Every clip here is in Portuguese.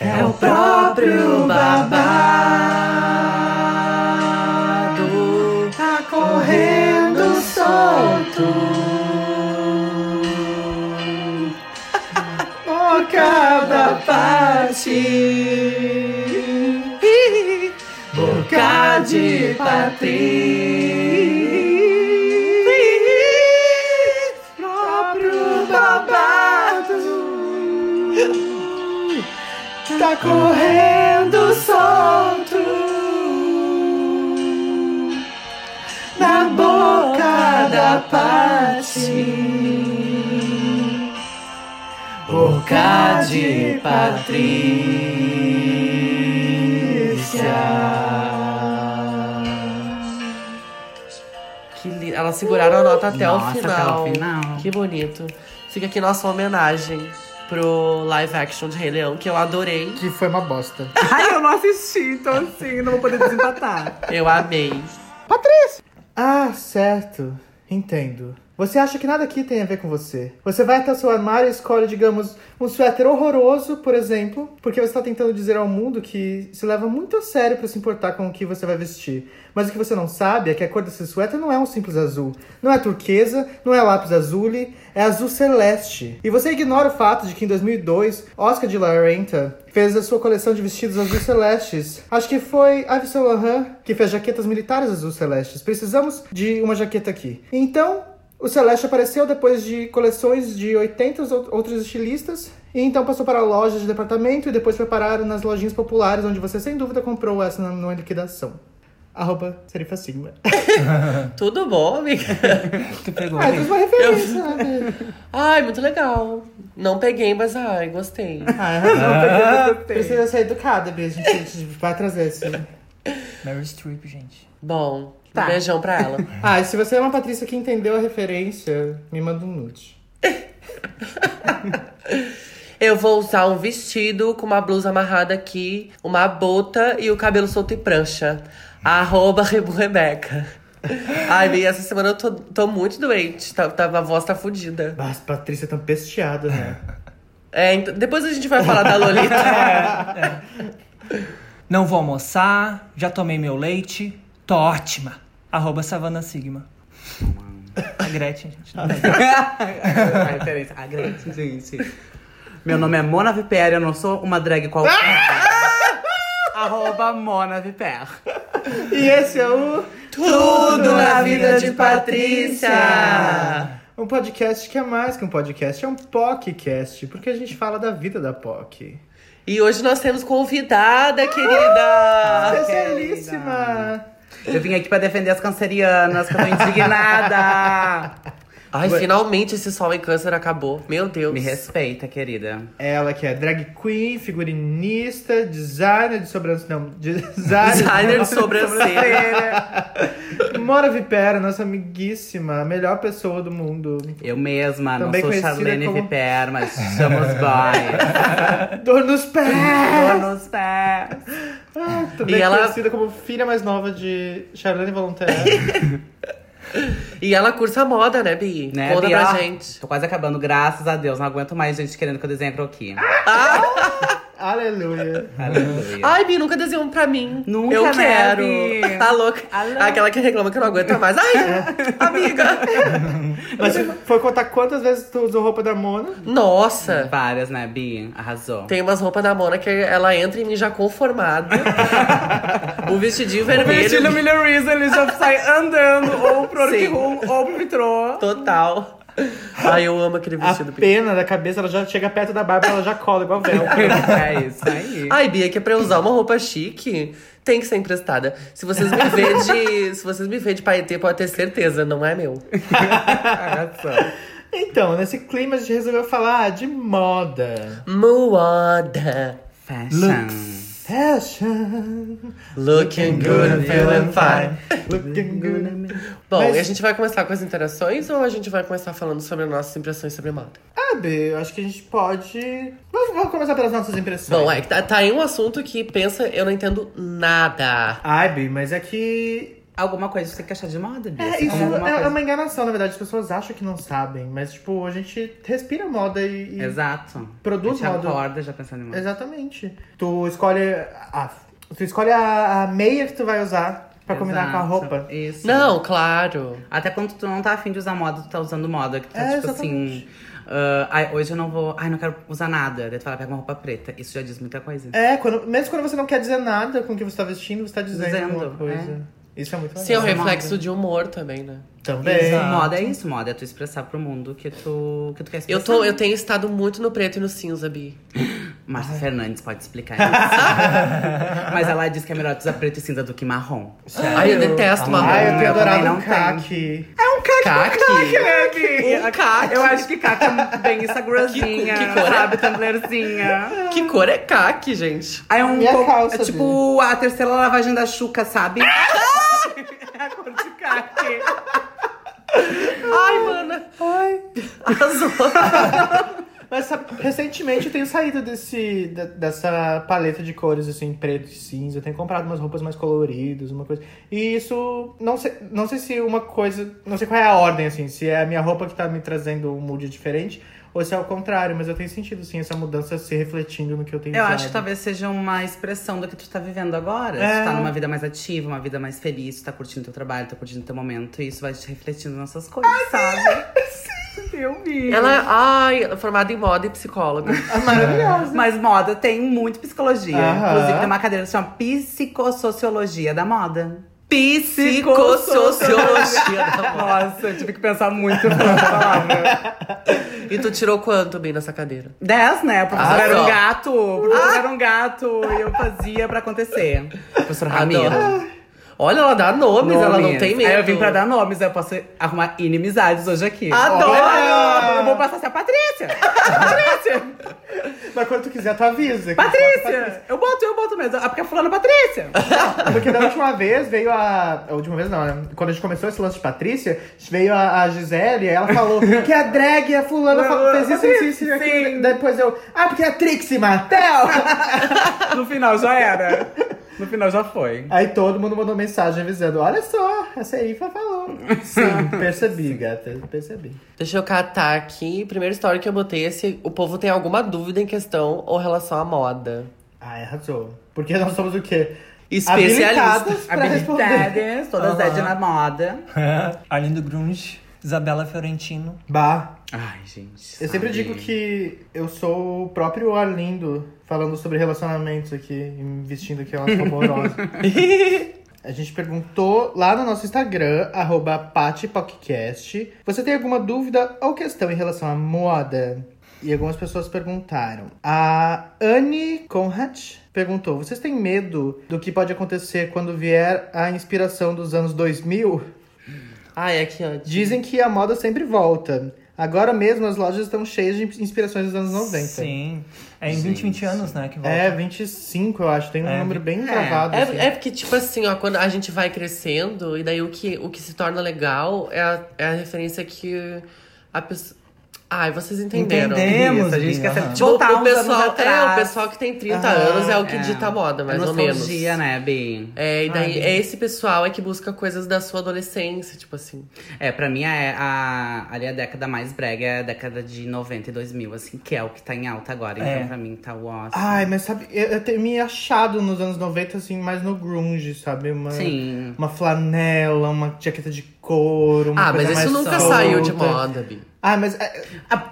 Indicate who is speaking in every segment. Speaker 1: É o próprio babado tá correndo solto por cada parte. Boca de Patrícia, próprio babado tá correndo solto na boca da parte. Boca de Patrícia.
Speaker 2: Que li... Elas seguraram a nota até
Speaker 3: Nossa,
Speaker 2: o
Speaker 3: até o
Speaker 2: final.
Speaker 3: final.
Speaker 2: Que bonito. Fica aqui nossa homenagem pro live action de Rei Leão, que eu adorei.
Speaker 1: Que foi uma bosta.
Speaker 3: Ai, eu não assisti, então assim, não vou poder desempatar.
Speaker 2: Eu amei.
Speaker 1: Ah, certo. Entendo. Você acha que nada aqui tem a ver com você. Você vai até o seu armário e escolhe, digamos, um suéter horroroso, por exemplo, porque você está tentando dizer ao mundo que se leva muito a sério para se importar com o que você vai vestir. Mas o que você não sabe é que a cor desse suéter não é um simples azul. Não é turquesa, não é lápis azul, é azul celeste. E você ignora o fato de que em 2002, Oscar de La Renta fez a sua coleção de vestidos azul celestes. Acho que foi Yves Saint Laurent que fez jaquetas militares azul celestes. Precisamos de uma jaqueta aqui. Então, o celeste apareceu depois de coleções de 80 ou- outros estilistas. E então passou para lojas de departamento e depois foi parar nas lojinhas populares, onde você sem dúvida comprou essa na- numa liquidação. Arroba Serifa Sigma.
Speaker 2: Tudo bom, amiga?
Speaker 3: Tu pegou.
Speaker 1: Ah, isso é uma referência, né?
Speaker 2: Ai, muito legal. Não peguei, mas ai, gostei.
Speaker 1: Ah, não, porque precisa ser educada, Bia. A gente, a gente vai trazer isso.
Speaker 3: Mary Streep, gente.
Speaker 2: Bom,
Speaker 3: Tá.
Speaker 2: um beijão pra ela.
Speaker 1: Ah, e se você é uma Patrícia que entendeu a referência, me manda um nude.
Speaker 2: Eu vou usar um vestido com uma blusa amarrada aqui, uma bota e o cabelo solto e prancha. Arroba Rebu Rebeca. Ai, Bia, essa semana eu tô, tô muito doente. Tá, tá- a voz tá fudida.
Speaker 1: Mas Patrícia é tão pesteada, né?
Speaker 2: É, ent- depois a gente vai falar da Lolita.
Speaker 3: Não vou almoçar, já tomei meu leite, tô ótima. Arroba Savana Sigma. A Gretchen, gente. não pega.
Speaker 4: A
Speaker 2: Ah,
Speaker 4: referência, a grande, gente. Meu nome é Mona Viper, eu não sou uma drag qualquer. Arroba Mona Viper.
Speaker 1: E esse é o
Speaker 2: Tudo
Speaker 1: na vida de Patrícia.
Speaker 2: Patrícia.
Speaker 1: um podcast que é mais que um podcast, é um podcast, porque a gente fala da vida da POC.
Speaker 2: E hoje nós temos convidada, querida.
Speaker 1: Especialíssima!
Speaker 4: Eu vim aqui pra defender as cancerianas, que eu tô indignada.
Speaker 2: Ai, finalmente esse sol em câncer acabou. Meu Deus.
Speaker 4: Me respeita, querida.
Speaker 1: Ela que é drag queen, figurinista, designer de sobrancelha. Não, de- designer,
Speaker 2: Designer de sobrancelha.
Speaker 1: Mora Vipera, nossa amiguíssima, a melhor pessoa do mundo.
Speaker 4: Eu mesma,
Speaker 1: Também
Speaker 4: não sou
Speaker 1: conhecida
Speaker 4: Charlene
Speaker 1: como-
Speaker 4: Viper, mas chamo os boys.
Speaker 1: Dor nos pés!
Speaker 4: Tô nos pés.
Speaker 1: Ah, Também
Speaker 2: É. E ela-
Speaker 1: conhecida como filha mais nova de Charlene Volontaire.
Speaker 2: E ela cursa moda, né, Bi?
Speaker 4: Né,
Speaker 2: Conta
Speaker 4: Bia?
Speaker 2: pra gente.
Speaker 4: Tô quase acabando, graças a Deus. Não aguento mais gente querendo que eu desenhe croqui.
Speaker 1: Aleluia.
Speaker 2: Uhum.
Speaker 4: Aleluia.
Speaker 2: Ai, Bi, nunca desenhou um pra mim.
Speaker 4: Nunca,
Speaker 2: Eu
Speaker 4: né,
Speaker 2: quero.
Speaker 4: Bi?
Speaker 2: Tá louca?
Speaker 4: Alô?
Speaker 2: Aquela que reclama que não aguenta mais. Ai, amiga.
Speaker 1: Mas foi contar quantas vezes tu usou roupa da Mona?
Speaker 2: Nossa.
Speaker 4: Várias, né, Bi? Arrasou.
Speaker 2: Tem umas roupas da Mona que ela entra em mim já conformada. o vestidinho vermelho.
Speaker 4: Million Reasons, ele já sai andando ou pro
Speaker 2: Sim.
Speaker 4: Orkrum ou pro metrô.
Speaker 2: Total. Ai, eu amo aquele
Speaker 1: A
Speaker 2: vestido, Bi.
Speaker 1: pena da cabeça, ela já chega perto da barba, ela já cola igual velcro.
Speaker 4: É isso aí.
Speaker 2: Ai, Bia, que é pra eu usar uma roupa chique, tem que ser emprestada. Se vocês me vê de. se vocês me vê de paetê, pode ter certeza, não é meu.
Speaker 1: Então, nesse clima a gente resolveu falar de moda.
Speaker 2: Moada.
Speaker 4: Fashion.
Speaker 1: Fashion.
Speaker 2: Looking good and feeling fine.
Speaker 1: Looking good and
Speaker 2: Bom,
Speaker 1: Mas-
Speaker 2: e a gente vai começar com as interações ou a gente vai começar falando sobre nossas impressões sobre moda?
Speaker 1: Ah, B, eu acho que a gente pode. Vamos, vamos começar pelas nossas impressões.
Speaker 2: Bom, é que tá, tá aí um assunto que pensa, eu não entendo nada.
Speaker 1: Ai, B, mas é que
Speaker 4: alguma coisa você tem que achar de moda, Bia.
Speaker 1: É,
Speaker 4: Você
Speaker 1: isso
Speaker 4: tem alguma
Speaker 1: é, é
Speaker 4: coisa.
Speaker 1: uma enganação, na verdade. As pessoas acham que não sabem, mas, tipo, a gente respira moda e. e-
Speaker 4: Exato.
Speaker 1: Produz
Speaker 4: a gente
Speaker 1: moda.
Speaker 4: acorda já pensando em moda.
Speaker 1: Exatamente. Tu escolhe. A, tu escolhe a, a meia que tu vai usar pra combinar com a
Speaker 4: Exato.
Speaker 1: roupa.
Speaker 4: Isso.
Speaker 2: Não, claro.
Speaker 4: Até quando tu não tá afim de usar moda, tu tá usando moda. Que tu tá
Speaker 1: É,
Speaker 4: tipo
Speaker 1: exatamente.
Speaker 4: assim. ah, ai, hoje eu não vou. Ai, não quero usar nada. Daí tu fala, pega uma roupa preta. Isso já diz muita coisa.
Speaker 1: É, quando, mesmo quando você não quer dizer nada com o que você tá vestindo, você tá dizendo,
Speaker 4: Dizendo, né?
Speaker 1: alguma coisa. Isso é muito legal.
Speaker 2: Sim, é um
Speaker 4: Moda.
Speaker 2: reflexo de humor também, né?
Speaker 1: Também.
Speaker 4: Isso,
Speaker 3: Exato.
Speaker 4: Moda é isso, moda é tu expressar pro mundo que tu, que tu quer expressar.
Speaker 2: Eu, tô, eu tenho estado muito no preto e no cinza, Bi.
Speaker 4: Márcia Fernandes pode explicar isso. Mas ela diz que é melhor tu usar preto e cinza do que marrom.
Speaker 2: Ai, eu detesto uma
Speaker 1: Ai, eu
Speaker 4: Não,
Speaker 1: tenho
Speaker 4: eu
Speaker 1: adorado
Speaker 4: também
Speaker 1: um
Speaker 4: não
Speaker 1: caque.
Speaker 4: É
Speaker 2: Caque.
Speaker 4: Um
Speaker 2: caque.
Speaker 4: Eu acho que caca é bem Instagramzinha,
Speaker 2: Que- que cor é?
Speaker 4: sabe? Tumblrzinha.
Speaker 2: Que cor é caque, gente?
Speaker 4: Aí é um
Speaker 1: Minha
Speaker 4: pouco-
Speaker 1: calça,
Speaker 4: é tipo a terceira lavagem da Xuca, sabe? é a cor de caque.
Speaker 2: Ai, mana.
Speaker 1: Ai.
Speaker 2: Azul.
Speaker 1: Mas sabe, recentemente eu tenho saído desse, da- dessa paleta de cores, assim, preto e cinza. Eu tenho comprado umas roupas mais coloridas, uma coisa. E isso, não sei, não sei se uma coisa. Não sei qual é a ordem, assim, se é a minha roupa que tá me trazendo um mood diferente. Ou se é o contrário, mas eu tenho sentido, sim, essa mudança se refletindo no que eu tenho
Speaker 4: Eu
Speaker 1: usado.
Speaker 4: acho que tá- talvez seja uma expressão do que tu tá vivendo agora.
Speaker 1: É.
Speaker 4: Tu tá numa vida mais ativa, uma vida mais feliz, tu tá curtindo teu trabalho, tá curtindo teu momento. E isso vai te refletindo nessas coisas, sabe? Sim, eu vi.
Speaker 2: Ela é, ai, ela é formada em moda e psicóloga.
Speaker 1: É maravilhosa.
Speaker 4: Mas moda tem muito psicologia.
Speaker 1: Aham.
Speaker 4: Inclusive, tem uma cadeira que se chama Psicossociologia da Moda.
Speaker 2: Psicossociologia da moda.
Speaker 4: Nossa, eu tive que pensar muito nessa palavra.
Speaker 2: E tu tirou quanto, Bi, nessa cadeira?
Speaker 4: 10, né? O professor
Speaker 2: Adoro.
Speaker 4: era um gato. O
Speaker 2: Ah.
Speaker 4: professor era um gato. E eu fazia pra acontecer. Professor Ramiro.
Speaker 2: Adoro. Olha, ela dá nomes, ela não
Speaker 4: Nomes.
Speaker 2: tem medo.
Speaker 4: Aí eu vim pra dar nomes, eu posso arrumar inimizades hoje aqui.
Speaker 2: Adoro!
Speaker 4: Olha, eu vou passar a ser a Patrícia. Patrícia!
Speaker 1: Mas quando tu quiser, tu avisa.
Speaker 4: Patrícia! Eu boto, eu boto mesmo. Ah, porque é fulano Patrícia.
Speaker 1: Porque da última vez veio a. A última vez não, né? Quando a gente começou esse lance de Patrícia, veio a, a Gisele e ela falou que a drag, a fulana,
Speaker 4: Não,
Speaker 1: falou, fez isso, isso, isso,
Speaker 4: Patrícia,
Speaker 1: e aquilo.
Speaker 4: sim.
Speaker 1: Depois eu. Ah, porque é a Trixie Mattel!
Speaker 4: No final já era. No final já foi.
Speaker 1: Aí todo mundo mandou mensagem avisando: olha só, essa aí falou. Sim, percebi, gata, percebi.
Speaker 2: Deixa eu catar aqui. Primeira história que eu botei é se o povo tem alguma dúvida em questão ou relação à moda.
Speaker 1: Ah, arrasou. Porque nós somos o quê?
Speaker 2: Especialista.
Speaker 1: Habilitadas pra responder.
Speaker 4: Habilidades, todas
Speaker 3: Aham.
Speaker 4: é de na moda.
Speaker 3: Arlindo Grunge, Isabela Fiorentino.
Speaker 1: Bah.
Speaker 4: Ai, gente.
Speaker 1: Eu sempre digo que eu sou o próprio Arlindo falando sobre relacionamentos aqui, e me vestindo aqui uma horrorosa. A gente perguntou lá no nosso Instagram, arroba patipodcast, você tem alguma dúvida ou questão em relação à moda? E algumas pessoas perguntaram. A Anne Conrad perguntou: Vocês têm medo do que pode acontecer quando vier a inspiração dos anos 2000?
Speaker 2: Ai, Ah, é aqui, ó.
Speaker 1: Dizem que a moda sempre volta. Agora mesmo as lojas estão cheias de inspirações dos anos 90.
Speaker 3: Sim. É em 20, 20 anos, né? Que volta.
Speaker 1: É, 25, eu acho. Tem um
Speaker 3: É,
Speaker 1: número bem
Speaker 4: é.
Speaker 1: gravado. assim.
Speaker 2: É, é porque, tipo assim, ó, quando a gente vai crescendo, e daí o que, o que se torna legal é a, é a referência que a pessoa. Ai, vocês entenderam.
Speaker 3: Entendemos.
Speaker 4: Isso, a gente
Speaker 3: Bia,
Speaker 4: quer
Speaker 3: aham.
Speaker 4: sempre
Speaker 2: Tipo,
Speaker 4: voltar
Speaker 2: o
Speaker 4: uns anos
Speaker 2: pessoal, é,
Speaker 4: atrás.
Speaker 2: o pessoal que tem 30
Speaker 1: Aham,
Speaker 2: anos é o que
Speaker 4: É.
Speaker 2: dita a moda, mais
Speaker 4: é
Speaker 2: ou menos.
Speaker 4: Nostalgia, né, Bi?
Speaker 2: É, e daí
Speaker 3: Ai.
Speaker 2: é esse pessoal é que busca coisas da sua adolescência, tipo assim.
Speaker 4: É, pra mim é a, ali a década mais brega é a década de 90 e 2000, assim, que é o que tá em alta agora. Então,
Speaker 3: É.
Speaker 4: pra mim, tá o ótimo.
Speaker 1: Ai, mas sabe, eu, eu tenho me achado nos anos 90, assim, mais no grunge, sabe? Uma,
Speaker 4: Sim.
Speaker 1: uma flanela, uma jaqueta de couro, uma
Speaker 2: ah, mas
Speaker 1: coisa
Speaker 2: isso
Speaker 1: mais
Speaker 2: nunca
Speaker 1: solta.
Speaker 2: saiu de moda, Bi.
Speaker 1: Ah, mas é,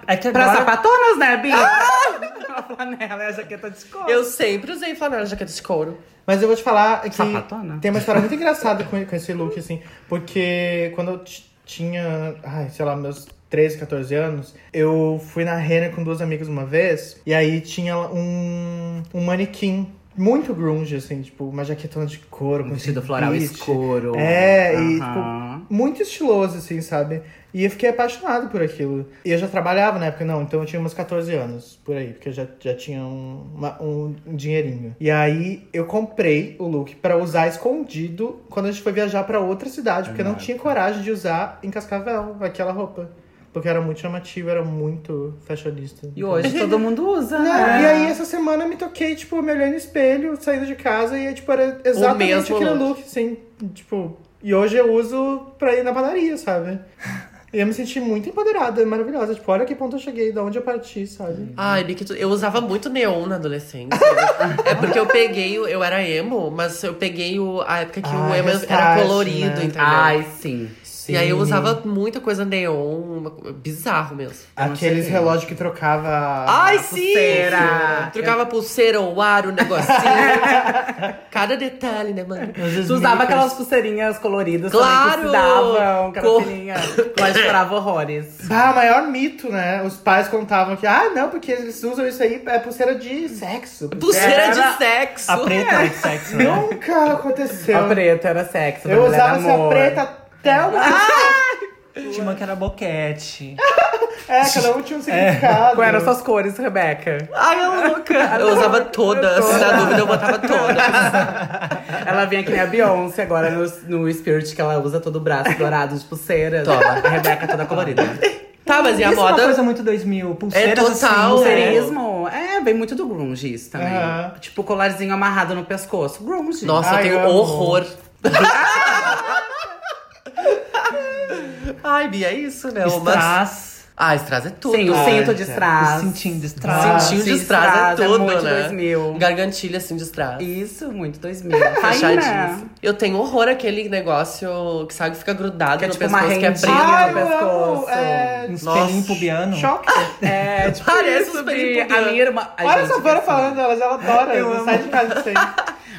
Speaker 3: É que
Speaker 4: Pra
Speaker 3: agora...
Speaker 4: sapatonas, né, Bi? a flanela é a jaqueta de couro.
Speaker 2: Eu sempre usei flanela jaqueta de couro.
Speaker 1: Mas eu vou te falar que
Speaker 4: Sapatona.
Speaker 1: tem uma história muito engraçada com, com esse look, assim. Porque quando eu ti- tinha, ai, sei lá, meus 13, 14 anos, eu fui na Renner com duas amigas uma vez. E aí tinha um, um manequim muito grunge, assim. Tipo, uma jaquetona de couro. assim,
Speaker 4: Um
Speaker 1: com
Speaker 4: vestido floral
Speaker 1: sulfite.
Speaker 4: escuro.
Speaker 1: É, e
Speaker 4: Aham.
Speaker 1: tipo, muito estiloso, assim, sabe? E eu fiquei apaixonado por aquilo. E eu já trabalhava na época, não, então eu tinha uns 14 anos por aí, porque eu já, já tinha um, uma- um dinheirinho. E aí eu comprei o look pra usar escondido quando a gente foi viajar pra outra cidade, porque eu não tinha coragem de usar em Cascavel aquela roupa. Porque era muito chamativo, era muito fashionista.
Speaker 4: E hoje todo mundo usa,
Speaker 1: Não,
Speaker 4: né?
Speaker 1: E aí, essa semana eu me toquei, tipo, me olhei no espelho, saindo de casa, e aí, tipo, é, era exatamente
Speaker 2: mesmo
Speaker 1: aquele
Speaker 2: look.
Speaker 1: look, assim, tipo, E hoje eu uso pra ir na padaria, sabe? E eu me senti muito empoderada, maravilhosa. Tipo, olha que ponto eu cheguei, de onde eu parti, sabe?
Speaker 2: Ai, Nick, tu- eu usava muito neon na adolescência. é porque eu peguei, o- eu era emo, mas eu peguei o- a época que o
Speaker 1: Ah,
Speaker 2: emo era
Speaker 1: restart,
Speaker 2: colorido,
Speaker 1: né?
Speaker 2: entendeu?
Speaker 4: Ai, sim.
Speaker 2: E aí eu usava muita coisa neon, uma co- bizarro mesmo.
Speaker 1: Aqueles relógios que trocava.
Speaker 2: Ai,
Speaker 1: a
Speaker 2: sim!
Speaker 1: pulseira.
Speaker 2: Trocava pulseira, o ar, o negocinho. Cada detalhe, né, mano?
Speaker 1: Os
Speaker 4: Tu usava
Speaker 1: sneakers.
Speaker 4: aquelas pulseirinhas coloridas
Speaker 2: Claro!
Speaker 4: também, que se
Speaker 2: Cor-
Speaker 4: davam, carteirinha. Mas chorava horrores.
Speaker 1: Bah, maior mito, né? Os pais contavam que, ah, não, porque eles usam isso aí, é pulseira de sexo.
Speaker 2: Pulseira
Speaker 4: Era
Speaker 2: de sexo.
Speaker 3: A preta é de sexo, né?
Speaker 1: Nunca aconteceu.
Speaker 4: A preta era sexo,
Speaker 1: Eu usava
Speaker 4: essa
Speaker 1: essa preta até o.
Speaker 3: Tinha uma que era boquete.
Speaker 1: É, cada um tinha um significado.
Speaker 4: Quais eram suas cores, Rebeca?
Speaker 2: Ai, eu louca. Eu usava todas. Se na dúvida, eu botava todas.
Speaker 4: Ela vem aqui nem a Beyoncé agora no, no Spirit, que ela usa todo o braço dourado de pulseira.
Speaker 2: Toma.
Speaker 4: A Rebeca toda colorida.
Speaker 2: Tá, mas e a
Speaker 3: Isso é uma
Speaker 2: moda?
Speaker 3: coisa muito 2000. Pulseiras
Speaker 2: total,
Speaker 3: assim, né?
Speaker 2: é.
Speaker 4: Pulseirismo é vem muito do grunge isso também.
Speaker 1: Aham.
Speaker 4: Tipo, colarzinho amarrado no pescoço. Grunge.
Speaker 2: Nossa,
Speaker 1: Ai,
Speaker 2: eu tenho
Speaker 1: amo.
Speaker 2: horror. Ai, Bia, é isso, né? Uma...
Speaker 3: Strass.
Speaker 2: Ah, Strass é tudo.
Speaker 4: Sim, o
Speaker 1: Ah,
Speaker 4: cinto de
Speaker 1: gente.
Speaker 4: strass.
Speaker 3: O cintinho de strass.
Speaker 1: Ah,
Speaker 2: Cintinho de
Speaker 4: sim,
Speaker 2: strass
Speaker 4: strass,
Speaker 2: é
Speaker 4: é
Speaker 2: tudo,
Speaker 4: muito
Speaker 2: né?
Speaker 4: 2000.
Speaker 2: Gargantilha, assim, de strass.
Speaker 4: Isso, muito 2000.
Speaker 2: Fechadinho. assim.
Speaker 4: Fechadinho.
Speaker 2: Eu tenho horror aquele negócio que sabe que fica grudado
Speaker 4: Que é
Speaker 2: no
Speaker 4: tipo uma
Speaker 2: pescoço, que é
Speaker 4: rendinha.
Speaker 2: preto.
Speaker 1: Ai,
Speaker 4: no
Speaker 1: eu amo.
Speaker 4: pescoço.
Speaker 1: É...
Speaker 3: Uns
Speaker 2: Nossa.
Speaker 3: pelinhos Um pubiano.
Speaker 1: Choque.
Speaker 4: É, tipo,
Speaker 2: Parece
Speaker 4: isso
Speaker 2: os
Speaker 4: de...
Speaker 2: peripubianos.
Speaker 4: A minha irmã... Ai,
Speaker 1: Olha
Speaker 4: gente,
Speaker 1: essa Vana
Speaker 4: que assim.
Speaker 1: falando, elas ela adora.
Speaker 3: Eu
Speaker 1: não
Speaker 3: amo.
Speaker 1: sai de casa sem.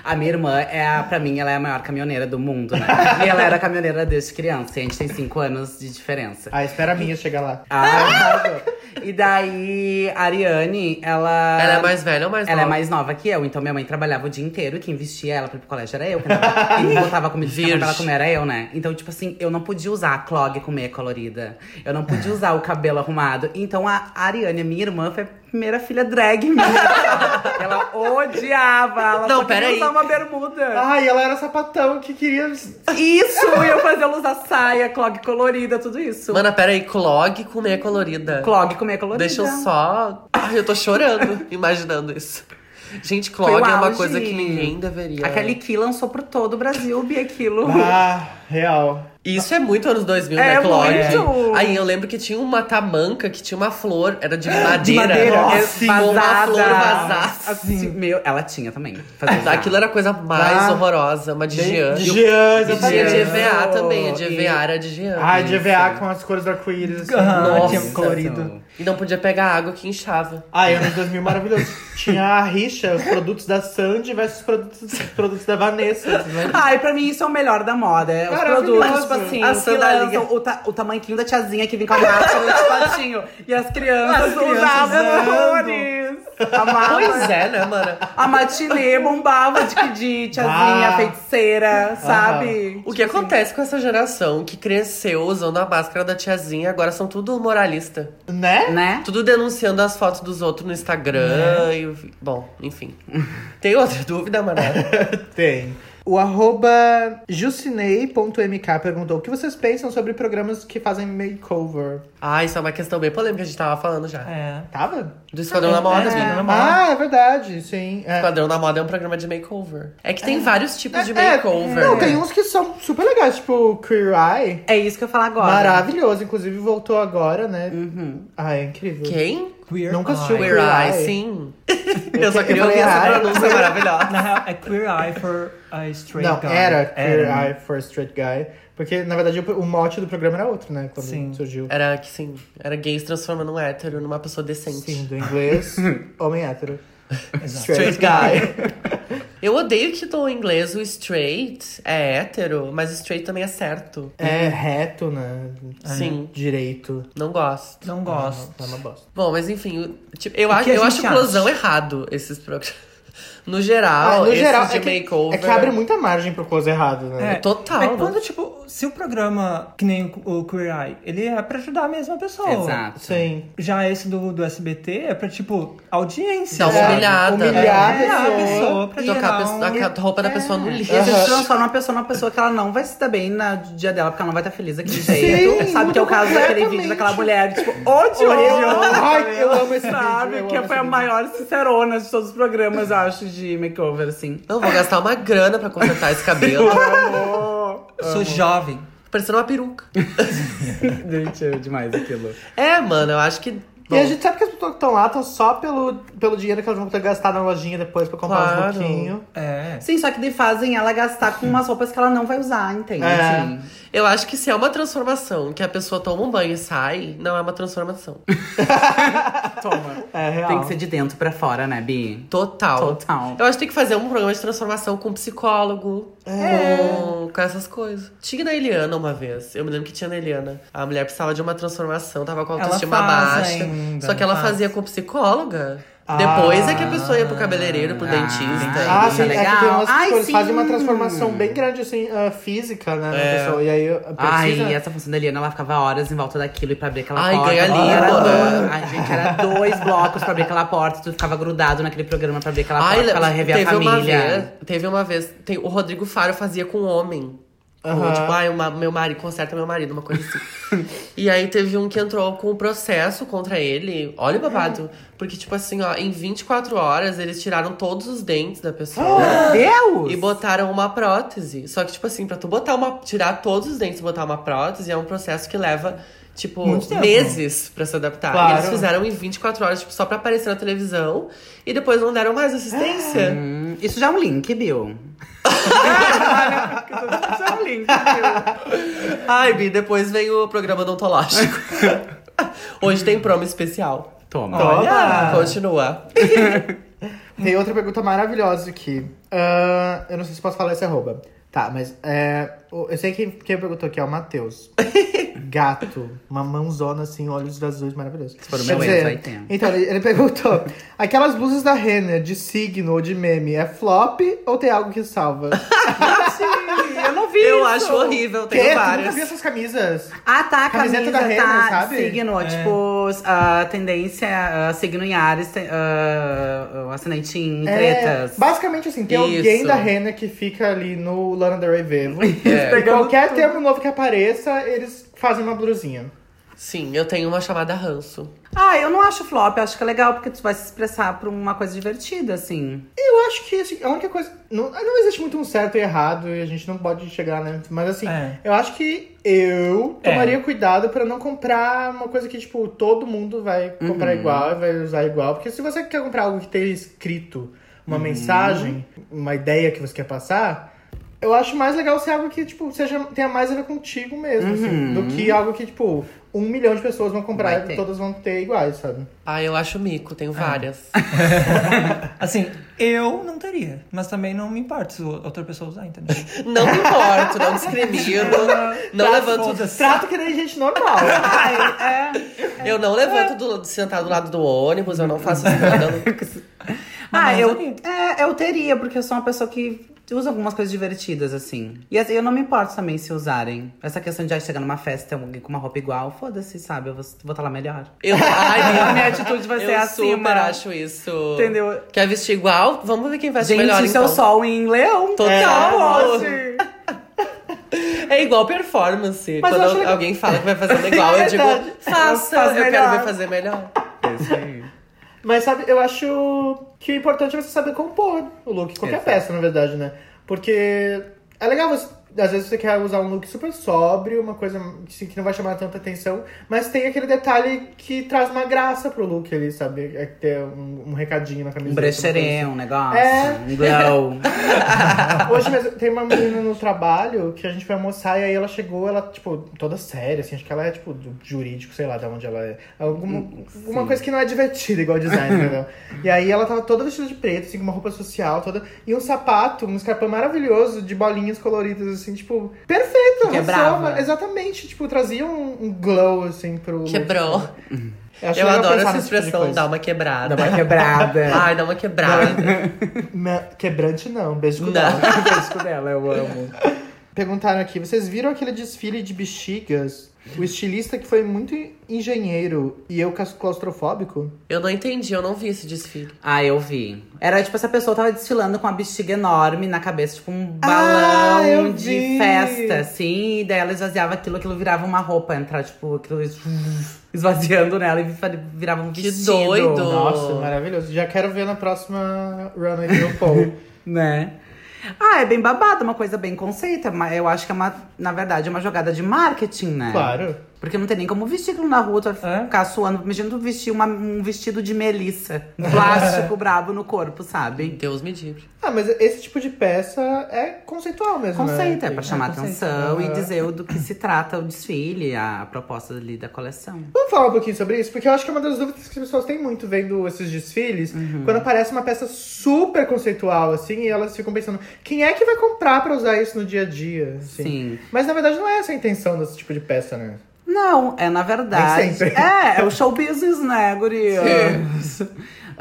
Speaker 4: A minha irmã, é a, pra mim, ela é a maior caminhoneira do mundo, né? e ela era caminhoneira desde criança. E a gente tem cinco anos de diferença.
Speaker 1: Ah, espera a minha chegar lá.
Speaker 4: Ah, arrasou. E daí, a Ariane, ela.
Speaker 2: Ela é mais velha ou mais
Speaker 4: Ela é
Speaker 2: nova?
Speaker 4: mais nova que eu, então minha mãe trabalhava o dia inteiro e quem vestia ela pra ir pro colégio era eu. quem botava- Quem botava comida de
Speaker 2: Virgem.
Speaker 4: café pra ela comer era eu, né? Então, tipo assim, eu não podia usar a clog com meia colorida. Eu não podia usar o cabelo arrumado. Então a Ariane, a minha irmã, foi a primeira filha drag minha. ela odiava. Ela
Speaker 2: Não,
Speaker 4: só queria
Speaker 2: peraí.
Speaker 4: usar uma bermuda.
Speaker 1: Ai, ela era sapatão que queria.
Speaker 4: Isso! E eu fazia ela usar saia, clog colorida, tudo isso.
Speaker 2: Mana, pera aí, clog com meia colorida.
Speaker 4: Clog com meia colorida.
Speaker 2: Deixa eu só. Ai, eu tô chorando, imaginando isso. Gente, clog
Speaker 4: Foi o
Speaker 2: é uma
Speaker 4: auge.
Speaker 2: coisa que ninguém deveria.
Speaker 4: A Kelly Key lançou pro todo o Brasil, Bia Kilo.
Speaker 1: Ah, real.
Speaker 2: Isso é muito anos 2000,
Speaker 4: É
Speaker 2: né, clog?
Speaker 4: muito.
Speaker 2: Aí eu lembro que tinha uma tamanca que tinha uma flor, era de madeira.
Speaker 3: madeira,
Speaker 2: Nossa, uma flor vazada.
Speaker 4: Assim, meu, ela tinha também. é Fazia usar.
Speaker 2: Aquilo era a coisa mais
Speaker 1: Ah.
Speaker 2: horrorosa, uma de Jean.
Speaker 1: De Jean,
Speaker 2: E tinha de
Speaker 1: exatamente.
Speaker 2: EVA também, a de
Speaker 4: E-
Speaker 2: EVA era de Jean.
Speaker 1: Ai, de EVA com as cores do arco-íris. assim.
Speaker 3: Aham,
Speaker 2: Nossa.
Speaker 3: tinha colorido.
Speaker 2: E não podia pegar água que inchava.
Speaker 1: Ai, anos 2000 maravilhoso. Tinha a rixa, os produtos da Sandy versus os produtos, os produtos da Vanessa. Né?
Speaker 4: Ai, pra mim isso é o melhor da moda. é Os
Speaker 1: Maravilhoso.
Speaker 4: produtos, tipo assim,
Speaker 2: A
Speaker 4: que
Speaker 2: sandalinha.
Speaker 4: lançam o, ta o tamanquinho da tiazinha que vem com a máscara de patinho. E as crianças,
Speaker 3: As crianças
Speaker 4: usavam
Speaker 3: usando.
Speaker 4: horrores. Amavam.
Speaker 2: Pois é, né, mana?
Speaker 4: A matinê bombava de, de tiazinha,
Speaker 1: Ah.
Speaker 4: feiticeira, sabe?
Speaker 2: O que acontece com essa geração que cresceu usando a máscara da tiazinha, agora são tudo moralista.
Speaker 1: Né?
Speaker 4: Né?
Speaker 2: Tudo denunciando as fotos dos outros no Instagram. e- bom, enfim. Tem outra dúvida, Mané?
Speaker 1: Tem. O arroba jucinei.mk perguntou o que vocês pensam sobre programas que fazem makeover.
Speaker 2: Ah, isso é uma questão bem polêmica, a gente tava falando já.
Speaker 3: É.
Speaker 1: Tava?
Speaker 2: Do Esquadrão da Moda,
Speaker 3: É.
Speaker 2: amiga.
Speaker 1: Ah, é verdade, sim. É.
Speaker 2: Esquadrão da Moda é um programa de makeover. É que tem vários tipos de
Speaker 1: É, é.
Speaker 2: makeover.
Speaker 1: Não, tem uns que são super legais, tipo Queer Eye.
Speaker 4: É isso que eu ia falar agora. Uhum.
Speaker 1: Maravilhoso, inclusive voltou agora, né?
Speaker 4: Hum.
Speaker 1: Ah, é incrível.
Speaker 2: Quem?
Speaker 3: Queer
Speaker 1: Nunca assisti o
Speaker 3: Eye.
Speaker 2: Queer
Speaker 1: Eye.
Speaker 2: Eye, sim. Eu só
Speaker 1: Eu
Speaker 2: queria ouvir
Speaker 1: falei
Speaker 2: essa
Speaker 1: eye.
Speaker 2: pronúncia maravilhosa.
Speaker 3: Na real, é Queer Eye for a Straight
Speaker 1: Não,
Speaker 3: Guy.
Speaker 1: era Queer
Speaker 3: né?
Speaker 1: Eye for Straight Guy. Porque, na verdade, o, o mote do programa era outro, né? Quando
Speaker 3: Sim.
Speaker 1: surgiu.
Speaker 2: Era que sim, era gay se transformando num hétero, numa pessoa decente.
Speaker 1: Sim, do inglês, homem hétero.
Speaker 3: Exato.
Speaker 2: Straight guy. Eu odeio que no inglês o straight é hétero, mas straight também é certo.
Speaker 1: É reto, né?
Speaker 2: Sim.
Speaker 1: Direito.
Speaker 2: Não gosto.
Speaker 3: Não gosto.
Speaker 1: Tá uma bosta.
Speaker 2: Bom, mas enfim, o- tipo, eu, acho
Speaker 3: que a
Speaker 2: eu
Speaker 3: gente
Speaker 2: acho
Speaker 3: acha?
Speaker 2: inclusão errado esses programas. No geral,
Speaker 1: Ah, no
Speaker 2: esses
Speaker 1: geral,
Speaker 2: de
Speaker 1: é que,
Speaker 2: makeover.
Speaker 1: é que abre muita margem pro close errado, né?
Speaker 3: É,
Speaker 2: Total, né?
Speaker 3: É quando, tipo, se o programa, que nem o o Queer Eye, ele é pra ajudar a mesma
Speaker 2: Oh,
Speaker 3: pessoa.
Speaker 4: Exato.
Speaker 1: Sim.
Speaker 3: Já esse do, do SBT é pra, tipo, audiência.
Speaker 2: Dá uma
Speaker 3: sabe?
Speaker 2: humilhada.
Speaker 1: Humilhar
Speaker 3: É,
Speaker 1: a
Speaker 3: a
Speaker 1: pessoa.
Speaker 3: pessoa pra
Speaker 2: E tocar a,
Speaker 3: gerar
Speaker 2: pessoa-
Speaker 3: um-
Speaker 2: a roupa da pessoa no lixo.
Speaker 4: E a gente
Speaker 1: Aham.
Speaker 4: transforma uma pessoa numa pessoa que ela não vai se dar bem na no dia dela, porque ela não vai estar feliz daquele jeito. Sabe que é o caso daquele vídeo daquela mulher, tipo, ódio!
Speaker 1: Ai, eu amo esse vídeo,
Speaker 4: Sabe?
Speaker 1: eu
Speaker 4: Que
Speaker 1: amo
Speaker 4: foi a
Speaker 1: esse
Speaker 4: maior sincerona de todos os programas, eu acho, de makeover, assim.
Speaker 2: Não, vou gastar uma grana pra consertar esse cabelo.
Speaker 1: Amo.
Speaker 3: Sou jovem.
Speaker 2: Tá Parecendo uma peruca.
Speaker 4: Gente, é demais aquilo.
Speaker 2: É, mano, eu acho que.
Speaker 1: E a gente sabe que as pessoas que estão lá estão só pelo, pelo dinheiro que elas vão ter gastar na lojinha depois pra comprar
Speaker 2: Claro.
Speaker 1: um pouquinho.
Speaker 3: É.
Speaker 4: Sim, só que daí fazem ela gastar com umas roupas que ela não vai usar, entende?
Speaker 1: É.
Speaker 2: Eu acho que se é uma transformação que a pessoa toma um banho e sai, não é uma transformação.
Speaker 4: Toma.
Speaker 1: É real.
Speaker 4: Tem que ser de dentro pra fora, né, Bi?
Speaker 2: Total.
Speaker 4: Total.
Speaker 2: Eu acho que tem que fazer um programa de transformação com psicólogo, com, com essas coisas. Tinha na Eliana uma vez. Eu me lembro que tinha na Eliana. A mulher precisava de uma transformação, tava com a
Speaker 3: Ela
Speaker 2: autoestima
Speaker 3: faz
Speaker 2: baixa.
Speaker 3: ainda,
Speaker 2: só que ela
Speaker 3: faz.
Speaker 2: fazia com psicóloga.
Speaker 1: Ah.
Speaker 2: Depois é que a pessoa ia pro cabeleireiro, pro dentista.
Speaker 1: Ah,
Speaker 2: e-
Speaker 1: sim,
Speaker 4: Isso é
Speaker 1: é que tem
Speaker 4: legal.
Speaker 1: umas
Speaker 4: Ai,
Speaker 1: pessoas que fazem
Speaker 4: sim.
Speaker 1: uma transformação bem grande, assim, ah, física, né, na pessoa. E aí ah, precisa...
Speaker 4: Ai, é essa função da Eliana, ela ficava horas em volta daquilo e pra abrir aquela
Speaker 2: Ai,
Speaker 4: porta.
Speaker 2: ganha
Speaker 4: ela-
Speaker 2: língua.
Speaker 4: ela- Ai, gente, era dois blocos pra abrir aquela porta. Tu ficava grudado naquele programa pra abrir aquela
Speaker 2: Ai,
Speaker 4: porta, pra ela rever a
Speaker 2: teve
Speaker 4: família.
Speaker 2: uma vez, teve uma vez, tem- o Rodrigo Faro fazia com um homem.
Speaker 1: Aham.
Speaker 2: Ou, tipo, ai, uma- meu marido, conserta meu marido, uma coisa assim. e aí teve um que entrou com um processo contra ele. Olha o
Speaker 4: Hum.
Speaker 2: babado. Porque, tipo assim, ó, em 24 horas eles tiraram todos os dentes da pessoa.
Speaker 4: Deus!
Speaker 2: E botaram uma prótese. Só que, tipo assim, pra tu botar uma. Tirar todos os dentes e botar uma prótese é um processo que leva, tipo,
Speaker 3: Muito tempo.
Speaker 2: meses pra se adaptar.
Speaker 1: Claro.
Speaker 2: E eles fizeram em 24 horas, tipo, só pra aparecer na televisão. E depois não deram mais assistência.
Speaker 4: Hum, isso já é um link, Bill.
Speaker 1: Tá,
Speaker 4: isso é um link, Bill.
Speaker 2: Ai, Bi, depois vem o programa odontológico. Hoje tem promo especial. Ah,
Speaker 4: Toma.
Speaker 1: Toma.
Speaker 2: Continua.
Speaker 1: Tem outra pergunta maravilhosa aqui. Ah, eu não sei se posso falar esse arroba. Tá, mas é, o- eu sei quem, quem perguntou aqui é o Matheus. Gato. Uma mãozona assim, olhos azuis maravilhosos.
Speaker 4: for o
Speaker 1: Quer
Speaker 4: meu
Speaker 1: dizer,
Speaker 4: ex, aí tem.
Speaker 1: Então, ele, ele perguntou: aquelas blusas da Renner de signo ou de meme é flop ou tem algo que salva?
Speaker 4: Eu não vi
Speaker 2: Eu
Speaker 4: isso.
Speaker 2: acho horrível,
Speaker 1: Quê?
Speaker 2: tenho
Speaker 1: Tu nunca
Speaker 2: várias.
Speaker 1: vi essas camisas?
Speaker 4: Ah, tá, a
Speaker 1: Camiseta
Speaker 4: camisa
Speaker 1: da Renner,
Speaker 4: tá
Speaker 1: sabe?
Speaker 4: signo,
Speaker 3: É.
Speaker 4: tipo, a tendência, ah, signo em Ares, te- ah, o ascendente em tretas.
Speaker 1: É, basicamente assim, tem alguém
Speaker 2: Isso.
Speaker 1: da Renner que fica ali no Lana Del Rey vivo.
Speaker 2: É.
Speaker 1: E qualquer termo novo que apareça, eles fazem uma blusinha.
Speaker 2: Sim, eu tenho uma chamada ranço.
Speaker 4: Ah, eu não acho flop, eu acho que é legal, porque tu vai se expressar por uma coisa divertida, assim.
Speaker 1: Eu acho que assim, a única coisa. Não, não existe muito um certo e errado, e a gente não pode chegar, né? Mas assim,
Speaker 3: É.
Speaker 1: eu acho que eu
Speaker 3: É.
Speaker 1: tomaria cuidado pra não comprar uma coisa que, tipo, todo mundo vai
Speaker 4: Uhum.
Speaker 1: comprar igual e vai usar igual. Porque se você quer comprar algo que tenha escrito uma
Speaker 4: Uhum.
Speaker 1: mensagem, uma ideia que você quer passar. Eu acho mais legal ser algo que, tipo, seja, tenha mais a ver contigo mesmo, assim, do que algo que, tipo, um milhão de pessoas vão
Speaker 4: Uhum. Vai
Speaker 1: comprar
Speaker 4: ter.
Speaker 1: e todas vão ter iguais, sabe?
Speaker 2: Ai, Ah, eu acho mico, tenho várias.
Speaker 3: Assim, eu não teria. Mas também não me importa se outra pessoa usar, entendeu?
Speaker 2: Não me importo, não discrimino, não levanto.
Speaker 3: Foda-se.
Speaker 1: Trato que nem gente normal.
Speaker 2: É. Eu não levanto do, sentar do lado do ônibus, eu não faço escândalo.
Speaker 3: Mas
Speaker 4: ah,
Speaker 3: não
Speaker 4: eu,
Speaker 3: usaria.
Speaker 4: é, eu teria, porque eu sou uma pessoa que usa algumas coisas divertidas, assim. E assim, eu não me importo também se usarem. Essa questão de ah, chegar numa festa e ter alguém com uma roupa igual, foda-se, sabe? Eu vou, vou estar lá melhor.
Speaker 2: Eu, ai,
Speaker 4: A minha atitude vai
Speaker 2: eu
Speaker 4: ser acima.
Speaker 2: super acho isso.
Speaker 4: Entendeu?
Speaker 2: Quer vestir igual? Vamos ver quem veste
Speaker 4: Gente,
Speaker 2: melhor,
Speaker 4: isso é
Speaker 2: então.
Speaker 4: o sol em leão.
Speaker 2: Total.
Speaker 4: Tá, hoje.
Speaker 2: É igual performance.
Speaker 1: Mas eu acho
Speaker 2: Quando
Speaker 1: legal.
Speaker 2: alguém fala que vai fazendo igual, eu digo,
Speaker 1: verdade.
Speaker 2: faça,
Speaker 4: Faz
Speaker 2: eu quero
Speaker 4: melhor.
Speaker 2: ver fazer melhor.
Speaker 1: Mas sabe, eu acho que o importante é você saber compor o look, qualquer
Speaker 4: Exato.
Speaker 1: peça, na verdade, né? Porque é legal você. Às vezes você quer usar um look super sóbrio, uma coisa assim, que não vai chamar tanta atenção, mas tem aquele detalhe que traz uma graça pro look ali, sabe? É ter um, um recadinho na
Speaker 4: Um
Speaker 1: camiseta.
Speaker 4: brecherinho, um negócio.
Speaker 1: É.
Speaker 4: Um glow.
Speaker 1: Hoje mesmo, tem uma menina no trabalho que a gente foi almoçar e aí ela chegou, ela, tipo, toda séria, assim, acho que ela é, tipo, do jurídico, sei lá de onde ela é. Alguma,
Speaker 2: Hum,
Speaker 1: alguma coisa que não é divertida, igual design, entendeu? E aí ela tava toda vestida de preto, assim, com uma roupa social toda, e um sapato, um escarpão maravilhoso, de bolinhas coloridas, assim, tipo, perfeito,
Speaker 4: Que é
Speaker 1: arrasou,
Speaker 4: brava.
Speaker 1: Exatamente, tipo, trazia um, um glow, assim, pro.
Speaker 2: Quebrou.
Speaker 1: acho
Speaker 2: Eu
Speaker 1: legal pensar
Speaker 2: adoro essa
Speaker 1: nesse tipo de
Speaker 2: expressão, um
Speaker 1: coisa.
Speaker 2: dar uma quebrada.
Speaker 4: Dá uma quebrada.
Speaker 2: Ai, dá uma quebrada.
Speaker 1: Na- Quebrante não, um beijo com
Speaker 2: Não.
Speaker 1: não.
Speaker 4: o beijo dela, eu amo.
Speaker 1: Perguntaram aqui, vocês viram aquele desfile de bexigas? O estilista que foi muito engenheiro e eu cas- claustrofóbico?
Speaker 2: Eu não entendi, eu não vi esse desfile.
Speaker 4: Ah, eu vi. Era tipo, essa pessoa tava desfilando com uma bexiga enorme na cabeça, tipo um
Speaker 1: Ah,
Speaker 4: balão
Speaker 1: eu
Speaker 4: de
Speaker 1: vi.
Speaker 4: festa, assim. E daí ela esvaziava aquilo, aquilo virava uma roupa, entrar, tipo, aquilo esvaziando nela e virava um
Speaker 2: Que
Speaker 4: vestido.
Speaker 2: doido.
Speaker 1: Nossa, maravilhoso. Já quero ver na próxima runway do Paul.
Speaker 4: Né? Ah, é bem babado, uma coisa bem conceita. Mas eu acho que é uma, na verdade, é uma jogada de marketing, né?
Speaker 1: Claro.
Speaker 4: Porque não tem nem como vestir aquilo na rua, tu vai
Speaker 3: É?
Speaker 4: ficar suando, imagina tu vestir uma- um vestido de melissa. Plástico brabo no corpo, sabe?
Speaker 2: Deus me livre.
Speaker 1: Ah, mas esse tipo de peça é conceitual mesmo.
Speaker 4: Conceito,
Speaker 1: né?
Speaker 4: é pra chamar
Speaker 3: conceito.
Speaker 4: atenção e
Speaker 1: Aham.
Speaker 4: dizer o do que se trata o desfile, a proposta ali da coleção.
Speaker 1: Vamos falar um pouquinho sobre isso, porque eu acho que é uma das dúvidas que as pessoas têm muito vendo esses desfiles,
Speaker 4: Uhum.
Speaker 1: quando aparece uma peça super conceitual, assim, e elas ficam pensando, quem é que vai comprar pra usar isso no dia a dia? assim?
Speaker 4: Sim.
Speaker 1: Mas na verdade não é essa a intenção desse tipo de peça, né?
Speaker 4: Não, é na verdade.
Speaker 1: Nem sempre.
Speaker 4: É, é o show business, né, guria?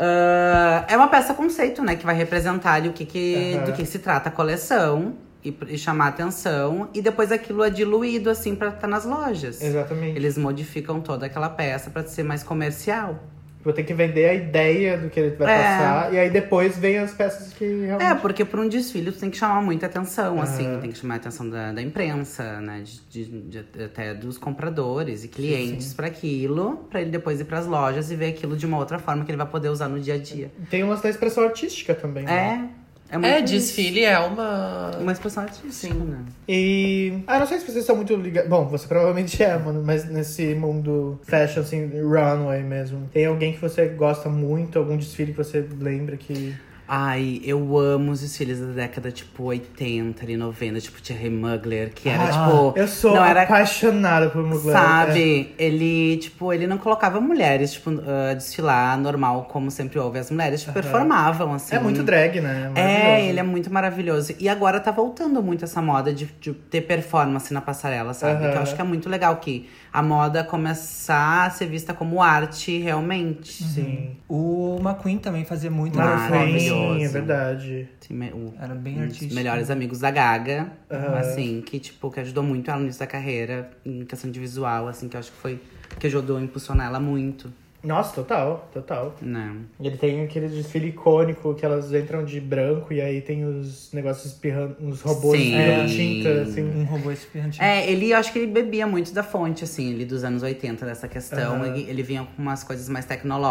Speaker 4: Ah, é uma peça conceito, né? Que vai representar ali o que, que
Speaker 1: Aham.
Speaker 4: do que se trata a coleção e, e chamar atenção. E depois aquilo é diluído, assim, pra estar nas lojas.
Speaker 1: Exatamente.
Speaker 4: Eles modificam toda aquela peça pra ser mais comercial.
Speaker 1: Vou ter que vender a ideia do que ele vai
Speaker 4: É.
Speaker 1: passar, e aí depois vem as peças que
Speaker 4: É,
Speaker 1: realmente.
Speaker 4: porque pra um desfile tu tem que chamar muita atenção, assim,
Speaker 1: Aham.
Speaker 4: tem que chamar a atenção da, da imprensa, né? de- de- de- até dos compradores e clientes pra aquilo, pra ele depois ir pras lojas e ver aquilo de uma outra forma que ele vai poder usar no dia a dia.
Speaker 1: Tem umas da expressão artística também. né?
Speaker 4: É, é muito.
Speaker 2: É,
Speaker 4: isso.
Speaker 2: desfile é uma.
Speaker 4: Uma expressão artística, né?
Speaker 1: E. Ah, não sei se vocês são muito ligados. Bom, você provavelmente é, mano, mas nesse mundo fashion, assim, runway mesmo. Tem alguém que você gosta muito, algum desfile que você lembra que.
Speaker 4: Ai, eu amo os desfiles da década, tipo, 80 ali, 90, tipo, Thierry Mugler, que era,
Speaker 1: Ah,
Speaker 4: tipo...
Speaker 1: Eu sou
Speaker 4: não era
Speaker 1: apaixonada por Mugler.
Speaker 4: Sabe?
Speaker 1: é.
Speaker 4: Ele, tipo, ele não colocava mulheres, tipo, a desfilar normal, como sempre houve. As mulheres tipo, performavam, assim.
Speaker 1: É, é muito drag, né?
Speaker 4: É, ele é muito maravilhoso. E agora tá voltando muito essa moda de, de ter performance na passarela, sabe?
Speaker 1: Aham.
Speaker 4: Que eu acho que é muito legal que a moda começar a ser vista como arte realmente.
Speaker 1: Sim.
Speaker 3: O McQueen também fazia muito.
Speaker 4: Maravilhoso.
Speaker 1: Sim, Ah, é verdade.
Speaker 4: Assim, me- o-
Speaker 3: Era bem
Speaker 4: um dos
Speaker 3: artístico.
Speaker 4: melhores amigos da Gaga,
Speaker 1: Aham.
Speaker 4: assim, que, tipo, que ajudou muito ela no início da carreira, em questão de visual, assim, que eu acho que foi. que ajudou a impulsionar ela muito,
Speaker 1: Nossa, total, total.
Speaker 4: né?
Speaker 1: E Ele tem aquele desfile icônico que elas entram de branco e aí tem os negócios espirrando, os robôs
Speaker 4: Sim.
Speaker 1: espirrando tinta, assim.
Speaker 3: Um robô espirrante.
Speaker 4: É, ele, eu acho que ele bebia muito da fonte, assim, ele dos anos 80, dessa questão.
Speaker 1: Aham.
Speaker 4: Ele, ele vinha com umas coisas mais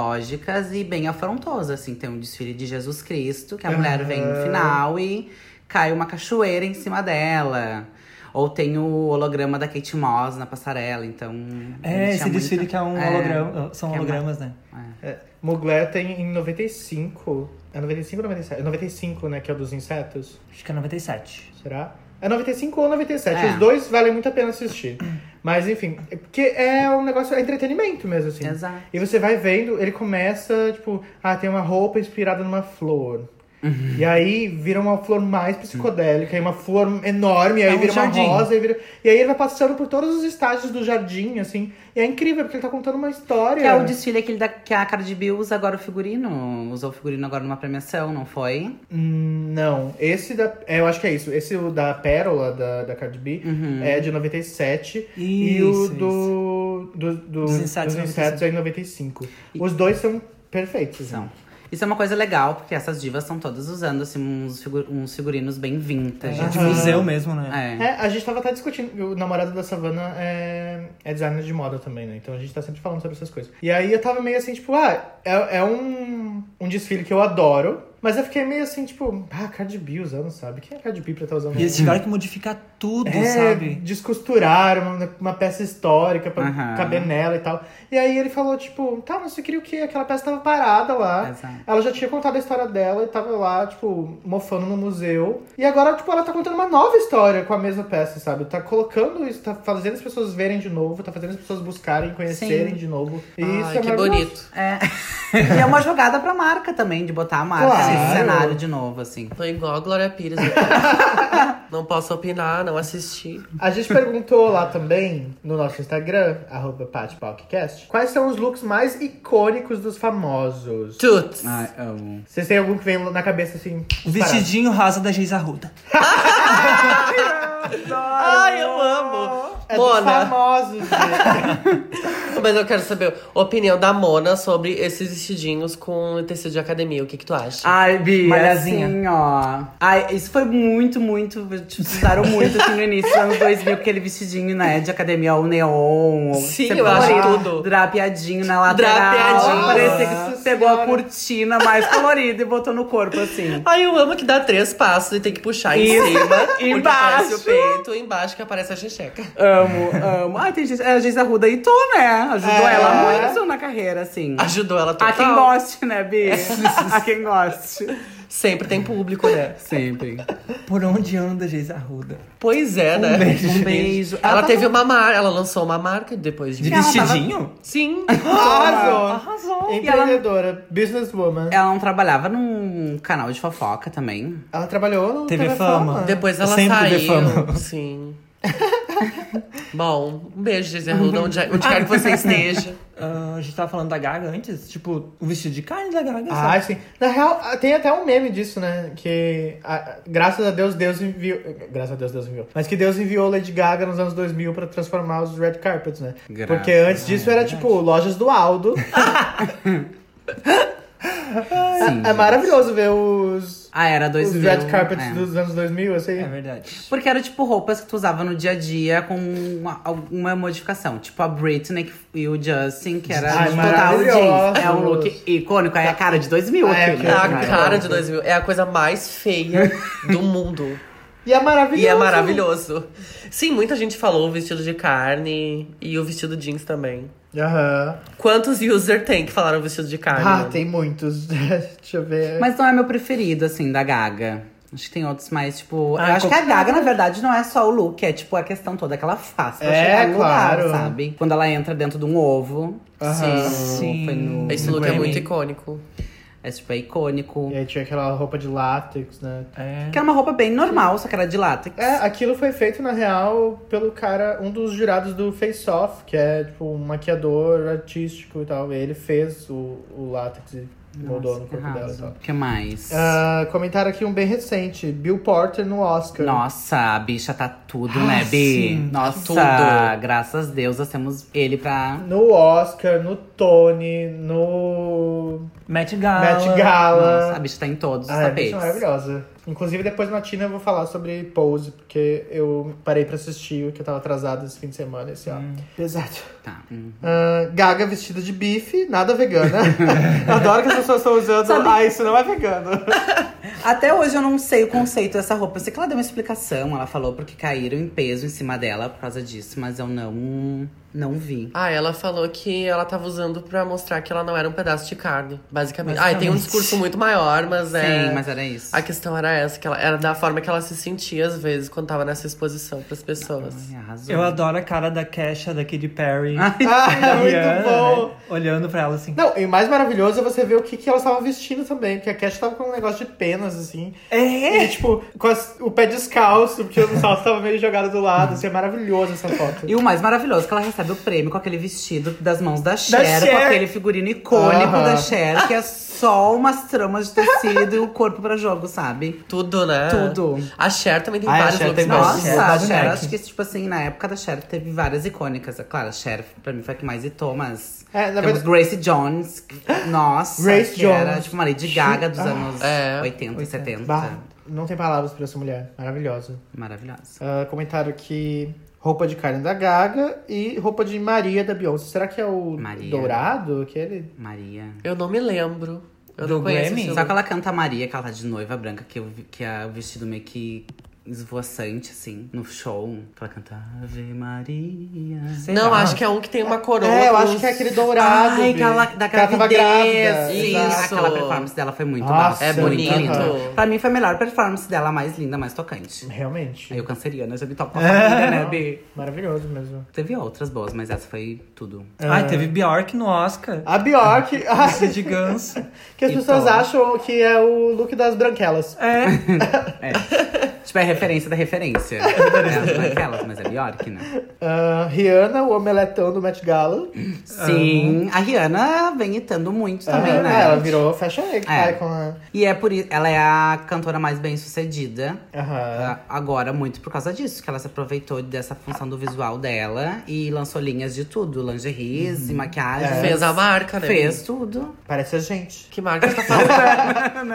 Speaker 4: tecnológicas e bem afrontoso, assim. Tem um desfile de Jesus Cristo, que a mulher vem no
Speaker 1: Aham.
Speaker 4: final e cai uma cachoeira em cima dela. Ou tem o holograma da Kate Moss na passarela, então. ele
Speaker 3: É,
Speaker 4: tinha
Speaker 3: esse
Speaker 4: muita-
Speaker 3: desfile que é um
Speaker 4: É.
Speaker 3: holograma. São
Speaker 4: que é uma-
Speaker 3: hologramas, né?
Speaker 1: É, Mugler tem em 95. É 95 ou 97? É 95, né? Que é o dos insetos.
Speaker 3: Acho que é 97.
Speaker 1: Será? É 95 ou 97.
Speaker 4: É.
Speaker 1: Os dois valem muito a pena assistir. Mas enfim, é porque é um negócio, é entretenimento mesmo, assim.
Speaker 4: Exato.
Speaker 1: E você vai vendo, ele começa, tipo, ah, tem uma roupa inspirada numa flor.
Speaker 3: Uhum.
Speaker 1: E aí vira uma flor mais psicodélica, e uma flor enorme, e aí
Speaker 3: É um
Speaker 1: vira
Speaker 3: jardim.
Speaker 1: uma rosa, e, vira... e aí ele vai passando por todos os estágios do jardim, assim. E é incrível, porque ele tá contando uma história.
Speaker 4: Que é o desfile aquele da, que a Cardi B usa agora o figurino. Usou o figurino agora numa premiação, não foi?
Speaker 1: Hum, Não, esse da. é, eu acho que é isso. Esse o da Pérola da, da Cardi B é de 97. e o
Speaker 3: Uhum. Isso,
Speaker 1: do, do, do-
Speaker 3: Dos insetos,
Speaker 1: dos insetos é em 95. Os dois são perfeitos. né?
Speaker 4: São. Isso é uma coisa legal, porque essas divas estão todas usando assim, uns, figu- uns figurinos bem vintage.
Speaker 3: É de
Speaker 4: assim.
Speaker 3: museu mesmo, né?
Speaker 4: É.
Speaker 1: É, a gente tava até discutindo. O namorado da Savana é, é designer de moda também, né? Então a gente tá sempre falando sobre essas coisas. E aí eu tava meio assim, tipo, ah, é, é um, um desfile que eu adoro. Mas eu fiquei meio assim, tipo, ah, Cardi B usando, sabe? Quem é Cardi B pra tá usando
Speaker 3: E eles
Speaker 1: um-
Speaker 3: tiveram que modificar tudo,
Speaker 1: É,
Speaker 3: sabe?
Speaker 1: descosturar uma, uma peça histórica pra
Speaker 4: Aham.
Speaker 1: caber nela e tal. E aí ele falou, tipo, tá, mas você queria o quê? Aquela peça tava parada lá.
Speaker 4: Exato.
Speaker 1: Ela já tinha contado a história dela e tava lá, tipo, mofando no museu. E agora, tipo, ela tá contando uma nova história com a mesma peça, sabe? Tá colocando isso, tá fazendo as pessoas verem de novo, tá fazendo as pessoas buscarem, conhecerem
Speaker 4: Sim.
Speaker 1: de novo. E isso
Speaker 2: Ai,
Speaker 1: é
Speaker 2: que
Speaker 1: maravilhoso.
Speaker 2: bonito.
Speaker 4: É. e é uma jogada pra marca também, de botar a marca
Speaker 1: Claro.
Speaker 4: nesse cenário de novo, assim.
Speaker 2: Tô igual a Glória Pires. não posso opinar, não assisti.
Speaker 1: A gente perguntou lá também no nosso Instagram, arroba patpodcast, quais são os looks mais icônicos dos famosos.
Speaker 2: Tuts.
Speaker 4: amo.
Speaker 1: Vocês têm algum que vem na cabeça assim?
Speaker 3: O vestidinho rosa da Geisa Ruda.
Speaker 2: Ai, eu amo.
Speaker 1: É dos
Speaker 2: Mona.
Speaker 1: famosos, gente.
Speaker 2: Mas eu quero saber a opinião da Mona sobre esses vestidinhos com tecido de academia. O que, que tu acha?
Speaker 4: Ai, Bia,
Speaker 3: Malhazinha.
Speaker 4: assim, ó. Ai, isso foi muito, muito. Te usaram muito assim no início dos anos 2000, aquele vestidinho, né? De academia, o neon.
Speaker 2: Sim,
Speaker 4: você
Speaker 2: eu acho
Speaker 4: colorido,
Speaker 2: tudo.
Speaker 4: Drapeadinho na lateral.
Speaker 2: Drapeadinho.
Speaker 4: Parecia que
Speaker 1: Nossa
Speaker 4: você pegou a
Speaker 1: Senhora.
Speaker 4: cortina mais colorida e botou no corpo, assim.
Speaker 2: Ai, eu amo que dá três passos e tem que puxar em
Speaker 4: Isso.
Speaker 2: cima. onde aparece
Speaker 4: Embaixo.
Speaker 2: o peito, embaixo que aparece a xixeca.
Speaker 4: Amo, amo. Ai, tem gente. A gente Arruda e tu, né? Ajudou
Speaker 1: É.
Speaker 4: ela muito na carreira, assim.
Speaker 2: Ajudou ela total.
Speaker 4: A quem goste, né,
Speaker 1: É.
Speaker 4: Bia? a quem goste.
Speaker 2: Sempre tem público, né?
Speaker 4: Sempre.
Speaker 3: Por onde anda Geisa Arruda?
Speaker 2: Pois é, né?
Speaker 3: beijo.
Speaker 2: Um
Speaker 4: beijo.
Speaker 2: Ela,
Speaker 4: Ela tá
Speaker 2: teve uma marca, ela lançou uma marca depois
Speaker 3: De
Speaker 2: de.
Speaker 4: Ela tava-
Speaker 3: vestidinho?
Speaker 2: Sim.
Speaker 1: Arrasou.
Speaker 3: Arrasou.
Speaker 1: Empreendedora, businesswoman.
Speaker 4: Ela não trabalhava num canal de fofoca também?
Speaker 1: Ela trabalhou no
Speaker 3: TV
Speaker 1: TV
Speaker 3: Fama.
Speaker 1: Fama.
Speaker 2: Depois ela
Speaker 3: Sempre
Speaker 2: saiu.
Speaker 3: defama.
Speaker 2: Sim. Bom, um beijo, Gisele Arruda, onde, onde quer que você esteja.
Speaker 3: Ah, a gente tava falando da Gaga antes? Tipo, o vestido de carne da Gaga. sabe?
Speaker 1: Ah, sim. Na real, ah, tem até um meme disso, né? Que ah, graças a Deus, Deus enviou. Graças a Deus, Deus enviou. Mas que Deus enviou Lady Gaga nos anos 2000 pra transformar os red carpets, né?
Speaker 4: Graças.
Speaker 1: Porque antes disso era tipo lojas do Aldo. É,
Speaker 4: Sim.
Speaker 1: é maravilhoso ver os,
Speaker 4: Ah, era
Speaker 1: os
Speaker 4: 2000.
Speaker 1: red carpets
Speaker 4: é.
Speaker 1: dos anos 2000, assim.
Speaker 3: É verdade.
Speaker 4: Porque era tipo roupas que tu usava no dia a dia com uma, alguma modificação. Tipo a Britney que- e o Justin, que era
Speaker 1: Ai,
Speaker 4: total jeans. É um look
Speaker 1: maravilhoso.
Speaker 4: icônico, é a cara de 2000
Speaker 1: Ah, é
Speaker 4: aquilo.
Speaker 1: aquilo.
Speaker 2: A
Speaker 1: Ai,
Speaker 2: cara de 2000 é a coisa mais feia do mundo.
Speaker 1: E é maravilhoso.
Speaker 2: E é maravilhoso. Sim, muita gente falou o vestido de carne e o vestido jeans também.
Speaker 1: Aham.
Speaker 2: Quantos user tem que falaram vestido de carne?
Speaker 1: Ah, tem muitos. Deixa eu ver.
Speaker 4: Mas não é meu preferido, assim, da Gaga. Acho que tem outros mais, tipo.
Speaker 3: Ah,
Speaker 4: eu acho
Speaker 3: com-
Speaker 4: que a
Speaker 1: um.
Speaker 4: Gaga, na verdade, não é só o look, é tipo a questão toda que ela faz pra
Speaker 1: É,
Speaker 4: chegar no
Speaker 1: claro.
Speaker 4: lugar, sabe? Quando ela entra dentro de um ovo.
Speaker 1: Aham.
Speaker 3: Sim.
Speaker 4: Foi no-
Speaker 2: Esse look é
Speaker 3: Grammy.
Speaker 2: muito icônico.
Speaker 4: É tipo, é icônico.
Speaker 1: E aí tinha aquela roupa de látex, né?
Speaker 3: É.
Speaker 4: Que era uma roupa bem normal, só que era de látex.
Speaker 1: É, aquilo foi feito, na real, pelo cara, um dos jurados do Face Off, que é, tipo, um maquiador artístico e tal. E ele fez o, o látex e moldou no corpo dela e
Speaker 4: Arraso.
Speaker 1: tal.
Speaker 4: O que mais?
Speaker 1: Ah, comentaram aqui um bem recente, Bill Porter no Oscar.
Speaker 4: Nossa, a bicha tá tudo,
Speaker 3: Ah,
Speaker 4: né, Bi?
Speaker 3: sim,
Speaker 4: Nossa,
Speaker 2: tudo.
Speaker 4: graças a Deus nós temos ele pra.
Speaker 1: No Oscar, no Tony, no
Speaker 3: Met Gala.
Speaker 1: Met Gala.
Speaker 4: Ah, Nossa, a bicha tá em todos
Speaker 1: Ah,
Speaker 4: os
Speaker 1: é bicho
Speaker 4: tapetes.
Speaker 1: maravilhosa. Inclusive, depois na Tina eu vou falar sobre Pose, porque eu parei pra assistir, o que eu tava atrasado esse fim de semana, esse ano. Pesado.
Speaker 4: Tá. hum.
Speaker 1: Ah, Gaga vestida de bife, nada vegana. Adoro que as pessoas estão usando. Ah, isso não é vegano.
Speaker 4: Até hoje eu não sei o conceito dessa roupa. Eu sei que ela deu uma explicação, ela falou porque caíram em peso em cima dela por causa disso, mas eu não, não vi.
Speaker 2: Ah, ela falou que ela tava usando pra mostrar que ela não era um pedaço de carne, basicamente. Ah, e tem um
Speaker 3: Basicamente.
Speaker 2: discurso muito maior, mas é.
Speaker 4: Sim, mas era isso.
Speaker 2: A questão era essa, que ela era da forma que ela se sentia às vezes quando tava nessa exposição pras pessoas.
Speaker 4: Ai, arrasou.
Speaker 3: Eu adoro a cara da Kesha, da Katy Perry.
Speaker 1: Ah,
Speaker 3: da
Speaker 1: muito
Speaker 4: é.
Speaker 3: Rihanna,
Speaker 1: bom.
Speaker 3: né? Olhando pra ela assim.
Speaker 1: Não, e o mais maravilhoso é você ver o que, que elas estavam vestindo também. Porque a Cash tava com um negócio de penas, assim.
Speaker 3: É!
Speaker 1: E, tipo, com as- o pé descalço, porque o salto tava meio jogado do lado. Assim, é maravilhoso essa foto.
Speaker 4: E o mais maravilhoso é que ela recebe o prêmio com aquele vestido das mãos da Cher, com
Speaker 3: Cher.
Speaker 4: aquele figurino icônico
Speaker 1: Aham.
Speaker 4: da Cher, que é só umas tramas de tecido e o corpo pra jogo, sabe?
Speaker 2: Tudo, né?
Speaker 4: Tudo.
Speaker 2: A Cher também tem
Speaker 1: Ai, a
Speaker 2: vários
Speaker 1: Cher
Speaker 2: looks
Speaker 1: tem
Speaker 2: mais
Speaker 1: vários.
Speaker 4: Nossa, a
Speaker 3: Bob
Speaker 4: Cher,
Speaker 3: Mac.
Speaker 4: acho que, tipo assim, na época da Cher teve várias icônicas. É Claro, a Cher pra mim foi a que mais hitou, mas.
Speaker 1: É, na
Speaker 4: Temos
Speaker 1: verdade-
Speaker 4: Grace Jones, que- nossa,
Speaker 1: Grace
Speaker 4: que
Speaker 1: Jones. Ah,
Speaker 4: era tipo uma Lady Gaga dos anos
Speaker 2: É.
Speaker 4: 80 e 70.
Speaker 1: Bah, não tem palavras pra essa mulher. Maravilhosa.
Speaker 4: Maravilhosa.
Speaker 1: Ah, comentaram que roupa de carne da Gaga e roupa de Maria da Beyoncé. Será que é o
Speaker 4: Maria.
Speaker 1: dourado? Aquele?
Speaker 4: Maria.
Speaker 2: Eu não me lembro. Eu
Speaker 3: Do
Speaker 2: não conheço
Speaker 3: Grammy?
Speaker 2: esse
Speaker 4: Só que
Speaker 2: look.
Speaker 4: ela canta Maria, que ela tá de noiva branca, que, eu vi- que é o vestido meio que esvoaçante, assim, no show. Que ela canta Ave Maria.
Speaker 3: Sei
Speaker 2: Não,
Speaker 3: lá.
Speaker 2: acho que é um que tem uma coroa.
Speaker 1: É, eu
Speaker 2: com
Speaker 1: acho
Speaker 2: os-
Speaker 1: que é aquele dourado.
Speaker 4: Ai,
Speaker 1: Bi.
Speaker 4: aquela da
Speaker 1: Que ela tava grávida.
Speaker 4: gravidez.
Speaker 2: exato.
Speaker 4: Isso. Aquela performance dela foi muito
Speaker 1: Nossa,
Speaker 4: massa,
Speaker 1: é
Speaker 4: muito
Speaker 1: bonito.
Speaker 4: linda. Pra mim foi a melhor performance dela, a mais linda, a mais tocante.
Speaker 1: Realmente.
Speaker 4: Aí eu canceriana, já me toco com a
Speaker 3: É.
Speaker 4: família, né, Bi?
Speaker 1: Maravilhoso mesmo.
Speaker 4: Teve outras boas, mas essa foi tudo.
Speaker 3: É. Ai, teve Bjork no Oscar.
Speaker 1: A Bjork, ai,
Speaker 3: Vestido de ganso.
Speaker 1: que as
Speaker 4: Então.
Speaker 1: pessoas acham que é o look das branquelas.
Speaker 3: É.
Speaker 4: É. tipo, é referência da referência. é, não é aquelas, mas é Bjork, né?
Speaker 1: Ah, Rihanna, o omeletão do Met Gala.
Speaker 4: Sim, a Rihanna vem itando muito também,
Speaker 1: Ah,
Speaker 4: né?
Speaker 1: Ela virou fashion
Speaker 4: É.
Speaker 1: icon, né?
Speaker 4: E é por isso, ela é a cantora mais bem sucedida.
Speaker 1: Aham.
Speaker 4: a- Agora, muito por causa disso, que ela se aproveitou dessa função do visual dela e lançou linhas de tudo, lingeries e maquiagem.
Speaker 2: Fez a marca, né?
Speaker 4: É. Fez tudo.
Speaker 1: Parece a gente.
Speaker 2: Que marca você tá falando?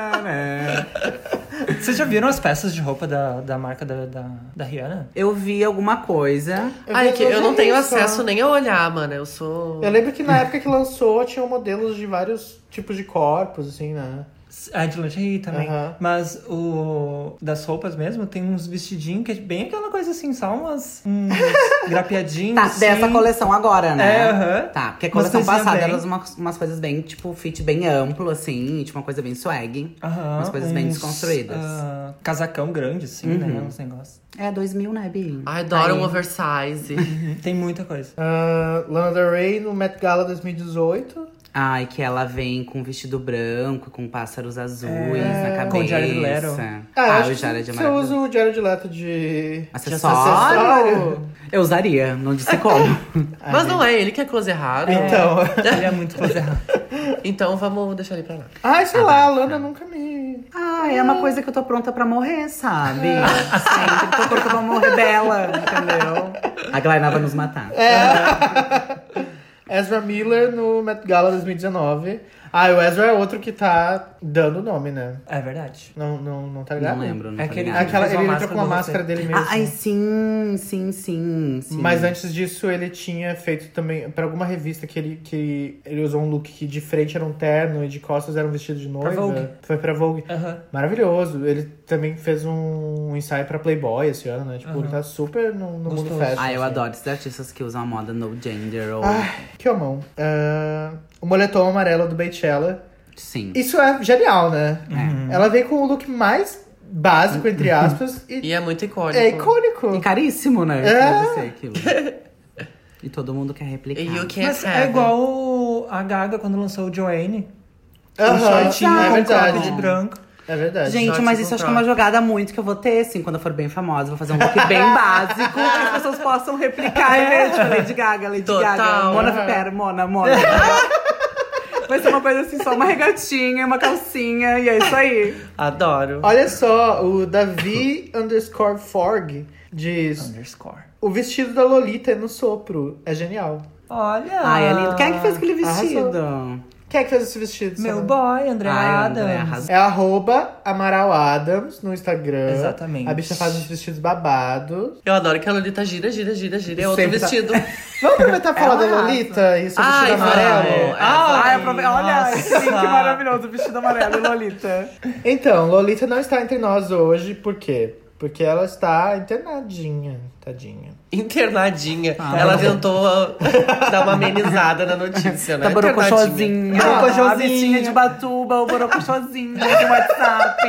Speaker 3: Vocês já viram as peças de roupa da, da marca da, da, da Rihanna?
Speaker 4: Eu vi alguma coisa.
Speaker 2: Ai, é que eu não tenho acesso
Speaker 1: né?
Speaker 2: nem a olhar, mano. Eu sou.
Speaker 1: Eu lembro que na época que lançou, tinham modelos de vários tipos de corpos, assim, né?
Speaker 3: A de lingerie também.
Speaker 1: Aham.
Speaker 3: Mas o das roupas mesmo, tem uns vestidinhos que é bem aquela coisa assim, só umas uns grapeadinhos.
Speaker 4: Tá,
Speaker 3: assim.
Speaker 4: dessa coleção agora, né?
Speaker 3: É, aham.
Speaker 4: Tá, porque a
Speaker 3: Umas
Speaker 4: coleção
Speaker 3: coisinhas
Speaker 4: passada
Speaker 3: bem-
Speaker 4: eram umas, umas coisas bem, tipo, fit bem amplo, assim, tipo, uma coisa bem swag.
Speaker 3: Aham,
Speaker 4: umas coisas bem
Speaker 3: uns,
Speaker 4: desconstruídas.
Speaker 3: ah, casacão grande, assim, né? Uns negócios.
Speaker 4: É 2000, né, Bi?
Speaker 2: Ai, adoro
Speaker 4: Aí.
Speaker 2: um oversize.
Speaker 3: Tem muita coisa.
Speaker 1: Ah, Lana Del Rey no Met Gala 2018.
Speaker 4: Ai, que ela vem com um vestido branco, com pássaros azuis na cabeça.
Speaker 3: Com o Jared Leto.
Speaker 1: eu
Speaker 4: Ah,
Speaker 1: acho
Speaker 4: o
Speaker 1: que
Speaker 4: Jared é
Speaker 1: Você usa um o
Speaker 4: maravilhoso.
Speaker 1: Jared Leto de...
Speaker 4: Acessório? Eu usaria, não disse como.
Speaker 2: Mas não é ele que é close errado.
Speaker 1: Então...
Speaker 3: Ele é muito coisa errada.
Speaker 2: Então vamos deixar ele pra lá.
Speaker 1: Ai, sei
Speaker 4: tá.
Speaker 1: lá, a Lana nunca me...
Speaker 4: Ah, é uma coisa que eu tô pronta pra morrer, sabe? Sempre tô pronta pra morrer dela, entendeu? É. A Glainá vai nos matar.
Speaker 1: Ezra Miller no Met Gala 2019. Ah, e o Ezra é outro que tá dando o nome, né?
Speaker 3: É verdade.
Speaker 1: Não, não, não tá ligado?
Speaker 4: Não lembro, Ah, não
Speaker 3: É
Speaker 4: tô
Speaker 3: aquele-
Speaker 4: ligada.
Speaker 1: Aquela,
Speaker 3: Ele fez
Speaker 1: ele
Speaker 3: uma
Speaker 1: entrou com uma
Speaker 3: máscara
Speaker 1: máscara
Speaker 3: do
Speaker 1: dele mesmo.
Speaker 4: Ah, Ai, sim, sim, sim, sim.
Speaker 1: Mas antes disso, ele tinha feito também pra alguma revista que ele, que ele usou um look que de frente era um terno e de costas era um vestido de noiva.
Speaker 3: Vogue.
Speaker 1: Foi pra Vogue.
Speaker 3: Aham.
Speaker 1: Maravilhoso. Ele também fez um ensaio pra Playboy esse ano, né? Tipo, ele tá super no, no mundo
Speaker 3: Gostoso.
Speaker 1: fashion.
Speaker 4: Ah, eu
Speaker 1: assim.
Speaker 4: adoro esses artistas que usam a moda no gender ou.
Speaker 1: Ai, que homão. Ah, o moletom amarelo do Beychella.
Speaker 4: Sim.
Speaker 1: Isso é genial, né? Ela veio com o look mais básico, entre aspas, e,
Speaker 2: E é muito icônico.
Speaker 1: é icônico.
Speaker 4: E caríssimo, né?
Speaker 1: É.
Speaker 4: Deve ser aquilo. E todo mundo quer replicar.
Speaker 2: E you can't
Speaker 3: Mas é
Speaker 2: have.
Speaker 3: igual o- a Gaga quando lançou o Joanne. Um
Speaker 1: Aham,
Speaker 3: shortinho
Speaker 1: é
Speaker 3: com crop
Speaker 1: verdade.
Speaker 3: de branco.
Speaker 1: É verdade.
Speaker 4: Gente,
Speaker 2: Shorts
Speaker 4: mas
Speaker 2: com
Speaker 4: isso acho que é
Speaker 2: crop.
Speaker 4: uma jogada muito que eu vou ter, assim, quando eu for bem famosa. Vou fazer um look bem básico que as pessoas possam replicar. É. Tipo, Lady Gaga, Lady
Speaker 2: Total.
Speaker 4: Gaga.
Speaker 1: Aham.
Speaker 4: Mona, pera, Mona, Mona. Vai ser uma coisa assim, só uma regatinha, uma calcinha, e é isso aí.
Speaker 2: Adoro.
Speaker 1: Olha só, o Davi underscore Forg diz:
Speaker 3: Underscore.
Speaker 1: O vestido da Lolita é no sopro. É genial.
Speaker 3: Olha.
Speaker 4: Ai, é lindo. Quem é que fez aquele
Speaker 1: Ah, Arrasou.
Speaker 4: vestido?
Speaker 1: Quem é que fez esse vestido?
Speaker 3: Meu
Speaker 1: Samantha?
Speaker 3: boy, André
Speaker 4: Ai,
Speaker 3: Adams.
Speaker 4: André, né?
Speaker 1: É
Speaker 4: arrasou.
Speaker 1: arroba Amaral Adams no Instagram.
Speaker 3: Exatamente.
Speaker 1: A bicha faz uns vestidos babados.
Speaker 2: Eu adoro que a Lolita gira, gira, gira, gira. É outro
Speaker 1: Sempre tá-
Speaker 2: vestido.
Speaker 1: Vamos aproveitar e falar da
Speaker 4: arrasa.
Speaker 1: Lolita e seu
Speaker 2: É Ai, é. Ah,
Speaker 1: vestido amarelo?
Speaker 2: vai.
Speaker 4: Ai,
Speaker 3: Ai,
Speaker 4: aprove- olha esse link
Speaker 3: nossa.
Speaker 4: maravilhoso, vestido amarelo e Lolita.
Speaker 1: Então, Lolita não está entre nós hoje, por quê? Porque ela está internadinha, tadinha.
Speaker 2: Internadinha. Ela tentou ah, dar uma amenizada na notícia, né?
Speaker 4: Tá
Speaker 2: Internadinha.
Speaker 4: borocochozinha.
Speaker 1: Ah,
Speaker 4: Borocochozinha.
Speaker 1: a bichinha
Speaker 4: de Batuba, o borocochozinho de WhatsApp.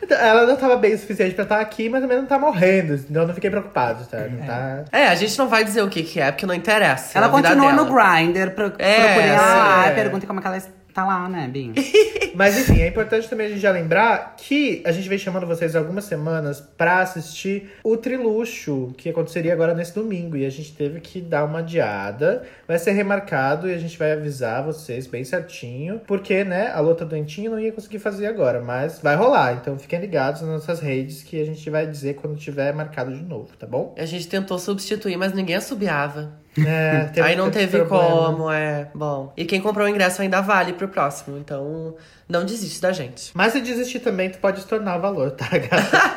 Speaker 1: Então, Ela não estava bem o suficiente para estar aqui, mas também não tá morrendo, então eu não fiquei preocupado, tá? Não tá...
Speaker 2: É, a gente não vai dizer o que que é, porque não interessa.
Speaker 4: Ela
Speaker 2: é a vida
Speaker 4: continua no
Speaker 2: dela.
Speaker 4: Grindr, pro,
Speaker 2: É,
Speaker 4: procurem ela lá,
Speaker 1: é.
Speaker 4: e perguntem como é que ela está lá, né, Bim?
Speaker 1: Mas enfim, é importante também a gente já lembrar que a gente vem chamando vocês há algumas semanas pra assistir o Triluxo, que aconteceria agora nesse domingo. E a gente teve que dar uma adiada. Vai ser remarcado e a gente vai avisar vocês bem certinho. Porque, né, a luta doentinha não ia conseguir fazer agora, mas vai rolar. Então fiquem ligados nas nossas redes que a gente vai dizer quando tiver marcado de novo, tá bom?
Speaker 2: A gente tentou substituir, mas ninguém assobiava.
Speaker 1: É, teve-
Speaker 2: Aí não teve
Speaker 1: problema.
Speaker 2: como, é. Bom. E quem comprou o ingresso ainda vale pro próximo. Então, não desiste da gente.
Speaker 1: Mas se desistir também, tu pode estornar o valor, tá, gata?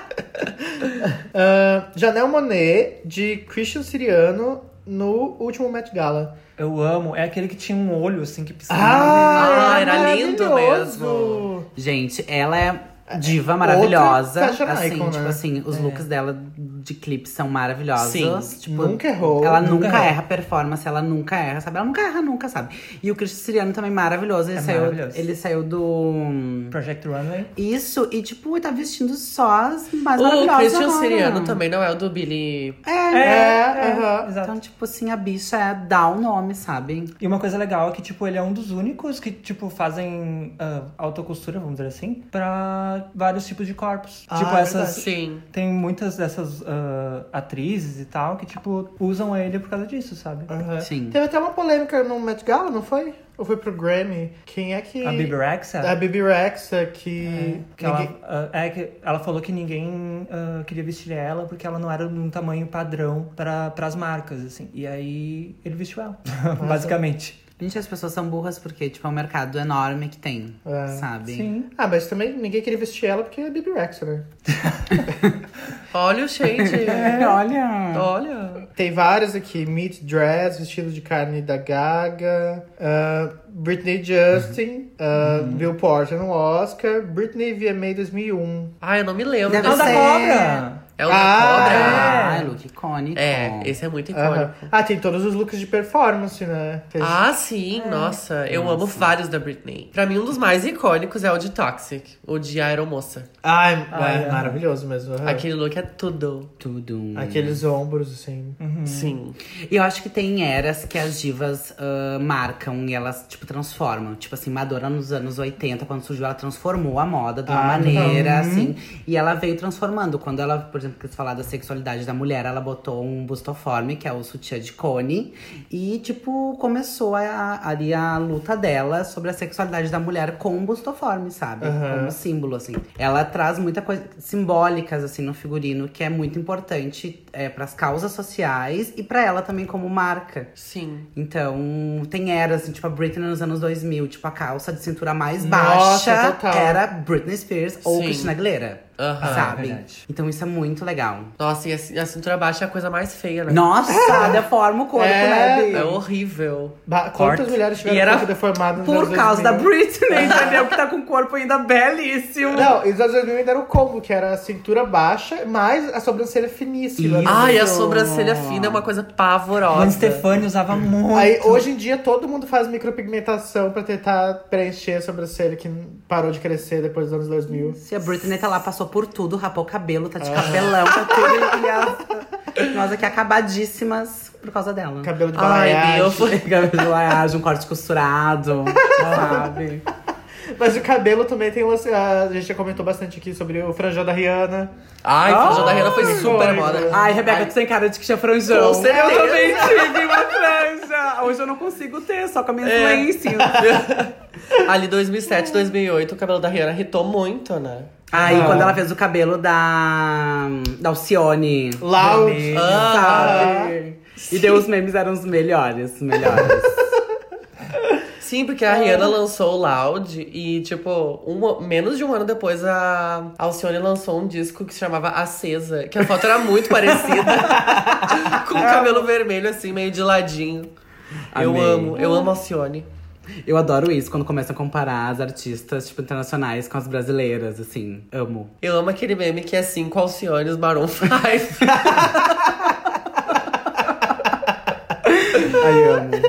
Speaker 1: Ah, Janelle Monet, de Christian Siriano, no último Met Gala.
Speaker 3: Eu amo. É aquele que tinha um olho assim que piscava.
Speaker 2: Ah, era
Speaker 1: maravilhoso!
Speaker 2: lindo mesmo.
Speaker 4: Gente, ela é diva maravilhosa.
Speaker 1: fashion
Speaker 4: assim,
Speaker 1: icon,
Speaker 4: tipo
Speaker 1: né?
Speaker 4: assim, os looks dela de clipes são maravilhosos.
Speaker 2: Sim.
Speaker 4: Tipo,
Speaker 1: Nunca errou.
Speaker 4: Ela
Speaker 3: Nunca
Speaker 4: nunca,
Speaker 3: errou.
Speaker 4: erra a performance, ela nunca erra, sabe? Ela nunca erra, nunca, sabe? E o Cristo Siriano também maravilhoso. Ele,
Speaker 3: É
Speaker 4: saiu,
Speaker 3: maravilhoso.
Speaker 4: ele saiu do.
Speaker 3: Project Runway.
Speaker 4: Isso, e tipo, tá vestindo só as mais
Speaker 2: O
Speaker 4: maravilhosas.
Speaker 2: Christian
Speaker 4: agora.
Speaker 2: Siriano também não é o do Billy.
Speaker 4: É,
Speaker 1: é, aham.
Speaker 3: exato.
Speaker 4: Então, tipo assim, a bicha é, dá o nome, sabe?
Speaker 3: E uma coisa legal é que, tipo, ele é um dos únicos que, tipo, fazem ah, autocostura, vamos dizer assim, pra vários tipos de corpos.
Speaker 1: Ah,
Speaker 3: tipo,
Speaker 1: é
Speaker 3: essas.
Speaker 1: verdade.
Speaker 2: Sim.
Speaker 3: Tem muitas dessas ah, atrizes e tal que, tipo, usam ele por causa disso, sabe?
Speaker 1: Aham.
Speaker 4: Sim.
Speaker 1: Teve até uma polêmica no Met Gala, não foi? Ou foi pro Grammy? Quem é que...
Speaker 3: A Bibi Rex,
Speaker 1: A Bibi Rexa, que...
Speaker 3: que
Speaker 1: ninguém-
Speaker 3: ela, ah, é que ela falou que ninguém ah, queria vestir ela porque ela não era num tamanho padrão para as marcas, assim. E aí ele vestiu ela, basicamente.
Speaker 4: Gente, as pessoas são burras porque, tipo, é um mercado enorme que tem,
Speaker 1: É.
Speaker 4: sabe?
Speaker 3: Sim.
Speaker 1: Ah, mas também ninguém queria vestir ela porque é a Bibi Rexa, né?
Speaker 2: Olha o shade.
Speaker 4: É, olha.
Speaker 2: Olha.
Speaker 1: Tem várias aqui. Meat Dress, vestido de carne da Gaga. ah, Britney Justin. ah,
Speaker 2: Uhum.
Speaker 1: Bill Porter no Oscar. Britney VMA 2001.
Speaker 2: Ai, Ah, eu não me lembro.
Speaker 4: Deve
Speaker 3: É o
Speaker 2: desse-
Speaker 3: da
Speaker 4: ser-
Speaker 3: cobra!
Speaker 2: É o
Speaker 1: Ah!
Speaker 2: da
Speaker 4: Ai, look icônico.
Speaker 2: cobra?
Speaker 4: Então.
Speaker 2: É, esse é muito
Speaker 1: Aham.
Speaker 2: icônico.
Speaker 1: Ah, tem todos os looks de performance, né? Fez-
Speaker 2: Ah, sim, nossa. Eu amo vários da Britney. Pra mim, um dos mais icônicos é o de Toxic, o de Aeromoça.
Speaker 1: Ai, é
Speaker 2: Ah,
Speaker 3: Ai, é.
Speaker 1: maravilhoso mesmo. aham.
Speaker 2: Aquele look é tudo. um.
Speaker 4: Tudo.
Speaker 1: Aqueles
Speaker 2: Uhum.
Speaker 1: ombros, assim.
Speaker 2: Sim.
Speaker 4: E eu acho que tem eras que as divas ah, marcam e elas, tipo, transformam. Tipo assim, Madonna nos anos 80, quando surgiu, ela transformou a moda de uma
Speaker 1: Ah,
Speaker 4: maneira, assim. E ela veio transformando. Quando ela, por exemplo, quis falar da sexualidade da mulher, ela botou um bustoforme, que é o sutiã de cone. E, tipo, começou a- ali a luta dela sobre a sexualidade da mulher com o bustoforme, sabe?
Speaker 1: Aham.
Speaker 4: Como símbolo, assim. Ela traz muita coisa simbólicas, assim, no figurino, que é muito importante é, para as causas sociais e para ela também como marca.
Speaker 2: Sim.
Speaker 4: Então, tem eras, assim, tipo a Britney nos anos 2000, tipo a calça de cintura mais
Speaker 1: Nossa,
Speaker 4: baixa
Speaker 1: total. Ah, é
Speaker 4: era Britney Spears ou
Speaker 2: Sim.
Speaker 4: Christina Aguilera,
Speaker 2: Aham.
Speaker 4: sabe?
Speaker 3: verdade.
Speaker 4: então isso é muito legal.
Speaker 2: Nossa, e a ci- a cintura baixa é a coisa mais feia, né?
Speaker 4: Nossa, deforma o corpo,
Speaker 1: É,
Speaker 4: né? Bi?
Speaker 2: É horrível.
Speaker 1: Ba- Quantas
Speaker 3: Corte.
Speaker 1: mulheres tiveram
Speaker 2: E era
Speaker 1: corpo deformado nos
Speaker 4: Por
Speaker 1: anos
Speaker 4: causa da
Speaker 1: 2000?
Speaker 4: Britney, entendeu? Que tá com o corpo ainda belíssimo.
Speaker 1: um? Não, e os anos 2000 ainda era o combo, que era a cintura baixa, mais a sobrancelha finíssima.
Speaker 4: Isso.
Speaker 1: né?
Speaker 2: Ai, a sobrancelha fina é uma coisa
Speaker 3: Gwen
Speaker 2: pavorosa.
Speaker 3: Stefani usava muito.
Speaker 1: Aí, hoje em dia, todo mundo faz micropigmentação pra tentar preencher a sobrancelha que parou de crescer depois dos anos 2000.
Speaker 4: Se a Britney tá lá, passou por tudo, rapou o cabelo,
Speaker 1: Ah.
Speaker 4: tá de cabelão, tá tudo. E ela- Nós aqui acabadíssimas por causa dela.
Speaker 1: Cabelo de
Speaker 2: Ai,
Speaker 1: balaiagem.
Speaker 2: Deus. foi-
Speaker 4: Cabelo laje, um corte costurado, sabe?
Speaker 1: Mas o cabelo também tem... lance- A gente já comentou bastante aqui sobre o franjão da Rihanna.
Speaker 2: Ai, a franja da Rihanna foi
Speaker 1: Ai,
Speaker 2: super
Speaker 1: foi.
Speaker 2: moda.
Speaker 4: Ai, Rebeca, tu tem cara de que tinha franjão.
Speaker 2: Com certeza.
Speaker 4: Eu também tive uma franja. Hoje eu não consigo ter, só com a minha
Speaker 2: É.
Speaker 4: influência.
Speaker 2: Ali 2007, 2008, o cabelo da Rihanna irritou muito, né?
Speaker 4: Aí, quando ela fez o cabelo da, da Alcione.
Speaker 1: Loud.
Speaker 3: Vermelho.
Speaker 2: Ah.
Speaker 4: Tá. sabe? E deu os memes eram os melhores, melhores.
Speaker 2: Sim, porque a Rihanna lançou o Loud e, tipo, um- menos de um ano depois a Alcione lançou um disco que se chamava Acesa, que a foto era muito parecida, com o cabelo vermelho, assim, meio de ladinho. Eu
Speaker 4: Amei.
Speaker 2: amo, eu amo a Alcione.
Speaker 4: Eu adoro isso, quando começa a comparar as artistas, tipo, internacionais com as brasileiras, assim. Amo.
Speaker 2: Eu amo aquele meme que é assim, com Alcione, os Maroon 5.
Speaker 4: Ai, amo.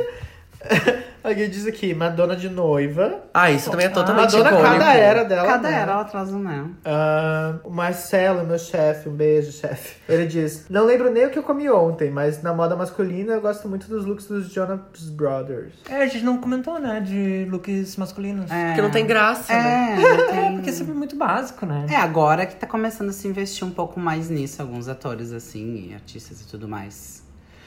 Speaker 1: Alguém diz aqui, Madonna de noiva.
Speaker 2: ah, isso também é totalmente
Speaker 1: Madonna,
Speaker 2: icônico.
Speaker 1: cada era dela.
Speaker 4: Cada
Speaker 1: né?
Speaker 4: era ela traz um, né?
Speaker 1: Ah, o Marcelo, meu chefe, um beijo, chefe. Ele diz: Não lembro nem o que eu comi ontem, mas na moda masculina eu gosto muito dos looks dos Jonas Brothers.
Speaker 3: É, a gente não comentou, né, de looks masculinos.
Speaker 4: É.
Speaker 2: Porque não tem graça, né?
Speaker 3: É, porque é sempre muito básico, né?
Speaker 4: É, agora que tá começando a se investir um pouco mais nisso, alguns atores, assim, e artistas e tudo mais.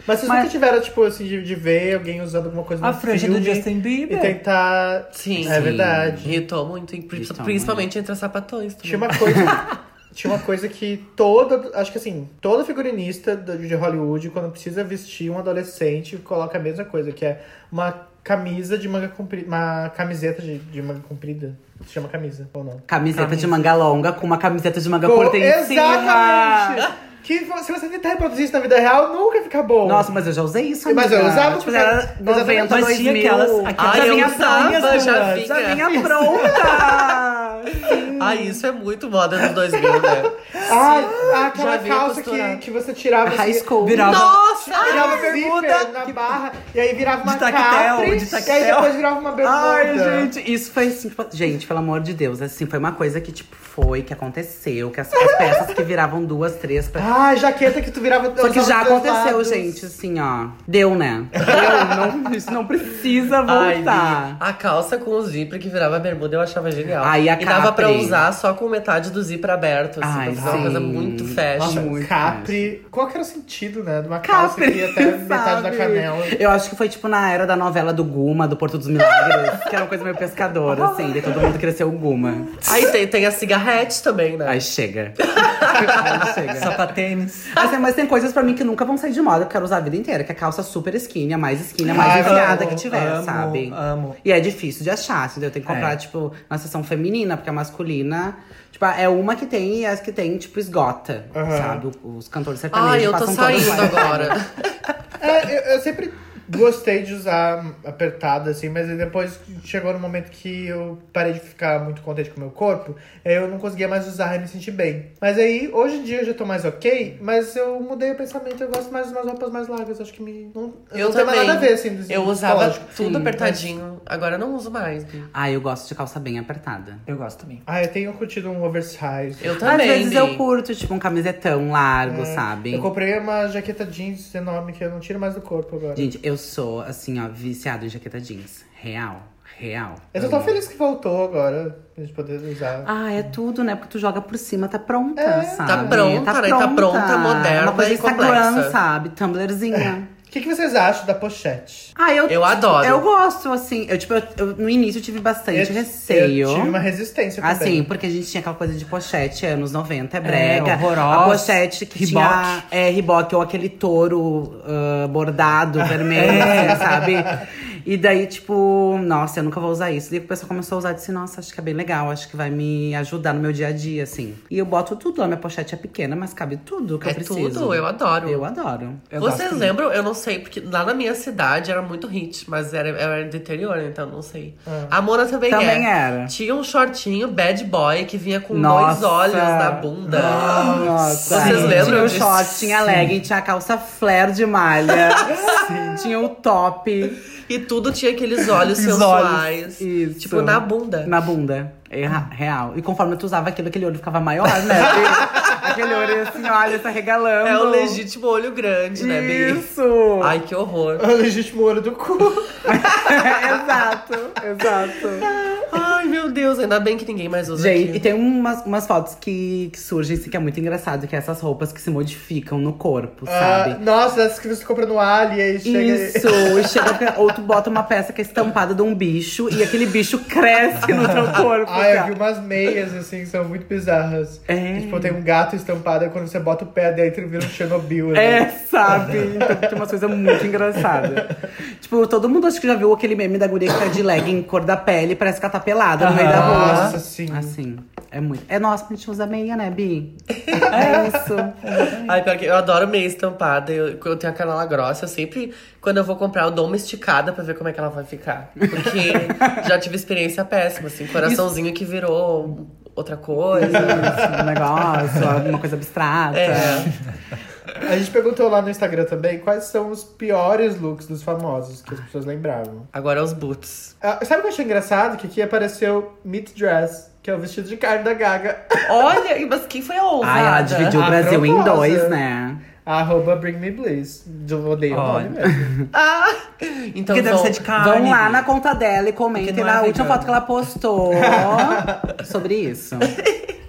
Speaker 1: Mas vocês
Speaker 4: Mas-
Speaker 1: nunca tiveram, tipo, assim, de, de ver alguém usando alguma
Speaker 4: É.
Speaker 1: coisa
Speaker 3: A
Speaker 1: no
Speaker 3: franja do
Speaker 1: filme
Speaker 3: Justin
Speaker 1: E
Speaker 3: Bieber.
Speaker 1: tentar.
Speaker 2: Sim.
Speaker 1: É
Speaker 4: Sim.
Speaker 1: verdade.
Speaker 2: Irritou muito, e pri-
Speaker 4: Irritou
Speaker 2: principalmente entre as sapatões. também.
Speaker 1: Tinha uma coisa. Tinha uma coisa que toda. Acho que assim, toda figurinista do- de Hollywood, quando precisa vestir um adolescente, coloca a mesma coisa, que é uma camisa de manga comprida. Uma camiseta de, de manga comprida. Se chama camisa, ou não?
Speaker 4: Camiseta
Speaker 3: Camisa.
Speaker 4: de manga longa com uma camiseta de manga
Speaker 1: Pô,
Speaker 4: curta em cima.
Speaker 1: Exatamente! Que vo- se você tentar reproduzir isso na vida real, nunca fica bom.
Speaker 4: Nossa, mas eu já usei isso, amiga.
Speaker 1: Mas eu usava
Speaker 4: tipo,
Speaker 1: porque-
Speaker 4: era 90,
Speaker 3: Mas tinha
Speaker 4: 2000.
Speaker 3: aquelas- aquelas
Speaker 2: Ai, eu
Speaker 4: já vinha
Speaker 3: é
Speaker 2: usava,
Speaker 4: pronta,
Speaker 2: já
Speaker 4: já
Speaker 2: vinha.
Speaker 4: vinha pronta.
Speaker 1: assim.
Speaker 2: Ai, isso é muito moda dos 2000, né?
Speaker 1: Ai, Ah, aquela
Speaker 2: Já vi a
Speaker 1: calça
Speaker 2: costura.
Speaker 1: que, que você tirava.
Speaker 4: High
Speaker 1: assim,
Speaker 4: school.
Speaker 3: Virava-
Speaker 2: Nossa!
Speaker 1: Virava
Speaker 3: Ai,
Speaker 1: bermuda
Speaker 3: zíper
Speaker 1: Ah, na barra, e aí virava uma
Speaker 3: De tactel,
Speaker 1: capri,
Speaker 3: de
Speaker 1: e aí
Speaker 3: tactel.
Speaker 1: depois virava uma bermuda.
Speaker 4: Ai, gente, isso foi assim. tipo, Gente, pelo amor de Deus, assim, foi uma coisa que, tipo, foi, que aconteceu, que as, as peças que viravam duas, três. Pra...
Speaker 1: Ai, Ah, jaqueta que tu virava.
Speaker 4: Só que
Speaker 1: usava
Speaker 4: já
Speaker 1: dos dois
Speaker 4: aconteceu,
Speaker 1: lados.
Speaker 4: gente, assim, ó. Deu, né? Deu, não, isso não precisa
Speaker 2: Ai, Vi,
Speaker 4: voltar.
Speaker 2: a calça com o zíper que virava bermuda eu achava genial.
Speaker 4: Ai, e a
Speaker 2: e dava pra
Speaker 4: capri?
Speaker 2: usar só com metade do zíper aberto, assim,
Speaker 4: Ai,
Speaker 2: pra fazer uma
Speaker 4: sim.
Speaker 2: coisa muito fashion.
Speaker 1: Nossa,
Speaker 4: Muito
Speaker 1: Capri. Qual que era o sentido, né? De uma calça que ia até metade da
Speaker 4: sabe?
Speaker 1: canela.
Speaker 4: Eu acho que foi tipo na era da novela do Guma, do Porto dos Milagres, que era uma coisa meio pescadora, assim, daí todo mundo cresceu o Guma.
Speaker 2: Aí tem, tem a cigarrete também, né?
Speaker 4: Aí chega. Aí chega.
Speaker 3: Sapatênis.
Speaker 4: Assim, mas tem coisas pra mim que nunca vão sair de moda, que eu quero usar a vida inteira, que é calça super skinny, a mais skinny, a mais
Speaker 1: Ai,
Speaker 4: enfiada
Speaker 1: Ah, amo,
Speaker 4: que tiver,
Speaker 3: amo,
Speaker 4: sabe?
Speaker 3: amo.
Speaker 4: E é difícil de achar, entendeu? Tem que comprar,
Speaker 3: É.
Speaker 4: tipo, na seção feminina, porque a masculina, tipo, é uma que tem e as que tem, tipo, esgota,
Speaker 1: Aham.
Speaker 4: sabe? O- Os cantores sertanejos
Speaker 2: Ai, eu tô
Speaker 4: passam todas
Speaker 2: saindo
Speaker 4: lá.
Speaker 2: agora.
Speaker 1: É, eu, eu sempre gostei de usar apertado, assim, mas aí depois chegou no momento que eu parei de ficar muito contente com o meu corpo, aí eu não conseguia mais usar e me senti bem. Mas aí, hoje em dia, eu já tô mais ok, mas eu mudei o pensamento, eu gosto mais de umas roupas mais largas, acho que me... Não,
Speaker 2: Eu
Speaker 1: não tem mais
Speaker 2: também.
Speaker 1: nada a ver, assim, do
Speaker 2: Eu usava
Speaker 1: psicológico.
Speaker 2: tudo apertadinho. Agora eu não uso mais. Bi.
Speaker 4: Ai, eu gosto de calça bem apertada.
Speaker 3: Eu gosto também.
Speaker 1: Ah, eu tenho curtido um oversize.
Speaker 2: Eu também.
Speaker 4: Às vezes
Speaker 2: Bi.
Speaker 4: eu curto, tipo, um camisetão largo,
Speaker 1: É,
Speaker 4: sabe?
Speaker 1: Eu comprei uma jaqueta jeans enorme que eu não tiro mais do corpo agora.
Speaker 4: Gente, eu sou, assim, ó, viciado em jaqueta jeans. Real, real.
Speaker 1: Eu tô tão feliz que voltou agora, pra gente poder usar.
Speaker 4: Ah, é tudo, né? Porque tu joga por cima, tá pronta,
Speaker 1: É.
Speaker 4: sabe?
Speaker 2: Tá pronta, né? Tá pronta, moderna
Speaker 4: Uma coisa
Speaker 2: e complexa.
Speaker 4: sabe? Tumblrzinha.
Speaker 1: O que, que vocês acham da pochete?
Speaker 4: Ah, eu,
Speaker 2: Eu adoro.
Speaker 4: Eu gosto, assim. Eu, tipo, eu- eu- no início eu tive bastante receio.
Speaker 1: Eu tive uma resistência também.
Speaker 4: Assim, porque a gente tinha aquela coisa de pochete anos 90, é brega.
Speaker 3: horrorosa.
Speaker 4: A pochete que
Speaker 3: Riboque.
Speaker 4: tinha é, riboque, ou aquele touro ah,
Speaker 2: É.
Speaker 4: bordado, vermelho, assim, sabe? E daí, tipo, nossa, eu nunca vou usar isso. Daí o pessoal começou a usar e disse, nossa, acho que é bem legal, acho que vai me ajudar no meu dia a dia, assim. E eu boto tudo, a minha pochete é pequena, mas cabe tudo que
Speaker 2: É
Speaker 4: eu preciso.
Speaker 2: tudo, eu adoro.
Speaker 4: Eu adoro.
Speaker 3: Eu
Speaker 2: Vocês
Speaker 3: gosto
Speaker 2: lembram? Eu não sei, porque lá na minha cidade era muito hit, mas era, era do interior, então não sei. A Mona também,
Speaker 4: Também
Speaker 2: é.
Speaker 4: era.
Speaker 2: Tinha um shortinho bad boy que vinha com dois
Speaker 4: Nossa.
Speaker 2: olhos na bunda.
Speaker 4: Nossa,
Speaker 2: Vocês
Speaker 4: Sim.
Speaker 2: lembram
Speaker 4: Tinha o
Speaker 2: disso?
Speaker 4: short, tinha a legging, tinha a calça flare de malha. Tinha o top.
Speaker 2: E tudo tinha aqueles olhos sensuais.
Speaker 4: Isso.
Speaker 2: Tipo, na bunda.
Speaker 4: Na bunda. É ra- real. E conforme tu usava aquilo, aquele olho ficava maior, né? E aquele olho ia assim, olha, tá regalando.
Speaker 2: É o legítimo olho grande, né, Bi?
Speaker 4: Isso!
Speaker 2: Ai, que horror.
Speaker 1: O legítimo olho do cu.
Speaker 4: exato, exato.
Speaker 2: Ai, meu Deus, ainda bem que ninguém mais usa
Speaker 4: Gente, e
Speaker 2: aqui.
Speaker 4: tem umas, umas fotos que, que surgem, assim, que é muito engraçado, que é essas roupas que se modificam no corpo,
Speaker 1: Ah,
Speaker 4: sabe?
Speaker 1: nossa, essas que você compra no Ali e aí chega.
Speaker 4: Isso, e chega pra- ou tu bota uma peça que é estampada de um bicho e aquele bicho cresce no teu corpo.
Speaker 1: Ah, eu
Speaker 4: assim,
Speaker 1: vi
Speaker 4: ó.
Speaker 1: umas meias assim que são muito bizarras.
Speaker 4: É.
Speaker 1: Que, tipo, tem um gato estampado e quando você bota o pé dentro vira um Chernobyl.
Speaker 4: É,
Speaker 1: Né?
Speaker 4: sabe? Então tem umas coisas muito engraçadas. Tipo, todo mundo acho que já viu aquele meme da guria que tá de legging, cor da pele, parece que ela tá pelada no meio da rua.
Speaker 1: Nossa, sim.
Speaker 4: Assim, é muito. É nossa, a gente usa meia, né, Bi? É isso.
Speaker 2: Ai, pior que eu adoro meia estampada. Eu, eu tenho a canela grossa. Eu sempre, quando eu vou comprar, eu dou uma esticada pra ver como é que ela vai ficar. Porque já tive experiência péssima, assim. Coraçãozinho que virou outra coisa.
Speaker 4: Isso, um negócio, uma coisa abstrata.
Speaker 2: É.
Speaker 1: A gente perguntou lá no Instagram também quais são os piores looks dos famosos que as pessoas lembravam.
Speaker 2: Agora é os boots.
Speaker 1: Ah, sabe o que eu achei engraçado? Que aqui apareceu Meat Dress, que é o vestido de carne da Gaga.
Speaker 2: Olha, mas quem foi a ousada?
Speaker 4: Ai, ela dividiu o
Speaker 1: A
Speaker 4: Brasil em
Speaker 1: proposta.
Speaker 4: dois, né?
Speaker 1: Arroba Bring Me Bliss. Eu odeio o nome
Speaker 3: Olha.
Speaker 1: mesmo.
Speaker 2: Ah! Então
Speaker 3: Porque deve
Speaker 2: vão-
Speaker 3: ser de carne.
Speaker 4: Vão lá na conta dela e
Speaker 3: Porque
Speaker 4: comentem
Speaker 3: não é
Speaker 4: na última
Speaker 3: vegano.
Speaker 4: foto que ela postou sobre isso.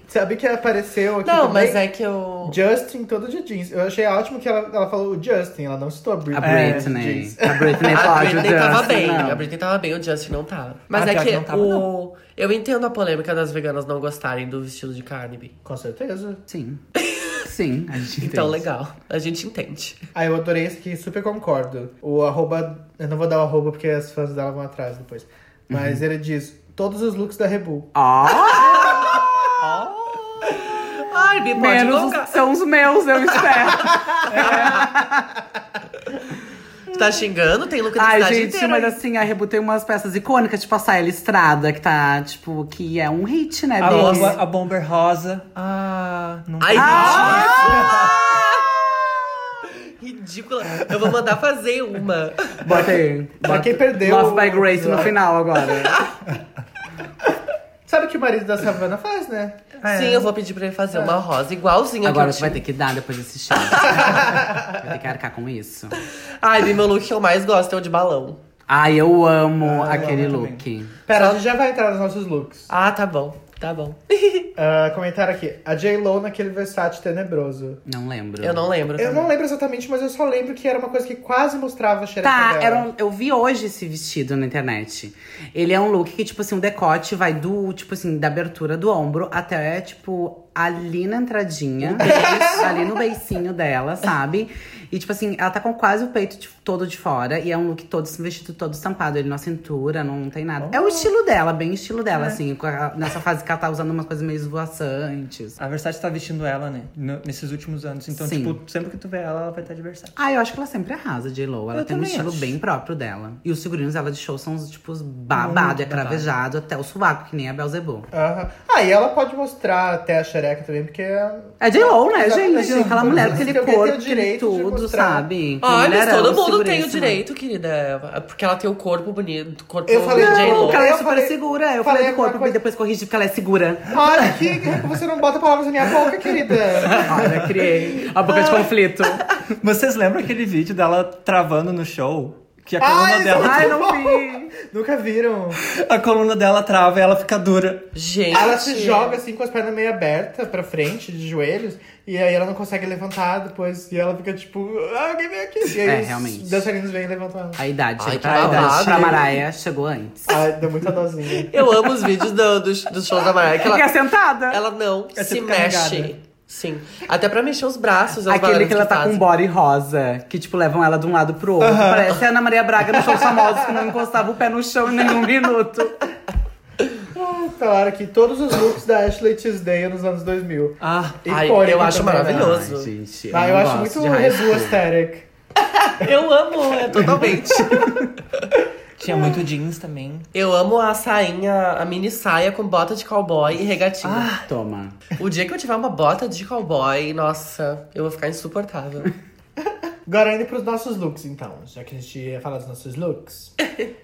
Speaker 1: Sabe que apareceu aqui
Speaker 2: Não,
Speaker 1: também?
Speaker 2: mas é que eu...
Speaker 1: Justin todo de jeans. Eu achei ótimo que ela, ela falou o Justin, ela não citou a
Speaker 4: A
Speaker 1: Britney. de
Speaker 4: Britney.
Speaker 1: jeans.
Speaker 4: A Britney
Speaker 2: É, A
Speaker 4: pode
Speaker 2: Britney
Speaker 4: o
Speaker 2: tava
Speaker 4: Justin,
Speaker 2: bem,
Speaker 4: não.
Speaker 2: a Britney tava bem, o Justin não tava. Mas
Speaker 3: Ah,
Speaker 2: é
Speaker 3: pior
Speaker 2: que,
Speaker 3: que não tava,
Speaker 2: o... Eu entendo a polêmica das veganas não gostarem do vestido de carne, Bi.
Speaker 1: Com certeza.
Speaker 4: Sim. Sim, a gente
Speaker 2: Então,
Speaker 4: entende.
Speaker 2: legal. A gente entende.
Speaker 1: Ah, eu adorei esse aqui, super concordo. O arroba. Eu não vou dar o arroba porque as fãs dela vão atrás depois. Mas
Speaker 4: Uhum.
Speaker 1: ele diz: todos os looks da Rebu.
Speaker 4: Ó,
Speaker 2: Ai, Bi, pode
Speaker 4: menos os-
Speaker 2: colocar.
Speaker 4: são os meus, eu espero.
Speaker 2: Tá xingando? Tem look da
Speaker 4: Ai,
Speaker 2: cidade
Speaker 4: gente,
Speaker 2: inteira. né?
Speaker 4: mas assim, a Rebu tem umas peças icônicas, tipo a Saia Estrada, que tá, tipo, que é um hit, né,
Speaker 3: A,
Speaker 4: deles.
Speaker 3: bomba, a bomber rosa. Ah,
Speaker 4: assim-
Speaker 3: não.
Speaker 2: Ai,
Speaker 4: Ah!
Speaker 2: ridícula. Eu vou mandar fazer uma.
Speaker 4: Bota aí.
Speaker 1: Pra
Speaker 4: bota.
Speaker 1: quem perdeu
Speaker 4: Love by
Speaker 1: o
Speaker 4: Grace no
Speaker 1: episódio.
Speaker 4: final agora.
Speaker 1: Sabe o que o marido da Savana faz, né?
Speaker 2: Sim, eu vou pedir pra ele fazer uma rosa igualzinha
Speaker 4: É. agora
Speaker 2: que
Speaker 4: você
Speaker 2: eu
Speaker 4: vai
Speaker 2: tive.
Speaker 4: ter que dar depois desse chá. vai ter que arcar com isso.
Speaker 2: Ai, do meu look que eu mais gosto é o de balão.
Speaker 4: Ai, eu amo aquele
Speaker 3: amo
Speaker 4: look.
Speaker 1: Pera, a gente já vai entrar nos nossos looks.
Speaker 2: Ah, tá bom. Tá bom.
Speaker 1: Ah, comentaram aqui, a J-Lo naquele Versace tenebroso.
Speaker 4: Não lembro.
Speaker 2: Eu não lembro.
Speaker 1: Eu não lembro exatamente, mas eu só lembro que era uma coisa que quase mostrava a xereca
Speaker 4: Tá,
Speaker 1: dela.
Speaker 4: era um- eu vi hoje esse vestido na internet. Ele é um look que, tipo assim, o decote vai do, tipo assim, da abertura do ombro até, tipo, ali na entradinha. ali no beicinho dela, sabe? E, tipo assim, ela tá com quase o peito de- todo de fora. E é um look todo, esse vestido todo estampado. Ele na cintura, não tem nada. É o estilo dela, bem estilo dela, assim. com a- Nessa fase que ela tá usando umas coisas meio esvoaçantes.
Speaker 3: A Versace tá vestindo ela, né? no- nesses últimos anos. Então,
Speaker 4: Sim.
Speaker 3: tipo, sempre que tu vê ela, ela vai estar de Versace.
Speaker 4: Ah, eu acho que ela sempre arrasa, J-Lo. Ela
Speaker 3: Eu
Speaker 4: tem um
Speaker 3: também
Speaker 4: estilo
Speaker 3: acho.
Speaker 4: bem próprio dela. E os figurinos dela de show são, os, tipo, os babado, é cravejado até o sovaco, que nem a Belzebu.
Speaker 1: Aham. Ah, e ela pode mostrar até a xereca também, porque...
Speaker 4: É J-Lo, né,
Speaker 1: Exatamente.
Speaker 4: gente? Aquela mulher com aquele
Speaker 1: Porque tem o
Speaker 4: corpo, aquele
Speaker 1: direito de
Speaker 4: tudo,
Speaker 1: mostrar.
Speaker 4: sabe? Que é
Speaker 2: Olha,
Speaker 4: mulherão,
Speaker 2: todo mundo tem o
Speaker 4: seguríssima.
Speaker 2: direito, querida. Eva. Porque ela tem o corpo bonito, corpo
Speaker 1: Eu falei-
Speaker 2: de
Speaker 4: Não,
Speaker 2: J-Lo.
Speaker 4: porque ela é
Speaker 1: Eu
Speaker 4: super
Speaker 1: falei-
Speaker 4: segura.
Speaker 1: falei
Speaker 4: Eu falei do
Speaker 1: alguma
Speaker 4: corpo
Speaker 1: coisa-
Speaker 4: e depois corrigi porque ela é segura.
Speaker 1: Olha que que você não bota palavras na minha boca, querida.
Speaker 4: Olha, criei. A boca de conflito.
Speaker 3: Vocês lembram aquele vídeo dela travando no show? Que a
Speaker 1: Ah,
Speaker 3: coluna
Speaker 4: é
Speaker 1: isso
Speaker 3: dela.
Speaker 4: Ai, não vi.
Speaker 1: Nunca viram.
Speaker 3: A coluna dela trava e ela fica dura.
Speaker 2: Gente.
Speaker 1: Ela se joga assim com as pernas meio abertas pra frente, de joelhos, e aí ela não consegue levantar depois, e ela fica tipo, ah, alguém vem aqui. E aí
Speaker 4: É,
Speaker 1: os
Speaker 4: realmente.
Speaker 1: dançarinos vêm levantando.
Speaker 4: A idade.
Speaker 2: Ai,
Speaker 4: chega
Speaker 2: que
Speaker 4: pra,
Speaker 2: babado.
Speaker 4: idade. pra Maraia chegou antes.
Speaker 1: Ai, deu muita dozinha.
Speaker 2: Eu amo os vídeos do- dos, dos shows da Mariah. Que
Speaker 4: Fica
Speaker 2: ela,
Speaker 4: sentada.
Speaker 2: ela não
Speaker 3: É
Speaker 2: se
Speaker 3: sempre carregada.
Speaker 2: mexe. Sim. Até pra mexer os braços. é as
Speaker 4: Aquele
Speaker 2: balanas
Speaker 4: que ela tá com
Speaker 2: fazem.
Speaker 4: um body rosa, que, tipo, levam ela de um lado pro outro. Parece a Ana Maria Braga nos shows famosos que não encostava o pé no chão em nenhum minuto.
Speaker 1: Ah, Falaram aqui todos os looks da Ashley Tisdale nos anos 2000.
Speaker 3: Ah,
Speaker 2: Ai,
Speaker 1: Icônica
Speaker 2: eu acho
Speaker 1: também, né?
Speaker 2: maravilhoso.
Speaker 4: gente,
Speaker 1: Ah, eu
Speaker 4: não
Speaker 1: acho
Speaker 4: gosto
Speaker 1: muito
Speaker 4: de high
Speaker 1: Rebu
Speaker 4: school.
Speaker 1: aesthetic.
Speaker 2: Eu amo, é totalmente.
Speaker 3: tinha muito jeans também.
Speaker 2: Eu amo a sainha, a mini saia com bota de cowboy e regatinha.
Speaker 4: Ah. Toma.
Speaker 2: O dia que eu tiver uma bota de cowboy, nossa, eu vou ficar insuportável.
Speaker 1: Agora indo pros nossos looks, então. Já que a gente ia falar dos nossos looks.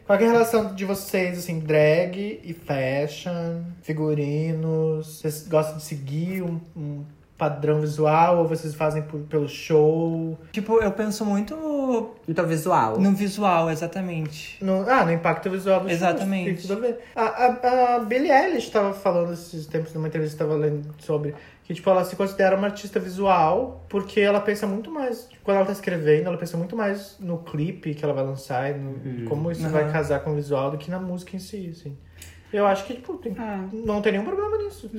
Speaker 1: Qual que é a relação de vocês, assim, drag e fashion, figurinos? Vocês gostam de seguir um, um padrão visual ou vocês fazem por- pelo show?
Speaker 3: Tipo, eu penso muito
Speaker 4: Então, visual.
Speaker 3: no visual, exatamente.
Speaker 1: No- ah, no impacto visual do
Speaker 3: Exatamente.
Speaker 1: show, tem tudo a ver. A, a, a Billie Eilish tava falando esses tempos numa entrevista que tava lendo sobre que, tipo, ela se considera uma artista visual porque ela pensa muito mais, tipo, quando ela tá escrevendo, ela pensa muito mais no clipe que ela vai lançar e no, como isso vai
Speaker 3: Aham.
Speaker 1: casar com o visual do que na música em si, assim. Eu acho que, tipo, tem-
Speaker 4: Ah.
Speaker 1: não tem nenhum problema nisso.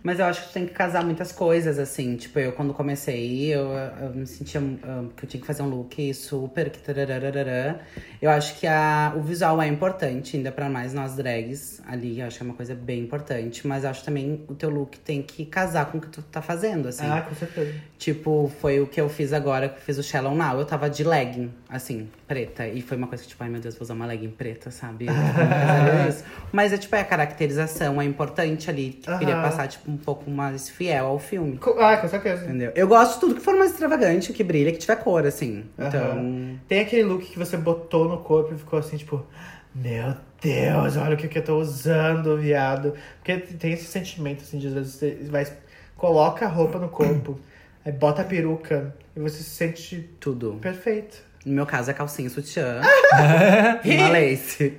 Speaker 4: Mas eu acho que tem que casar muitas coisas, assim. Tipo, eu quando comecei, eu, eu me sentia ah, que eu tinha que fazer um look super. Que tarararararã. eu acho que a, o visual é importante, ainda pra mais nós drags ali. Eu acho que é uma coisa bem importante. Mas eu acho também o teu look tem que casar com o que tu tá fazendo, assim.
Speaker 1: Ah, com certeza.
Speaker 4: Tipo, foi o que eu fiz agora, que eu fiz o Shallow Now. Eu tava de legging, assim, preta. E foi uma coisa que, tipo, ai meu Deus, vou usar uma legging preta, sabe? Eu, tipo, nunca faria isso. Mas é tipo, é a caracterização, é importante ali. Que eu queria
Speaker 1: Aham.
Speaker 4: passar, tipo, um pouco mais fiel ao filme.
Speaker 1: Co- Ah, com certeza.
Speaker 4: Entendeu? Eu gosto de tudo que for mais extravagante, que brilha, que tiver cor, assim. Então.
Speaker 1: Aham. Tem aquele look que você botou no corpo e ficou assim, tipo, meu Deus, olha o que, que eu tô usando, viado. Porque t- tem esse sentimento, assim, de às vezes você vai, coloca a roupa no corpo, aí bota a peruca e você se sente
Speaker 4: Tudo.
Speaker 1: perfeito.
Speaker 4: No meu caso, é calcinha e sutiã. e uma lace.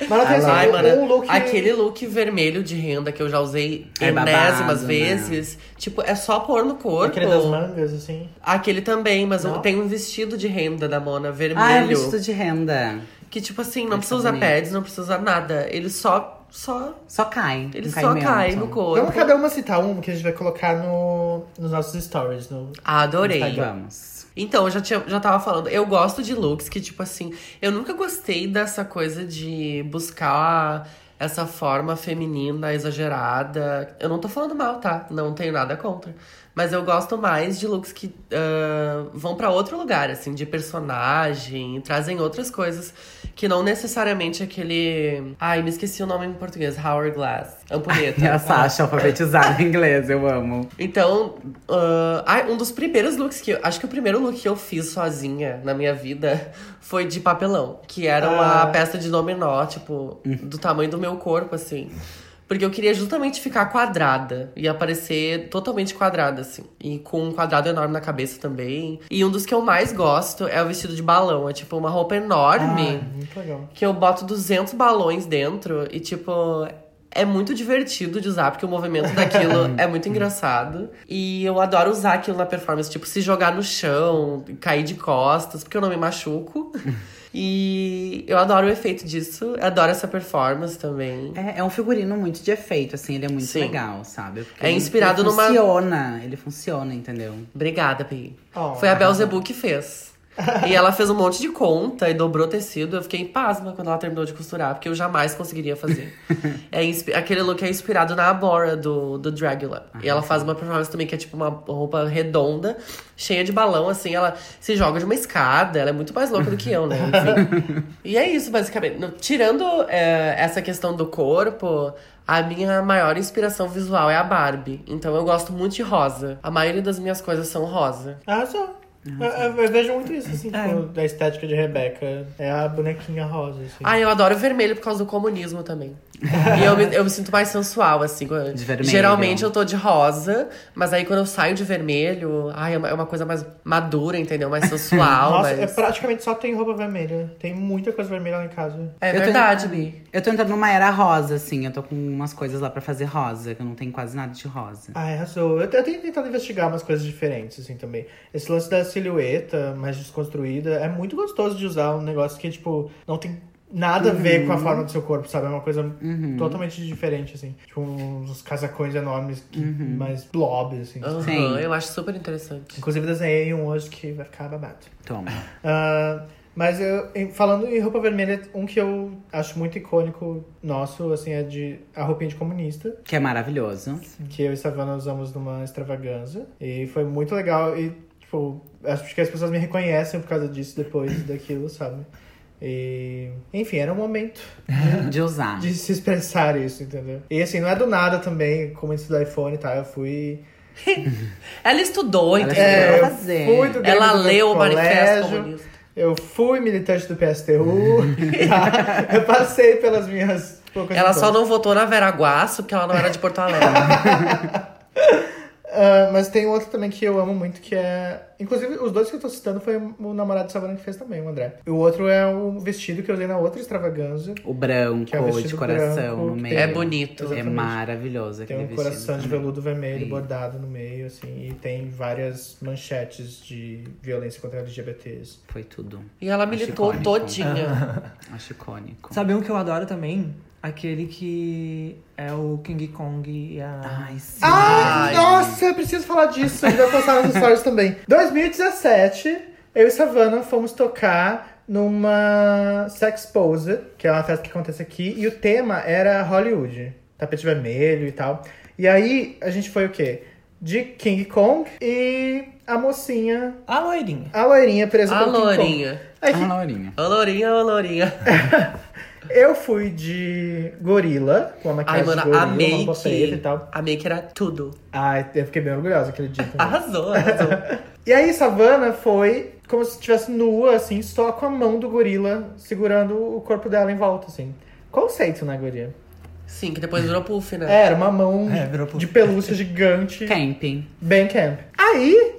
Speaker 1: Mas ela tem assim,
Speaker 2: Ai,
Speaker 1: um,
Speaker 2: mano,
Speaker 1: um look.
Speaker 2: aquele look vermelho de renda que eu já usei
Speaker 4: É babado,
Speaker 2: enésimas
Speaker 4: né?
Speaker 2: vezes. Tipo, é só pôr no corpo.
Speaker 1: Aquele das mangas, assim.
Speaker 2: Aquele também, mas
Speaker 1: Não? um
Speaker 2: tem um vestido de renda da Mona, vermelho.
Speaker 4: Ah, é vestido de renda.
Speaker 2: Que, tipo assim, não
Speaker 4: Esse
Speaker 2: precisa
Speaker 4: é
Speaker 2: usar
Speaker 4: bonito.
Speaker 2: pads, não precisa usar nada. Ele só. só
Speaker 4: Só cai.
Speaker 2: ele
Speaker 4: um
Speaker 2: só
Speaker 4: caimento.
Speaker 2: cai no corpo.
Speaker 1: Vamos cada uma citar um que a gente vai colocar no, nos nossos stories. No...
Speaker 2: Adorei.
Speaker 4: Vamos.
Speaker 2: Então, eu já, tinha, já tava falando, eu gosto de looks que, tipo assim, eu nunca gostei dessa coisa de buscar essa forma feminina exagerada. Eu não tô falando mal, tá? Não tenho nada contra. Mas eu gosto mais de looks que ah, vão pra outro lugar, assim, de personagem, trazem outras coisas que não necessariamente aquele. Ai, me esqueci o nome em português, Hourglass. Ampulheta.
Speaker 4: E a Sasha alfabetizada em inglês, eu amo.
Speaker 2: Então, ah, ai, um dos primeiros looks que. eu- Acho que o primeiro look que eu fiz sozinha na minha vida foi de papelão. Que era uma
Speaker 1: Ah.
Speaker 2: peça de dominó, tipo, do tamanho do meu corpo, assim. Porque eu queria justamente ficar quadrada. E aparecer totalmente quadrada, assim. E com um quadrado enorme na cabeça também. E um dos que eu mais gosto é o vestido de balão. É tipo uma roupa enorme
Speaker 1: Ah, muito legal.
Speaker 2: que eu boto 200 balões dentro e, tipo, é muito divertido de usar, porque o movimento daquilo é muito engraçado. E eu adoro usar aquilo na performance, tipo, se jogar no chão, cair de costas, porque eu não me machuco. E eu adoro o efeito disso, adoro essa performance também.
Speaker 4: É, é um figurino muito de efeito, assim, ele é muito
Speaker 2: Sim.
Speaker 4: legal, sabe? Porque
Speaker 2: É
Speaker 4: ele-
Speaker 2: inspirado
Speaker 4: ele
Speaker 2: numa-
Speaker 4: Funciona, ele funciona, entendeu?
Speaker 2: Obrigada, Pi.
Speaker 1: Oh.
Speaker 2: Foi a Belzebu que fez. e ela fez um monte de conta e dobrou tecido. Eu fiquei pasma quando ela terminou de costurar, porque eu jamais conseguiria fazer. é inspi- Aquele look é inspirado na Abora do, do Dragula. e ela faz uma performance também que é tipo uma roupa redonda, cheia de balão, assim. Ela se joga de uma escada, ela é muito mais louca do que eu, né? Enfim. e é isso, basicamente. No- Tirando é, essa questão do corpo, a minha maior inspiração visual é a Barbie. Então eu gosto muito de rosa. A maioria das minhas coisas são rosa.
Speaker 1: Ah, só. Eu, eu- eu vejo muito isso,
Speaker 2: É.
Speaker 1: assim, tipo, da estética de Rebeca. É a bonequinha rosa, assim.
Speaker 2: Ah, eu adoro vermelho por causa do comunismo também. e eu me, eu me sinto mais sensual, assim. quando-
Speaker 4: De vermelho.
Speaker 2: Geralmente eu tô de rosa, mas aí quando eu saio de vermelho, ai, é uma, é uma coisa mais madura, entendeu? Mais sensual.
Speaker 1: Nossa, é
Speaker 2: mas...
Speaker 1: praticamente só tem roupa vermelha. Tem muita coisa vermelha lá em casa.
Speaker 2: É
Speaker 4: Eu tô
Speaker 2: verdade,
Speaker 4: entrando-
Speaker 2: Bi.
Speaker 4: Eu tô entrando numa era rosa, assim, eu tô com umas coisas lá pra fazer rosa, que eu não tenho quase nada de rosa.
Speaker 1: Ah, arrasou. Eu, eu tenho tentado investigar umas coisas diferentes, assim, também. Esse lance da silhueta mais desconstruída é muito gostoso de usar um negócio que, tipo, não tem nada a ver com a forma do seu corpo, sabe? É uma coisa totalmente diferente, assim. Tipo, uns casacões enormes, que, mais blobs, assim.
Speaker 2: Aham,
Speaker 4: Sim.
Speaker 2: eu acho super interessante.
Speaker 1: Inclusive, desenhei um hoje que vai ficar babado.
Speaker 4: Toma.
Speaker 1: Ah, mas eu, em- falando em roupa vermelha, um que eu acho muito icônico nosso, assim, é de a roupinha de comunista
Speaker 4: Que é maravilhoso.
Speaker 2: Uhum.
Speaker 1: que eu e Savana usamos numa extravaganza. E foi muito legal. E, tipo, acho que as pessoas me reconhecem por causa disso depois daquilo, sabe? E, enfim, era um momento
Speaker 4: De
Speaker 2: Tá.
Speaker 4: usar.
Speaker 1: de se expressar isso, entendeu? E assim, não é do nada também, como isso do iPhone e tal. Eu fui. É,
Speaker 2: Ela estudou,
Speaker 4: Ela
Speaker 2: entendeu?
Speaker 4: estudou.
Speaker 1: eu
Speaker 4: fazer.
Speaker 1: fui do Grêmio
Speaker 2: Ela
Speaker 1: do meu
Speaker 2: leu o manifesto
Speaker 1: colégio.
Speaker 2: comunista.
Speaker 1: Eu fui militante do PSTU. tá? Eu passei pelas minhas poucas
Speaker 2: Ela só
Speaker 1: coisas.
Speaker 2: não votou na Vera Guaço, porque ela não era de Porto Alegre.
Speaker 1: Ah, mas tem outro também que eu amo muito, que é. Inclusive, os dois que eu tô citando foi o namorado de Savana que fez também, o André. O outro é o vestido que eu usei na outra extravaganza.
Speaker 4: O branco,
Speaker 1: Que é um vestido
Speaker 4: de coração
Speaker 1: branco,
Speaker 4: no
Speaker 1: que
Speaker 4: meio.
Speaker 2: é bonito.
Speaker 4: É
Speaker 1: Exatamente.
Speaker 4: maravilhoso
Speaker 1: Tem
Speaker 4: aquele
Speaker 1: um
Speaker 4: vestido.
Speaker 1: coração de
Speaker 4: também.
Speaker 1: veludo vermelho
Speaker 4: Sim.
Speaker 1: bordado no meio, assim, e tem várias manchetes de violência contra LGBTs.
Speaker 4: Foi tudo.
Speaker 2: E ela
Speaker 4: Acho
Speaker 2: militou
Speaker 4: icônico.
Speaker 2: todinha.
Speaker 4: Acho icônico.
Speaker 3: Sabe um que eu adoro também? Aquele que é o King Kong e a.
Speaker 4: Ai, sim.
Speaker 1: Ah,
Speaker 2: Ai.
Speaker 1: nossa, eu preciso falar disso. Eu vou postar nas stories também. 2017, eu e Savana fomos tocar numa Sex Pose, que é uma festa que acontece aqui, e o tema era Hollywood, tapete vermelho e tal. E aí a gente foi o quê? De King Kong e a mocinha,
Speaker 3: A loirinha.
Speaker 1: a loirinha presa
Speaker 2: A
Speaker 1: pelo King Kong.
Speaker 2: Lourinha.
Speaker 1: Aí,
Speaker 4: Ah, Laurinha.
Speaker 2: A Lourinha, a Lourinha.
Speaker 1: Eu fui de gorila, com a
Speaker 2: Ai,
Speaker 1: maquiagem
Speaker 2: mano,
Speaker 1: de gorila, uma
Speaker 2: amei
Speaker 1: roupa preta e
Speaker 2: que.
Speaker 1: tal.
Speaker 2: Amei que era tudo.
Speaker 1: Ai, eu fiquei bem orgulhosa aquele dia também.
Speaker 2: Arrasou, arrasou.
Speaker 1: E aí, Savana foi como se estivesse nua, assim, só com a mão do gorila segurando o corpo dela em volta, assim. Conceito, né, guria?
Speaker 2: Sim, que depois virou puff, né?
Speaker 1: Era uma mão
Speaker 3: É, virou
Speaker 1: de pelúcia gigante,
Speaker 4: Camping.
Speaker 1: bem camp. Aí,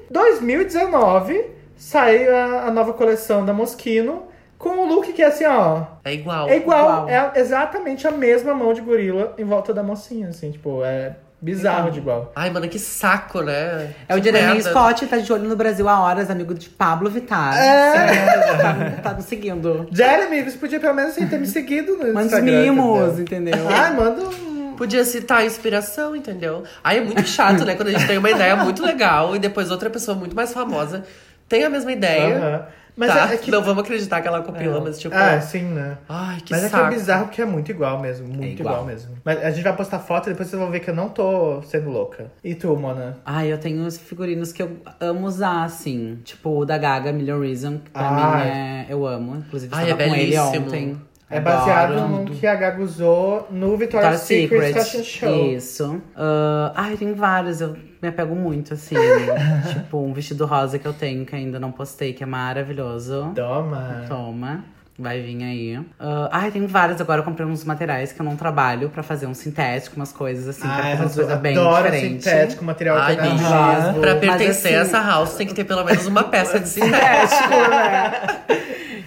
Speaker 1: 2019, saiu a, a nova coleção da Moschino com o look que é assim, ó...
Speaker 2: É igual.
Speaker 1: É igual,
Speaker 4: Uau.
Speaker 1: é exatamente a mesma mão de gorila em volta da mocinha, assim, tipo, é bizarro de igual.
Speaker 2: Ai, mano, que saco, né?
Speaker 4: É o
Speaker 2: Que
Speaker 4: Jeremy
Speaker 2: merda.
Speaker 4: Scott, tá de olho no Brasil há horas, amigo de Pablo Vittar. É. Tá, tá nos seguindo.
Speaker 1: Jeremy, você podia pelo menos assim, ter me seguido no
Speaker 4: Manda os
Speaker 1: Instagram.
Speaker 4: mimos,
Speaker 1: entendeu?
Speaker 4: entendeu?
Speaker 1: Ah, manda um...
Speaker 2: Podia citar a inspiração, entendeu? Aí é muito chato, né? Quando a gente tem uma ideia muito legal e depois outra pessoa muito mais famosa tem a mesma ideia.
Speaker 1: Aham. Mas
Speaker 2: tá?
Speaker 1: é, é que.
Speaker 2: Não vamos acreditar que ela copiou, mas tipo.
Speaker 1: Ah, sim, né?
Speaker 2: Ai, que
Speaker 1: Mas é que
Speaker 2: saco.
Speaker 1: é bizarro porque é muito igual mesmo, muito igual.
Speaker 4: igual.
Speaker 1: mesmo. Mas a gente vai postar foto e depois vocês vão ver que eu não tô sendo louca. E tu, Mona?
Speaker 4: Ai, eu tenho uns figurinos que eu amo usar, assim. Tipo o da Gaga, Million Reason, que pra
Speaker 1: Ai.
Speaker 4: mim é... Eu amo. Inclusive,
Speaker 2: Ai,
Speaker 4: estava
Speaker 2: é
Speaker 4: com ele
Speaker 2: belíssimo.
Speaker 4: ontem.
Speaker 1: É
Speaker 4: Adoro.
Speaker 1: baseado no que a Gaga usou no Victoria's
Speaker 4: Victoria's
Speaker 1: Secret, Fashion Show.
Speaker 4: Isso. Ah, ai, tem vários. Eu me apego muito, assim. tipo, um vestido rosa que eu tenho, que ainda não postei, que é maravilhoso.
Speaker 1: Toma.
Speaker 4: Então, Toma. Vai vir aí. Ah, ai, tem vários agora. Eu comprei uns materiais que eu não trabalho pra fazer um sintético, umas coisas assim, pra
Speaker 1: Ai,
Speaker 4: fazer umas
Speaker 1: arrasou.
Speaker 4: coisas bem
Speaker 1: Adoro
Speaker 4: diferentes.
Speaker 1: sintético, material é
Speaker 2: Ai, bicho.
Speaker 1: alternativo.
Speaker 2: Pra
Speaker 4: Mas
Speaker 2: pertencer
Speaker 4: assim-
Speaker 2: a essa house tem que ter pelo menos uma peça
Speaker 1: É,
Speaker 2: de sintético.
Speaker 4: sintético, né?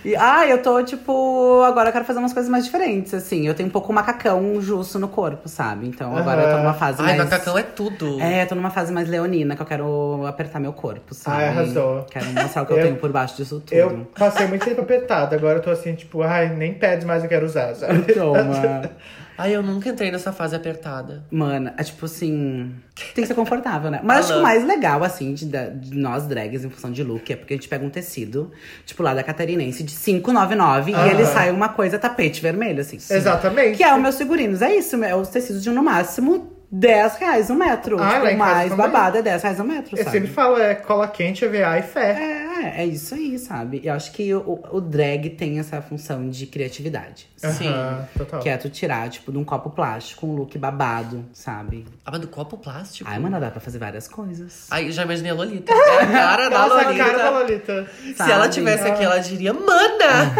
Speaker 4: E, ah, eu tô, tipo, agora eu quero fazer umas coisas mais diferentes, assim. Eu tenho um pouco macacão justo no corpo, sabe? Então agora eu tô numa fase
Speaker 2: Ai,
Speaker 4: mais.
Speaker 2: macacão é tudo.
Speaker 4: É, eu tô numa fase mais leonina, que eu quero apertar meu corpo, sabe?
Speaker 1: Ai, arrasou.
Speaker 4: Quero mostrar o que eu,
Speaker 1: Eu-
Speaker 4: tenho por baixo disso tudo.
Speaker 1: Eu passei muito tempo apertado, agora eu tô assim, tipo, ai, nem pede mais eu quero usar, sabe?
Speaker 4: Toma.
Speaker 2: Ai, eu nunca entrei nessa fase apertada.
Speaker 4: Mano, é tipo assim. Tem que ser confortável, né? Mas acho que o mais legal, assim, de, da- de nós drags em função de look é porque a gente pega um tecido, tipo lá da Catarinense, de 599
Speaker 1: Aham.
Speaker 4: e ele sai uma coisa tapete vermelho, assim.
Speaker 1: Exatamente.
Speaker 4: Que é o meus figurinos, é isso, é os tecidos de no máximo 10 reais um metro.
Speaker 1: Ah, lá em
Speaker 4: tipo, o
Speaker 1: casa
Speaker 4: mais
Speaker 1: também.
Speaker 4: babado é 10 reais um metro,
Speaker 1: Eu
Speaker 4: sabe?
Speaker 1: sempre falo, é cola quente, EVA e fé.
Speaker 4: É, é isso aí, sabe? Eu acho que o, o drag tem essa função de criatividade.
Speaker 2: Sim.
Speaker 1: Aham, total.
Speaker 4: Que é tu tirar, tipo, de um copo plástico um look babado, sabe?
Speaker 2: Ah, mas do copo plástico?
Speaker 4: Ai, mano, dá pra fazer várias coisas.
Speaker 2: Ai, já imaginei a Lolita. É a cara da
Speaker 1: Nossa,
Speaker 2: Lolita.
Speaker 1: a cara da Lolita.
Speaker 2: Se ela
Speaker 4: Sabe?
Speaker 2: tivesse aqui, ela diria: Mana,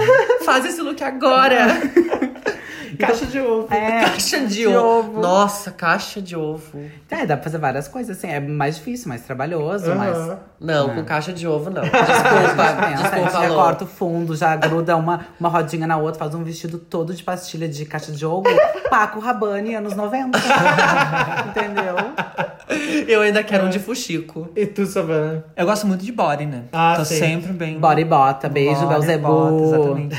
Speaker 2: faz esse look agora.
Speaker 1: Caixa de ovo.
Speaker 3: É.
Speaker 2: caixa É, de,
Speaker 4: de
Speaker 2: ovo.
Speaker 4: ovo.
Speaker 2: Nossa, caixa de ovo.
Speaker 4: É, dá pra fazer várias coisas, assim. É mais difícil, mais trabalhoso,
Speaker 1: Aham.
Speaker 4: mas.
Speaker 2: Não,
Speaker 4: É.
Speaker 2: com caixa de ovo não. Ah.
Speaker 4: Desculpa,
Speaker 2: Desculpa,
Speaker 4: desculpa.
Speaker 2: desculpa,
Speaker 4: Já
Speaker 2: Lô.
Speaker 4: corta o fundo, já gruda uma, uma rodinha na outra, faz um vestido todo de pastilha de caixa de ovo. Paco Rabanne, anos 90. Entendeu?
Speaker 2: Eu ainda quero um de fuxico.
Speaker 1: E tu, Savana?
Speaker 3: Eu gosto muito de body, né?
Speaker 1: Ah,
Speaker 3: Tô
Speaker 1: sim.
Speaker 3: sempre bem.
Speaker 4: Body bota, beijo,
Speaker 3: Body, bota,
Speaker 4: Belzebu.
Speaker 3: Exatamente.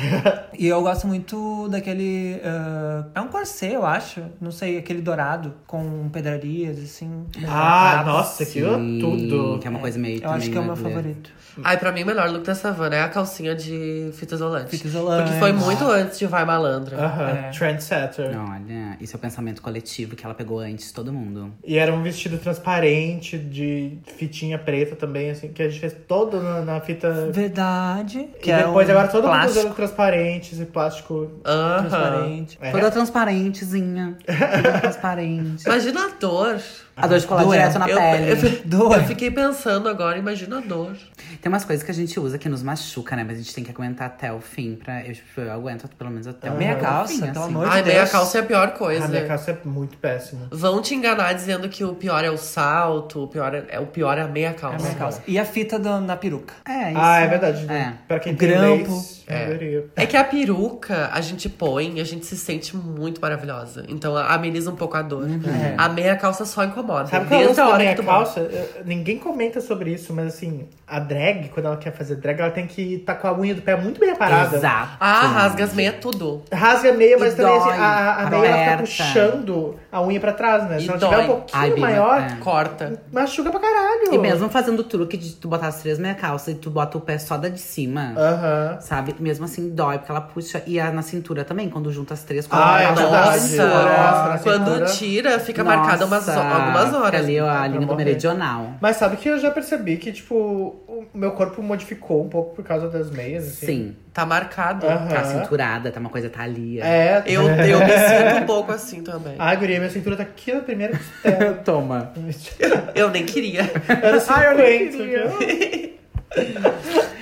Speaker 3: e eu gosto muito daquele. ah, é um corset, eu acho. Não sei, aquele dourado com pedrarias, assim.
Speaker 1: Ah,
Speaker 3: capas.
Speaker 1: nossa, que tudo.
Speaker 4: Que é uma coisa meio.
Speaker 3: Eu acho
Speaker 4: também,
Speaker 3: que é o
Speaker 4: né,
Speaker 3: meu
Speaker 4: Juliana?
Speaker 3: favorito.
Speaker 2: Ai, pra mim o melhor look da Savana é a calcinha de fita isolante.
Speaker 3: Fita isolante.
Speaker 2: Porque foi muito antes de Vai Malandra.
Speaker 1: Aham,
Speaker 3: É.
Speaker 1: trendsetter.
Speaker 4: Olha, esse é o pensamento coletivo que ela pegou antes de todo mundo.
Speaker 1: E era um vestido transparente, de fitinha preta também, assim, que a gente fez todo na, na fita.
Speaker 3: Verdade. Que
Speaker 1: e
Speaker 3: é
Speaker 1: depois
Speaker 3: um
Speaker 1: agora todo mundo
Speaker 3: plástico
Speaker 1: usando transparentes e plástico.
Speaker 2: Aham.
Speaker 3: transparente.
Speaker 1: É.
Speaker 4: Toda transparentezinha. Toda transparente.
Speaker 2: Imagina a dor.
Speaker 4: A dor de colar
Speaker 3: Doendo.
Speaker 4: direto na
Speaker 2: Eu-
Speaker 4: pele.
Speaker 3: Doa.
Speaker 2: Eu fiquei pensando agora, imagina a dor.
Speaker 4: Tem umas coisas que a gente usa que nos machuca, né? Mas a gente tem que aguentar até o fim. Pra... Eu, tipo, eu aguento pelo menos até o
Speaker 3: Meia
Speaker 4: fim, assim.
Speaker 3: calça, pelo amor
Speaker 2: Ai,
Speaker 3: de
Speaker 2: meia
Speaker 3: Deus.
Speaker 2: calça é a pior coisa.
Speaker 1: a minha calça é muito péssima.
Speaker 2: Vão te enganar dizendo que o pior é o salto, o pior é, é- o pior é a meia
Speaker 3: É
Speaker 2: calça.
Speaker 3: meia calça. E a fita da- na peruca.
Speaker 4: É, isso.
Speaker 1: Ah, é verdade. né?
Speaker 4: É.
Speaker 1: Pra quem
Speaker 3: O
Speaker 1: tem
Speaker 3: grampo.
Speaker 1: leis, deveria.
Speaker 2: É que a peruca a gente põe e a gente se sente muito maravilhosa. Então a- ameniza um pouco a dor.
Speaker 3: É.
Speaker 2: A meia calça só incomoda.
Speaker 1: Sabe qual é o
Speaker 2: Desde
Speaker 1: lance
Speaker 2: a
Speaker 1: da
Speaker 2: hora
Speaker 1: minha
Speaker 2: que tu bota.
Speaker 1: calça? Eu- Ninguém comenta sobre isso, mas assim, a drag, quando ela quer fazer drag, ela tem que estar com a unha do pé muito bem aparada.
Speaker 4: Exato.
Speaker 2: Ah, rasga as meias tudo.
Speaker 1: Rasga a meia, mas
Speaker 4: E
Speaker 1: também
Speaker 4: dói,
Speaker 1: assim, a, a meia ela fica
Speaker 4: aperta.
Speaker 1: puxando a unha pra trás, né? Se
Speaker 2: E
Speaker 1: ela tiver um
Speaker 2: dói.
Speaker 1: pouquinho
Speaker 4: Ai, Biba,
Speaker 1: maior,
Speaker 4: é.
Speaker 2: Corta.
Speaker 1: machuca pra caralho.
Speaker 4: E mesmo fazendo o truque de tu botar as três meia calça e tu bota o pé só da de cima.
Speaker 1: Aham.
Speaker 4: Sabe? Mesmo assim, dói, porque ela puxa. E a, na cintura também, quando tá junta as três, com
Speaker 1: Ah, é
Speaker 4: a
Speaker 1: verdade. Nossa, na
Speaker 2: Nossa,
Speaker 1: cintura.
Speaker 2: quando tira, fica marcada umas, ho- algumas
Speaker 4: Fica
Speaker 2: horas.
Speaker 4: ali ó, a linha do
Speaker 1: morrer.
Speaker 4: meridional.
Speaker 1: Mas sabe que eu já percebi que, tipo, o meu corpo modificou um pouco por causa das meias, assim.
Speaker 4: Sim.
Speaker 2: Tá marcado.
Speaker 1: Aham.
Speaker 4: Tá cinturada, tá uma coisa, tá ali. ó.
Speaker 1: É.
Speaker 2: Eu, eu me sinto um pouco assim também.
Speaker 1: Ai, guria, minha cintura tá aqui na primeira costela.
Speaker 4: Toma.
Speaker 2: Eu nem queria.
Speaker 1: Era né? 50.
Speaker 4: Ai, eu nem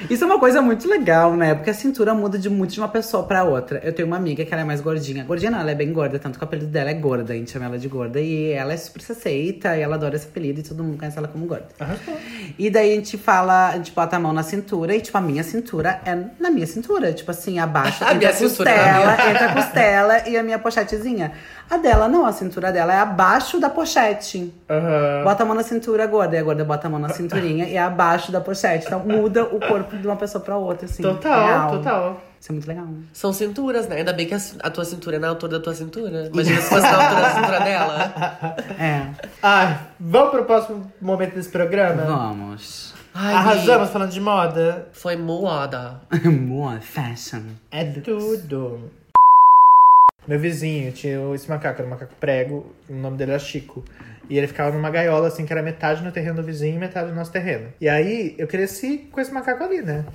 Speaker 4: Isso é uma coisa muito legal, né? Porque a cintura muda de muito de uma pessoa pra outra. Eu tenho uma amiga que ela é mais gordinha. Gordinha não, ela é bem gorda, tanto que o apelido dela é gorda, a gente chama ela de gorda. E ela é super se aceita, e ela adora esse apelido, e todo mundo conhece ela como gorda.
Speaker 1: Arrasou.
Speaker 4: E daí a gente fala, a gente bota a mão na cintura, e tipo, a minha cintura é na minha cintura. Tipo assim, abaixo
Speaker 2: A
Speaker 4: entre
Speaker 2: minha
Speaker 4: a
Speaker 2: cintura é na
Speaker 4: costela, entre a costela e a minha pochetezinha. A dela não, a cintura dela é abaixo da pochete.
Speaker 1: Aham.
Speaker 4: Bota a mão na cintura, gorda. E a gorda bota a mão na cinturinha e é abaixo da pochete. Então muda o corpo de uma pessoa pra outra, assim.
Speaker 1: Total,
Speaker 4: real.
Speaker 1: total.
Speaker 4: Isso é muito legal.
Speaker 2: São cinturas, né? Ainda bem que a, cin- a tua cintura é na altura da tua cintura. Imagina se fosse na altura da cintura dela.
Speaker 4: É,
Speaker 1: Ai, vamos pro próximo momento desse programa?
Speaker 4: vamos.
Speaker 2: Ai,
Speaker 1: Arrasamos falando de moda.
Speaker 2: Vi, Foi moada.
Speaker 4: Amor, fashion.
Speaker 1: É tudo. Meu vizinho tinha esse macaco, era um macaco prego, o nome dele era Chico. E ele ficava numa gaiola, assim, que era metade no terreno do vizinho e metade do nosso terreno. E aí eu cresci com esse macaco ali, né?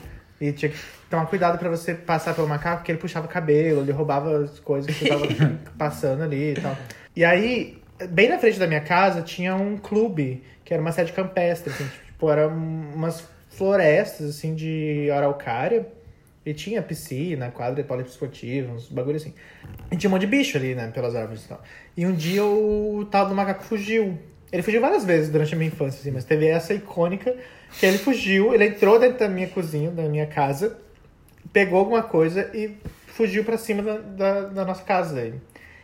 Speaker 1: E tinha que tomar cuidado pra você passar pelo macaco, porque ele puxava o cabelo, ele roubava as coisas que eu tava passando ali e tal. E aí, bem na frente da minha casa, tinha um clube, que era uma sede campestre, assim, tipo, eram umas florestas, assim, de araucária. E tinha piscina, quadra poliesportiva, uns bagulho assim. E tinha um monte de bicho ali, né, pelas árvores e tal. E um dia o tal do macaco fugiu. Ele fugiu várias vezes durante a minha infância, assim, mas teve essa icônica que ele fugiu, ele entrou dentro da minha cozinha, da minha casa, pegou alguma coisa e fugiu pra cima da, da, da nossa casa dele.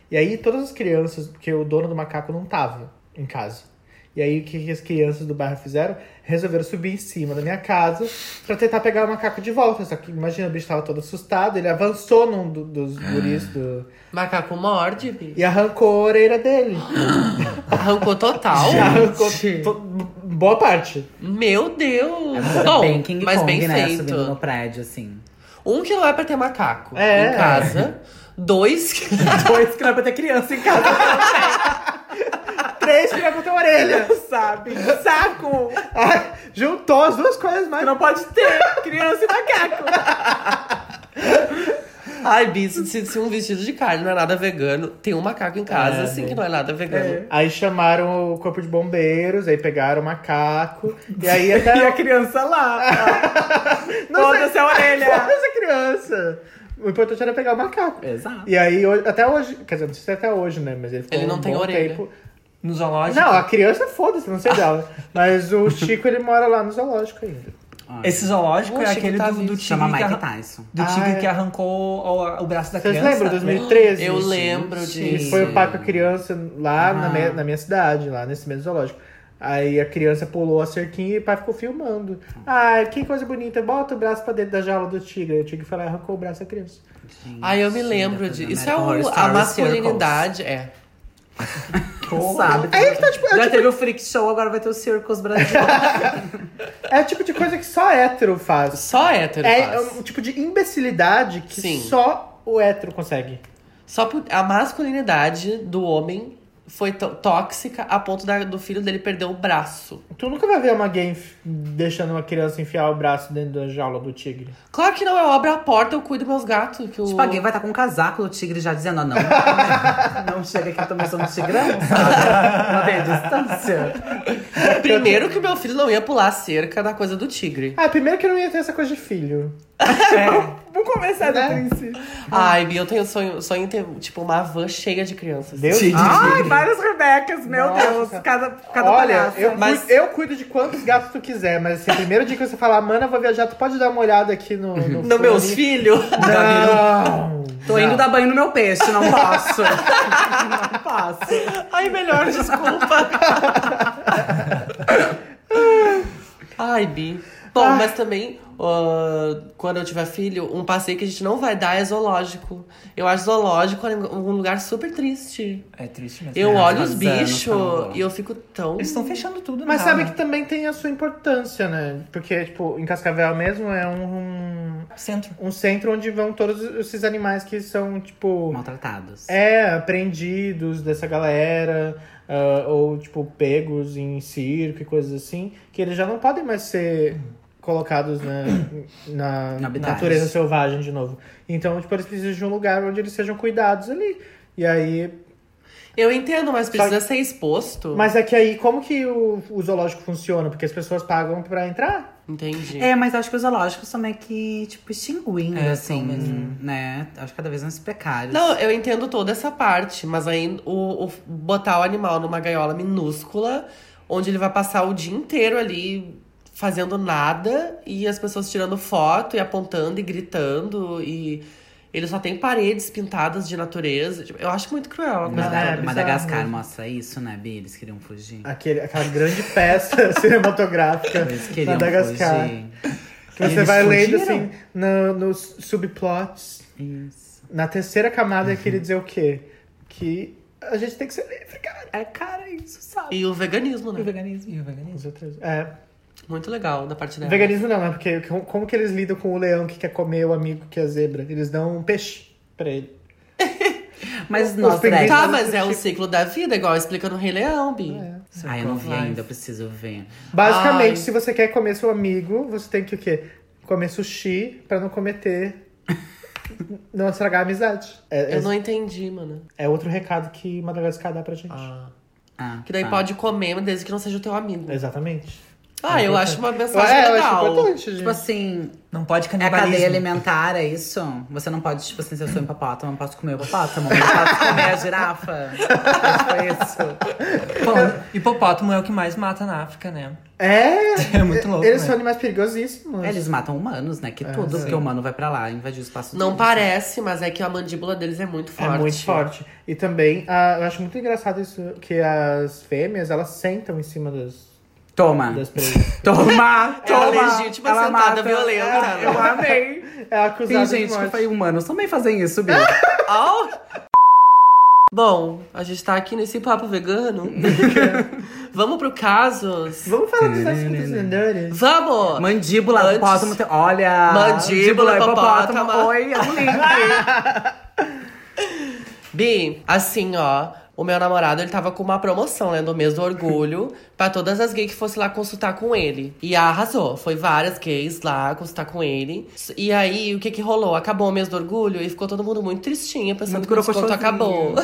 Speaker 1: E aí todas as crianças, porque o dono do macaco não tava em casa. E aí o que que as crianças do bairro fizeram? Resolveram subir em cima da minha casa pra tentar pegar o macaco de volta. Só que imagina, o bicho tava todo assustado, ele avançou num do- dos guris do...
Speaker 2: Macaco morde, bi.
Speaker 1: e arrancou a orelha dele.
Speaker 2: Arrancou total.
Speaker 1: arrancou to- boa parte.
Speaker 2: Meu Deus.
Speaker 4: Agora,
Speaker 2: Bom,
Speaker 4: bem King
Speaker 2: Oh, mas
Speaker 4: Kong,
Speaker 2: bem
Speaker 4: né?
Speaker 2: feito.
Speaker 4: Subindo no prédio, assim.
Speaker 2: Um que não é pra ter macaco
Speaker 1: É.
Speaker 2: em casa. Dois que...
Speaker 4: Dois que não é pra ter criança em casa,
Speaker 1: Três que vai ter orelha.
Speaker 4: sabe? Saco!
Speaker 1: Ai, juntou as duas coisas mais.
Speaker 4: Não pode ter criança e macaco.
Speaker 2: Ai, Bi, se, se- se um vestido de carne não é nada vegano, tem um macaco em casa, assim, que não é nada vegano.
Speaker 1: Aí chamaram o corpo de bombeiros, aí pegaram o macaco. E aí até.
Speaker 4: E a criança lá.
Speaker 1: Não sei-
Speaker 4: Foda-se a orelha.
Speaker 1: Foda-se a criança. O importante era pegar o macaco.
Speaker 4: Exato.
Speaker 1: E aí, ho- até hoje, quer dizer, não sei se é até hoje, né? Mas ele ficou
Speaker 2: Ele não
Speaker 1: um
Speaker 2: tem
Speaker 1: bom
Speaker 2: orelha.
Speaker 1: tempo.
Speaker 3: No zoológico.
Speaker 1: Não, a criança, foda-se, não sei dela. Mas o Chico, ele mora lá no zoológico ainda.
Speaker 3: Esse zoológico
Speaker 2: O
Speaker 3: é
Speaker 2: Chico
Speaker 3: aquele
Speaker 2: tá
Speaker 3: do, do
Speaker 2: vivo.
Speaker 3: tigre.
Speaker 4: Chama
Speaker 3: que
Speaker 4: Mike
Speaker 3: arran-
Speaker 4: Tyson.
Speaker 3: Do
Speaker 1: Ah,
Speaker 3: tigre
Speaker 1: é.
Speaker 3: que arrancou o, o braço da
Speaker 1: Vocês
Speaker 3: criança.
Speaker 1: lembram? 2013.
Speaker 2: Eu
Speaker 1: gente.
Speaker 2: lembro
Speaker 1: Ele
Speaker 2: disso.
Speaker 1: foi o pai com a criança lá na,
Speaker 4: Ah.
Speaker 1: minha, na minha cidade, lá nesse mesmo zoológico. Aí a criança pulou a cerquinha e o pai ficou filmando. Ai, que coisa bonita, bota o braço pra dentro da jaula do tigre. Aí o tigre foi lá e arrancou o braço da criança.
Speaker 2: Ai, eu me lembro disso. Isso é o- a masculinidade. É.
Speaker 4: Sabe?
Speaker 1: Aí que tá, tipo, é, o
Speaker 4: Já
Speaker 1: tipo,
Speaker 4: teve o Freak Show, agora vai ter o Circus Brasil.
Speaker 1: é o tipo de coisa que só hétero faz.
Speaker 2: Só hétero
Speaker 1: É,
Speaker 2: faz.
Speaker 1: um tipo de imbecilidade que
Speaker 2: Sim.
Speaker 1: só o hétero consegue.
Speaker 2: Só por- a masculinidade do homem foi tó- tóxica a ponto da- do filho dele perder o braço.
Speaker 1: Tu nunca vai ver uma gay enf- deixando uma criança enfiar o braço dentro da jaula do tigre.
Speaker 2: Claro que não, eu abro a porta, eu cuido meus gatos. Que o...
Speaker 4: Tipo, alguém vai estar com um casaco do tigre já dizendo, ah, não, não, não chega aqui, também sou um tigrão, sabe?
Speaker 1: Tá
Speaker 4: Não tem distância.
Speaker 2: Primeiro que o meu filho não ia pular a cerca da coisa do tigre.
Speaker 1: Ah, primeiro que eu não ia ter essa coisa de filho.
Speaker 3: É.
Speaker 1: Tá Né?
Speaker 4: Vamos começar do
Speaker 2: Ai, Bi, eu tenho sonho, sonho em ter, tipo, uma van cheia de crianças.
Speaker 1: Deus
Speaker 3: Sim.
Speaker 4: Ai, várias Rebecas, meu
Speaker 1: Nossa.
Speaker 4: Deus. Cada, Ah, cada
Speaker 1: Olha,
Speaker 4: palhaça.
Speaker 1: eu,
Speaker 2: Mas-
Speaker 1: cuido, eu cuido de quantos gatos tu quiser, mas assim, primeiro dia que você falar, mana, eu vou viajar, tu pode dar uma olhada aqui no. No,
Speaker 2: No meus
Speaker 1: filhos?
Speaker 2: filhos.
Speaker 1: Não!
Speaker 4: Tô indo dar banho no meu peixe, não posso. não posso.
Speaker 2: Ai, melhor, desculpa. Ai, Bi. Bom, mas também, ah, quando eu tiver filho, um passeio que a gente não vai dar é zoológico. Eu acho zoológico um lugar super triste.
Speaker 3: É triste mesmo.
Speaker 2: Eu
Speaker 3: É.
Speaker 2: olho os
Speaker 4: faz anos que eu
Speaker 2: bichos
Speaker 4: não vou.
Speaker 2: e eu fico tão.
Speaker 3: Eles estão fechando tudo,
Speaker 1: Mas
Speaker 3: né?
Speaker 1: sabe que também tem a sua importância, né? Porque, tipo, em Cascavel mesmo é um, um,
Speaker 3: Centro.
Speaker 1: um centro onde vão todos esses animais que são, tipo.
Speaker 4: Maltratados.
Speaker 1: É, apreendidos dessa galera, ah, ou tipo, pegos em circo e coisas assim, que eles já não podem mais ser colocados na, na,
Speaker 4: No habitat.
Speaker 1: natureza selvagem de novo. Então, tipo, eles precisam de um lugar onde eles sejam cuidados ali. E aí.
Speaker 2: Eu entendo, mas precisa ser exposto.
Speaker 1: Mas é que aí, como que o, o zoológico funciona? Porque as pessoas pagam pra entrar?
Speaker 2: Entendi.
Speaker 4: É, mas acho que os zoológicos são meio que, tipo, extinguindo,
Speaker 3: É, são
Speaker 4: assim,
Speaker 3: mesmo.
Speaker 4: né? Acho que cada vez mais precários.
Speaker 2: Não, eu entendo toda essa parte, mas aí o, o- botar o animal numa gaiola minúscula, onde ele vai passar o dia inteiro ali fazendo nada e as pessoas tirando foto e apontando e gritando e ele só tem paredes pintadas de natureza. Tipo, Eu acho muito cruel a coisa
Speaker 1: Não, é bizarro
Speaker 2: dela.
Speaker 4: Madagascar,
Speaker 1: É.
Speaker 4: Madagascar
Speaker 1: mesmo.
Speaker 4: mostra isso, né, Bi? Eles queriam fugir.
Speaker 1: Aquele, aquela grande peça cinematográfica
Speaker 4: Eles
Speaker 1: de
Speaker 4: queriam
Speaker 1: Madagascar.
Speaker 4: fugir.
Speaker 1: Que você
Speaker 3: Eles
Speaker 1: vai lendo
Speaker 3: fugiram?
Speaker 1: assim no- nos subplots.
Speaker 4: Isso.
Speaker 1: Na terceira camada
Speaker 2: Uhum.
Speaker 1: é queria dizer o quê? Que a gente tem que ser livre, cara.
Speaker 4: É, cara, isso, sabe?
Speaker 2: E o veganismo, né?
Speaker 3: veganismo. E o veganismo.
Speaker 1: Os outros- É.
Speaker 2: Muito legal da parte dela.
Speaker 1: Veganismo não, né? Porque com- como que eles lidam com o leão que quer comer o amigo que é zebra? Eles dão um peixe pra ele.
Speaker 4: Mas
Speaker 1: Os
Speaker 4: nós, drag.
Speaker 1: pinguins-
Speaker 2: Tá, mas é o ciclo da vida, igual explica no Rei Leão, Bi.
Speaker 1: É,
Speaker 2: Circle
Speaker 4: Ai, eu não vi
Speaker 2: of life.
Speaker 4: ainda, eu preciso ver.
Speaker 1: Basicamente,
Speaker 2: Ai.
Speaker 1: se você quer comer seu amigo, você tem que o quê? Comer sushi pra não cometer. não estragar a amizade. É,
Speaker 2: Eu
Speaker 1: é,
Speaker 2: não entendi, mano.
Speaker 1: é outro recado que Madagascar dá pra gente.
Speaker 2: Ah.
Speaker 4: Ah,
Speaker 2: Que daí
Speaker 4: tá.
Speaker 2: pode comer, mas desde que não seja o teu amigo.
Speaker 1: Exatamente.
Speaker 2: Ah, eu acho uma mensagem
Speaker 1: é, eu acho
Speaker 2: legal.
Speaker 1: importante, gente.
Speaker 4: Tipo assim,
Speaker 3: Não pode
Speaker 4: é a cadeia
Speaker 3: canibalismo.
Speaker 4: alimentar, é isso? Você não pode, tipo assim, se eu sou um hipopótamo, eu não posso comer o hipopótamo, eu não posso comer a girafa. Tipo isso.
Speaker 3: Bom, hipopótamo é o que mais mata na África, né?
Speaker 1: É!
Speaker 3: É muito louco,
Speaker 1: Eles
Speaker 3: né?
Speaker 1: são animais perigosíssimos.
Speaker 4: É, Eles matam humanos, né? Que tudo, porque o humano vai pra lá, invadir o espaço
Speaker 2: Não
Speaker 4: deles.
Speaker 2: parece, mas é que a mandíbula deles é muito
Speaker 1: É
Speaker 2: forte.
Speaker 1: muito forte. E também, ah, eu acho muito engraçado isso, que as fêmeas, elas sentam em cima das,
Speaker 4: Toma!
Speaker 1: das presas.
Speaker 4: Toma!
Speaker 2: Ela
Speaker 4: Toma!
Speaker 2: é legítima sentada violenta,
Speaker 4: É, eu
Speaker 2: né?
Speaker 4: amei!
Speaker 1: É acusada
Speaker 4: Tem
Speaker 1: de
Speaker 4: gente que
Speaker 1: morte.
Speaker 4: foi humanos também fazem isso, Bia.
Speaker 2: Au! Bom, a gente tá aqui nesse papo vegano. Vamos pro casos?
Speaker 1: Vamos falar dos assuntos lendários?
Speaker 2: Vamos!
Speaker 4: Mandíbula,
Speaker 2: Antes-
Speaker 4: hipopótamo. tem- Olha!
Speaker 2: Mandíbula, hipopótamo.
Speaker 4: Oi, é um link.
Speaker 2: Bi, assim, ó. O meu namorado, ele tava com uma promoção, né? Do mês do orgulho, pra todas as gays que fossem lá consultar com ele. E arrasou. Foi várias gays lá consultar com ele. E aí, o que que rolou? Acabou o mês do orgulho e ficou todo mundo muito tristinho, pensando
Speaker 4: Muito
Speaker 2: que o desconto
Speaker 4: crocochosinho.
Speaker 2: acabou.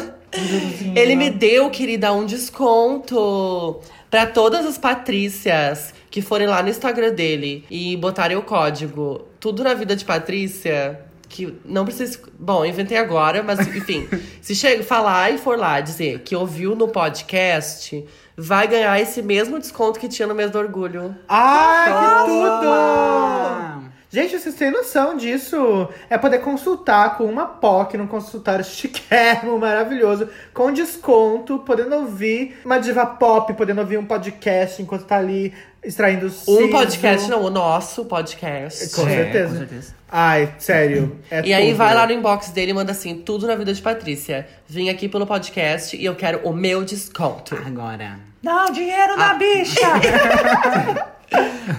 Speaker 2: Ele me deu, querida, um desconto pra todas as Patrícias que forem lá no Instagram dele e botarem o código Tudo na Vida de Patrícia. Que não precisa. Bom, inventei agora, mas enfim. se chega, falar e for lá dizer que ouviu no podcast, vai ganhar esse mesmo desconto que tinha no mês do orgulho.
Speaker 1: Ai, que tudo!
Speaker 4: Toma!
Speaker 1: Gente, vocês têm noção disso? É poder consultar com uma POC num consultório chiquérrimo, maravilhoso, com desconto, podendo ouvir uma diva pop, podendo ouvir um podcast enquanto tá ali extraindo o
Speaker 2: Um podcast, não, o nosso podcast.
Speaker 1: Com certeza.
Speaker 4: É, com certeza.
Speaker 1: Ai, sério. é
Speaker 2: E aí
Speaker 1: tudo.
Speaker 2: vai lá no inbox dele e manda assim, tudo na vida de Patrícia. Vim aqui pelo podcast e eu quero o meu desconto.
Speaker 4: Agora.
Speaker 3: Não, dinheiro na bicha!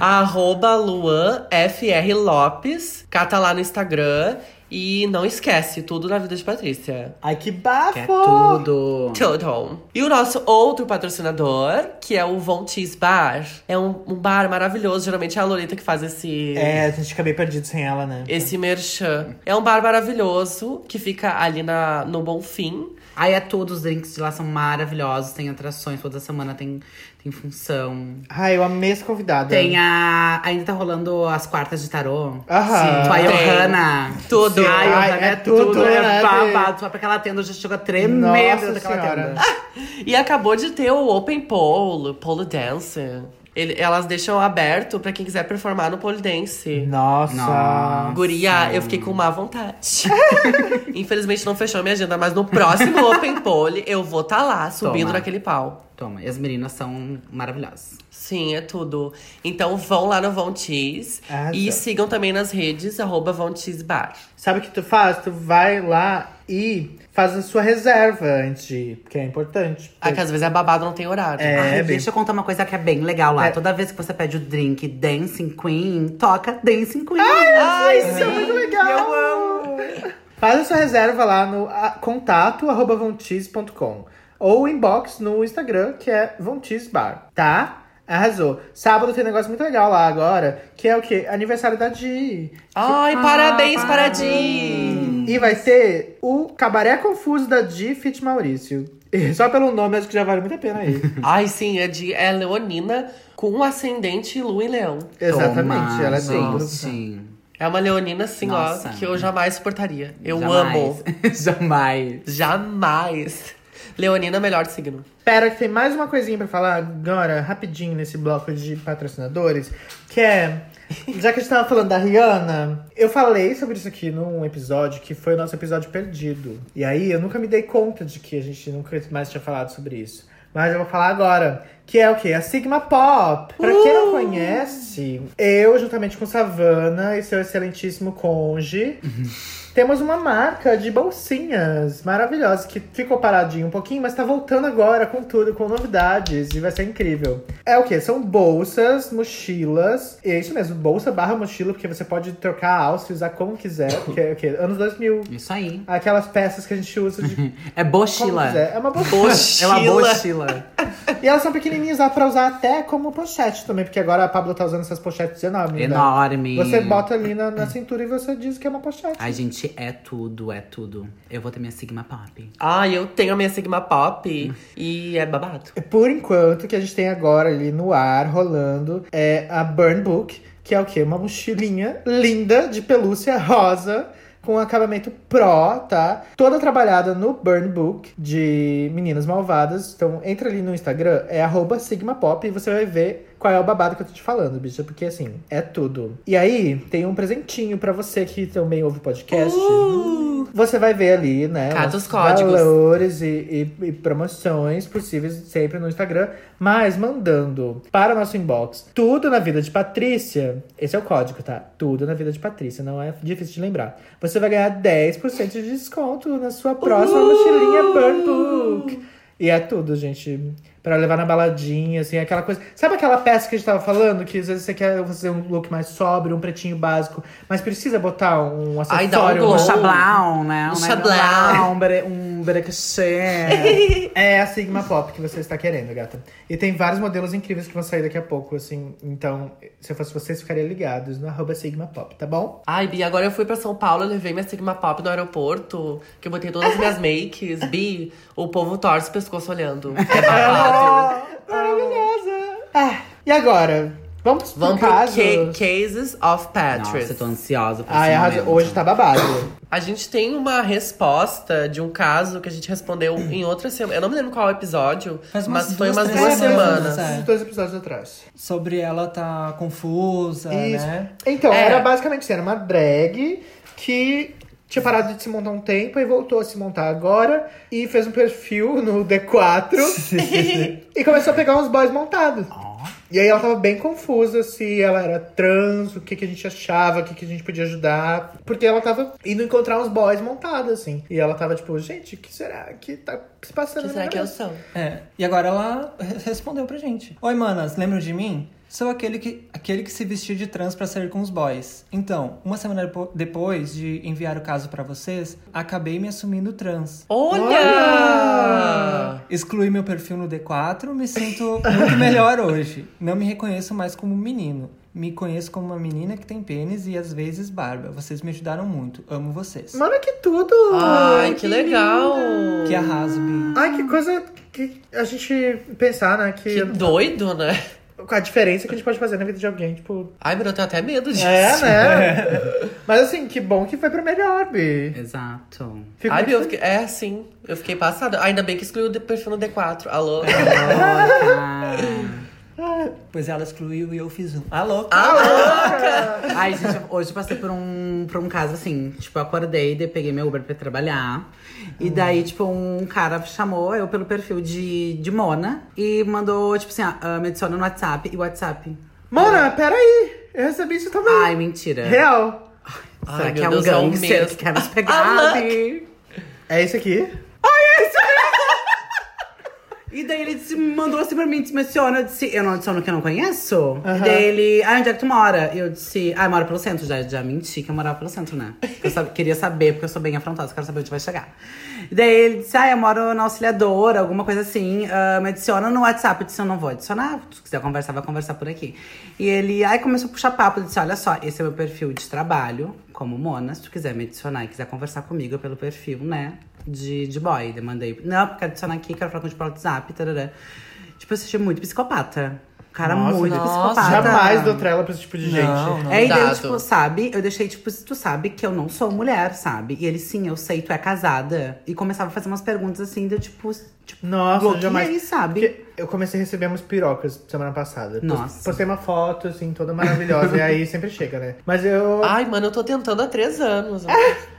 Speaker 2: Arroba Luan FR Lopes. Cata lá no Instagram. E não esquece, tudo na vida de Patrícia.
Speaker 1: Ai, que bafo!
Speaker 4: Que é
Speaker 1: Hum.
Speaker 4: tudo.
Speaker 2: Total. E o nosso outro patrocinador, que é o Von Tees Bar. É um, um bar maravilhoso. Geralmente é a Lolita que faz esse.
Speaker 1: É, a gente fica bem perdido sem ela, né?
Speaker 2: Esse merchan. É um bar maravilhoso que fica ali na, no Bonfim.
Speaker 4: Aí é tudo, os drinks de lá são maravilhosos, tem atrações, toda semana tem, tem função.
Speaker 1: Ai, eu amei esse convidado.
Speaker 4: Tem a. Ainda tá rolando as quartas de tarô.
Speaker 1: Aham.
Speaker 4: Sim. Com a
Speaker 2: Tem.
Speaker 4: Johanna.
Speaker 2: Tudo.
Speaker 4: Sim. A
Speaker 1: Ai,
Speaker 4: Johanna
Speaker 1: é
Speaker 4: é, tudo,
Speaker 1: tudo, né,
Speaker 4: é
Speaker 1: Bi?
Speaker 4: babado. Só pra aquela tenda já chegou
Speaker 1: Nossa
Speaker 4: tremendo daquela
Speaker 1: senhora.
Speaker 4: tenda.
Speaker 2: E acabou de ter o Open Polo, Polo Dance. Ele- elas deixam aberto pra quem quiser performar no Pole Dance.
Speaker 1: Nossa.
Speaker 4: Nossa.
Speaker 2: Guria, eu fiquei com má vontade. Infelizmente não fechou a minha agenda, mas no próximo Open Pole eu vou estar lá, subindo
Speaker 4: Toma.
Speaker 2: naquele pau.
Speaker 4: Toma, e as meninas são maravilhosas.
Speaker 2: Sim, é tudo. Então vão lá no Von Tees
Speaker 1: Arrasou.
Speaker 2: e sigam também nas redes, arroba Von Tees Bar.
Speaker 1: Sabe o que tu faz? Tu vai lá e faz a sua reserva antes de ir, porque é importante.
Speaker 2: Ah, que às vezes é babado, não tem horário.
Speaker 1: É,
Speaker 4: Ai,
Speaker 1: bem.
Speaker 4: deixa eu contar uma coisa que é bem legal lá.
Speaker 1: É.
Speaker 4: Toda vez que você pede o drink Dancing Queen, toca Dancing Queen.
Speaker 1: Ai, isso é muito legal! Eu amo! Faz a sua reserva lá no a- contato arroba vontis.com ou inbox no Instagram, que é vontisbar, tá? Arrasou. Sábado tem um negócio muito legal lá agora, que é o quê? Aniversário da Di.
Speaker 2: Ai, parabéns, Paradinho!
Speaker 1: E vai ter o Cabaré Confuso da Di Fit Maurício. E só pelo nome, acho que já vale muito a pena aí.
Speaker 2: Ai, sim, é, de, é leonina com um ascendente lua em leão.
Speaker 1: Exatamente,
Speaker 4: Toma,
Speaker 1: ela é membro.
Speaker 4: gente.
Speaker 2: É uma leonina, assim,
Speaker 4: Nossa.
Speaker 2: ó, que eu jamais suportaria. Eu
Speaker 4: Jamais.
Speaker 2: amo.
Speaker 4: Jamais.
Speaker 2: Jamais. Leonina, é o melhor signo.
Speaker 1: Pera, que tem mais uma coisinha pra falar agora, rapidinho, nesse bloco de patrocinadores, que é. Já que a gente tava falando da Rihanna, eu falei sobre isso aqui num episódio que foi o nosso episódio perdido. E aí eu nunca me dei conta de que a gente nunca mais tinha falado sobre isso. Mas eu vou falar agora. que é o quê? A Sigma Pop. Pra quem não conhece, eu, juntamente com Savana e seu excelentíssimo conge, temos uma marca de bolsinhas maravilhosas que ficou paradinho um pouquinho, mas tá voltando agora com tudo, com novidades e vai ser incrível. É o quê? São bolsas, mochilas, e é isso mesmo, bolsa barra mochila, porque você pode trocar a alça e usar como quiser, porque é o quê? Anos 2000.
Speaker 4: Isso aí.
Speaker 1: Aquelas peças que a gente usa de
Speaker 4: É
Speaker 1: como
Speaker 4: bochila.
Speaker 1: quiser. É uma bolsa.
Speaker 4: É uma bochila.
Speaker 1: E elas são pequenininhas, dá pra usar até como pochete também, porque agora a Pablo tá usando essas pochetes enormes. né?
Speaker 4: Enorme.
Speaker 1: Você bota ali na, na cintura e você diz que é uma pochete.
Speaker 4: Ai, gente, é tudo, é tudo. Eu vou ter minha Sigma Pop.
Speaker 2: Ah, eu tenho a minha Sigma Pop e é babado.
Speaker 1: Por enquanto, o que a gente tem agora ali no ar, rolando, é a Burn Book, que é o quê? Uma mochilinha linda de pelúcia rosa. Com acabamento pro, tá? Toda trabalhada no Burn Book de Meninas Malvadas. Então, entra ali no Instagram, é arroba SigmaPop, e você vai ver qual é o babado que eu tô te falando, bicha. Porque, assim, é tudo. E aí, tem um presentinho pra você que também ouve o podcast. Você vai ver ali, né?
Speaker 2: Cata
Speaker 1: os
Speaker 2: os códigos.
Speaker 1: Valores e, e- e promoções possíveis sempre no Instagram. Mas mandando para o nosso inbox tudo na vida de Patrícia. Esse é o código, tá? Tudo na vida de Patrícia. Não é difícil de lembrar. Você vai ganhar 10% de desconto na sua próxima
Speaker 2: Uh!
Speaker 1: mochilinha Burn Book. E é tudo, gente. Pra levar na baladinha, assim, aquela coisa. Sabe aquela peça que a gente tava falando? Que às vezes você quer fazer um look mais sóbrio, um pretinho básico, mas precisa botar um
Speaker 2: Ai,
Speaker 1: acessório.
Speaker 2: dá um
Speaker 1: uma
Speaker 2: glow.
Speaker 4: Um chablau, né?
Speaker 2: Um
Speaker 4: né?
Speaker 2: chablau.
Speaker 4: Um, bre... um brecaché.
Speaker 1: É a Sigma Pop que você está querendo, gata. E tem vários modelos incríveis que vão sair daqui a pouco, assim. Então, se eu fosse vocês, ficaria ligados no arroba Sigma Pop, tá bom?
Speaker 2: Ai, Bi, agora eu fui pra São Paulo, eu levei minha Sigma Pop no aeroporto, que eu botei todas as minhas makes. Bi, o povo torce o pescoço olhando. É babado.
Speaker 1: Maravilhosa! Ah, e agora? Vamos,
Speaker 2: Vamos
Speaker 1: pro
Speaker 2: pro
Speaker 1: caso?
Speaker 2: ca- Cases of
Speaker 4: Nossa, eu
Speaker 2: Patrice.
Speaker 4: tô ansiosa pra
Speaker 1: Ai,
Speaker 4: esse
Speaker 1: arrasou.
Speaker 4: momento.
Speaker 1: hoje tá babado.
Speaker 2: A gente tem uma resposta de um caso que a gente respondeu em outra semana. Eu não me lembro qual episódio,
Speaker 3: Faz umas
Speaker 2: mas foi
Speaker 3: duas,
Speaker 2: umas
Speaker 3: três
Speaker 2: duas
Speaker 1: É, mas
Speaker 2: semanas.
Speaker 3: semanas, é.
Speaker 1: Uns dois episódios atrás.
Speaker 3: Sobre ela tá confusa,
Speaker 1: Isso.
Speaker 3: né?
Speaker 1: Então,
Speaker 2: É.
Speaker 1: era basicamente isso, era uma drag que tinha parado de se montar um tempo e voltou a se montar agora e fez um perfil no D4 e começou a pegar uns boys montados. E aí ela tava bem confusa se ela era trans, o que, que a gente achava, o que, que a gente podia ajudar. Porque ela tava indo encontrar uns boys montados, assim. E ela tava tipo, gente, o que será que tá se passando
Speaker 2: Que
Speaker 1: na
Speaker 2: será
Speaker 1: minha
Speaker 2: que eu
Speaker 1: cabeça?"
Speaker 2: sou?
Speaker 3: É. E agora ela re- respondeu pra gente. Oi, manas, lembram de mim? Sou aquele que, aquele que se vestiu de trans pra sair com os boys. Então, uma semana depo- depois de enviar o caso pra vocês, acabei me assumindo trans.
Speaker 2: Olha!
Speaker 3: Excluí meu perfil no D4, me sinto muito melhor hoje. Não me reconheço mais como menino. Me conheço como uma menina que tem pênis e às vezes barba. Vocês me ajudaram muito. Amo vocês.
Speaker 1: Mano, que tudo!
Speaker 2: Ai, que legal!
Speaker 3: Que arraso, Bi.
Speaker 1: Ai, que coisa que a gente pensar, né? Que,
Speaker 2: Que doido, né?
Speaker 1: com a diferença que a gente pode fazer na vida de alguém, tipo.
Speaker 2: Ai, meu, eu tenho até medo disso.
Speaker 1: É, né? Mas assim, que bom que foi pro melhor, Bi.
Speaker 4: Exato.
Speaker 1: Fico
Speaker 2: Ai,
Speaker 1: muito
Speaker 2: meu, eu
Speaker 1: feliz.
Speaker 2: fiquei- é, sim. Eu fiquei passada. Ainda bem que excluiu o de- perfil no D4. Alô?
Speaker 4: É. Nossa.
Speaker 3: Pois ela excluiu e eu fiz um. Alô?
Speaker 2: Ah,
Speaker 4: Ai, gente, eu- hoje eu passei por um, por um caso assim. Tipo, eu acordei, daí peguei meu Uber pra trabalhar. E
Speaker 1: Hum.
Speaker 4: daí, tipo, um cara chamou eu pelo perfil de, de Mona e mandou, tipo assim, ah, ah, me adiciona no WhatsApp. E o WhatsApp.
Speaker 1: Mona, peraí. Eu recebi isso também.
Speaker 4: Ai, mentira.
Speaker 1: Real.
Speaker 2: Ai,
Speaker 4: Será que
Speaker 2: meu
Speaker 4: é um
Speaker 2: Deus, é Ah, o
Speaker 4: gangster
Speaker 2: mesmo.
Speaker 4: que quer nos
Speaker 2: Alô?
Speaker 4: pegar? Bi?
Speaker 1: É isso aqui?
Speaker 4: E daí ele disse- mandou assim pra mim, disse, me adiciona. Eu disse, eu não adiciono que eu não conheço? E daí ele, ah, onde é que tu mora? E eu disse, ah, eu moro pelo centro. Já, já menti que eu morava pelo centro, né? Porque Eu sabe- queria saber, porque eu sou bem afrontosa, eu quero saber onde vai chegar. E daí ele disse, ah, eu moro na Auxiliadora, alguma coisa assim. ah, me adiciona no WhatsApp. Eu disse, eu não vou adicionar. Se quiser conversar, vai conversar por aqui. E ele, aí começou a puxar papo. Eu disse, olha só, esse é meu perfil de trabalho, como Mona. Se tu quiser me adicionar e quiser conversar comigo é pelo perfil, né? De, de boy, demandei. Não, porque quero adicionar aqui, quero falar com o tipo WhatsApp, tarará. Tipo, eu achei muito psicopata. O cara
Speaker 1: Nossa,
Speaker 4: muito
Speaker 2: nossa,
Speaker 4: psicopata.
Speaker 1: Jamais dou trela pra esse tipo de gente.
Speaker 3: não.
Speaker 4: É, e daí, eu,
Speaker 2: Dado.
Speaker 4: tipo, sabe? Eu deixei, tipo, se tu sabe que eu não sou mulher, sabe? E ele, sim, eu sei, tu é casada. E começava a fazer umas perguntas assim, deu tipo,
Speaker 1: Nossa, eu
Speaker 4: Bloqueia
Speaker 1: jamais.
Speaker 4: aí, sabe?
Speaker 1: Porque eu comecei a receber umas pirocas semana passada. Pos-
Speaker 4: Nossa.
Speaker 1: Postei uma foto, assim, toda maravilhosa. e aí sempre chega, né? Mas eu.
Speaker 4: Ah.
Speaker 2: Ai, mano, eu tô tentando há três anos.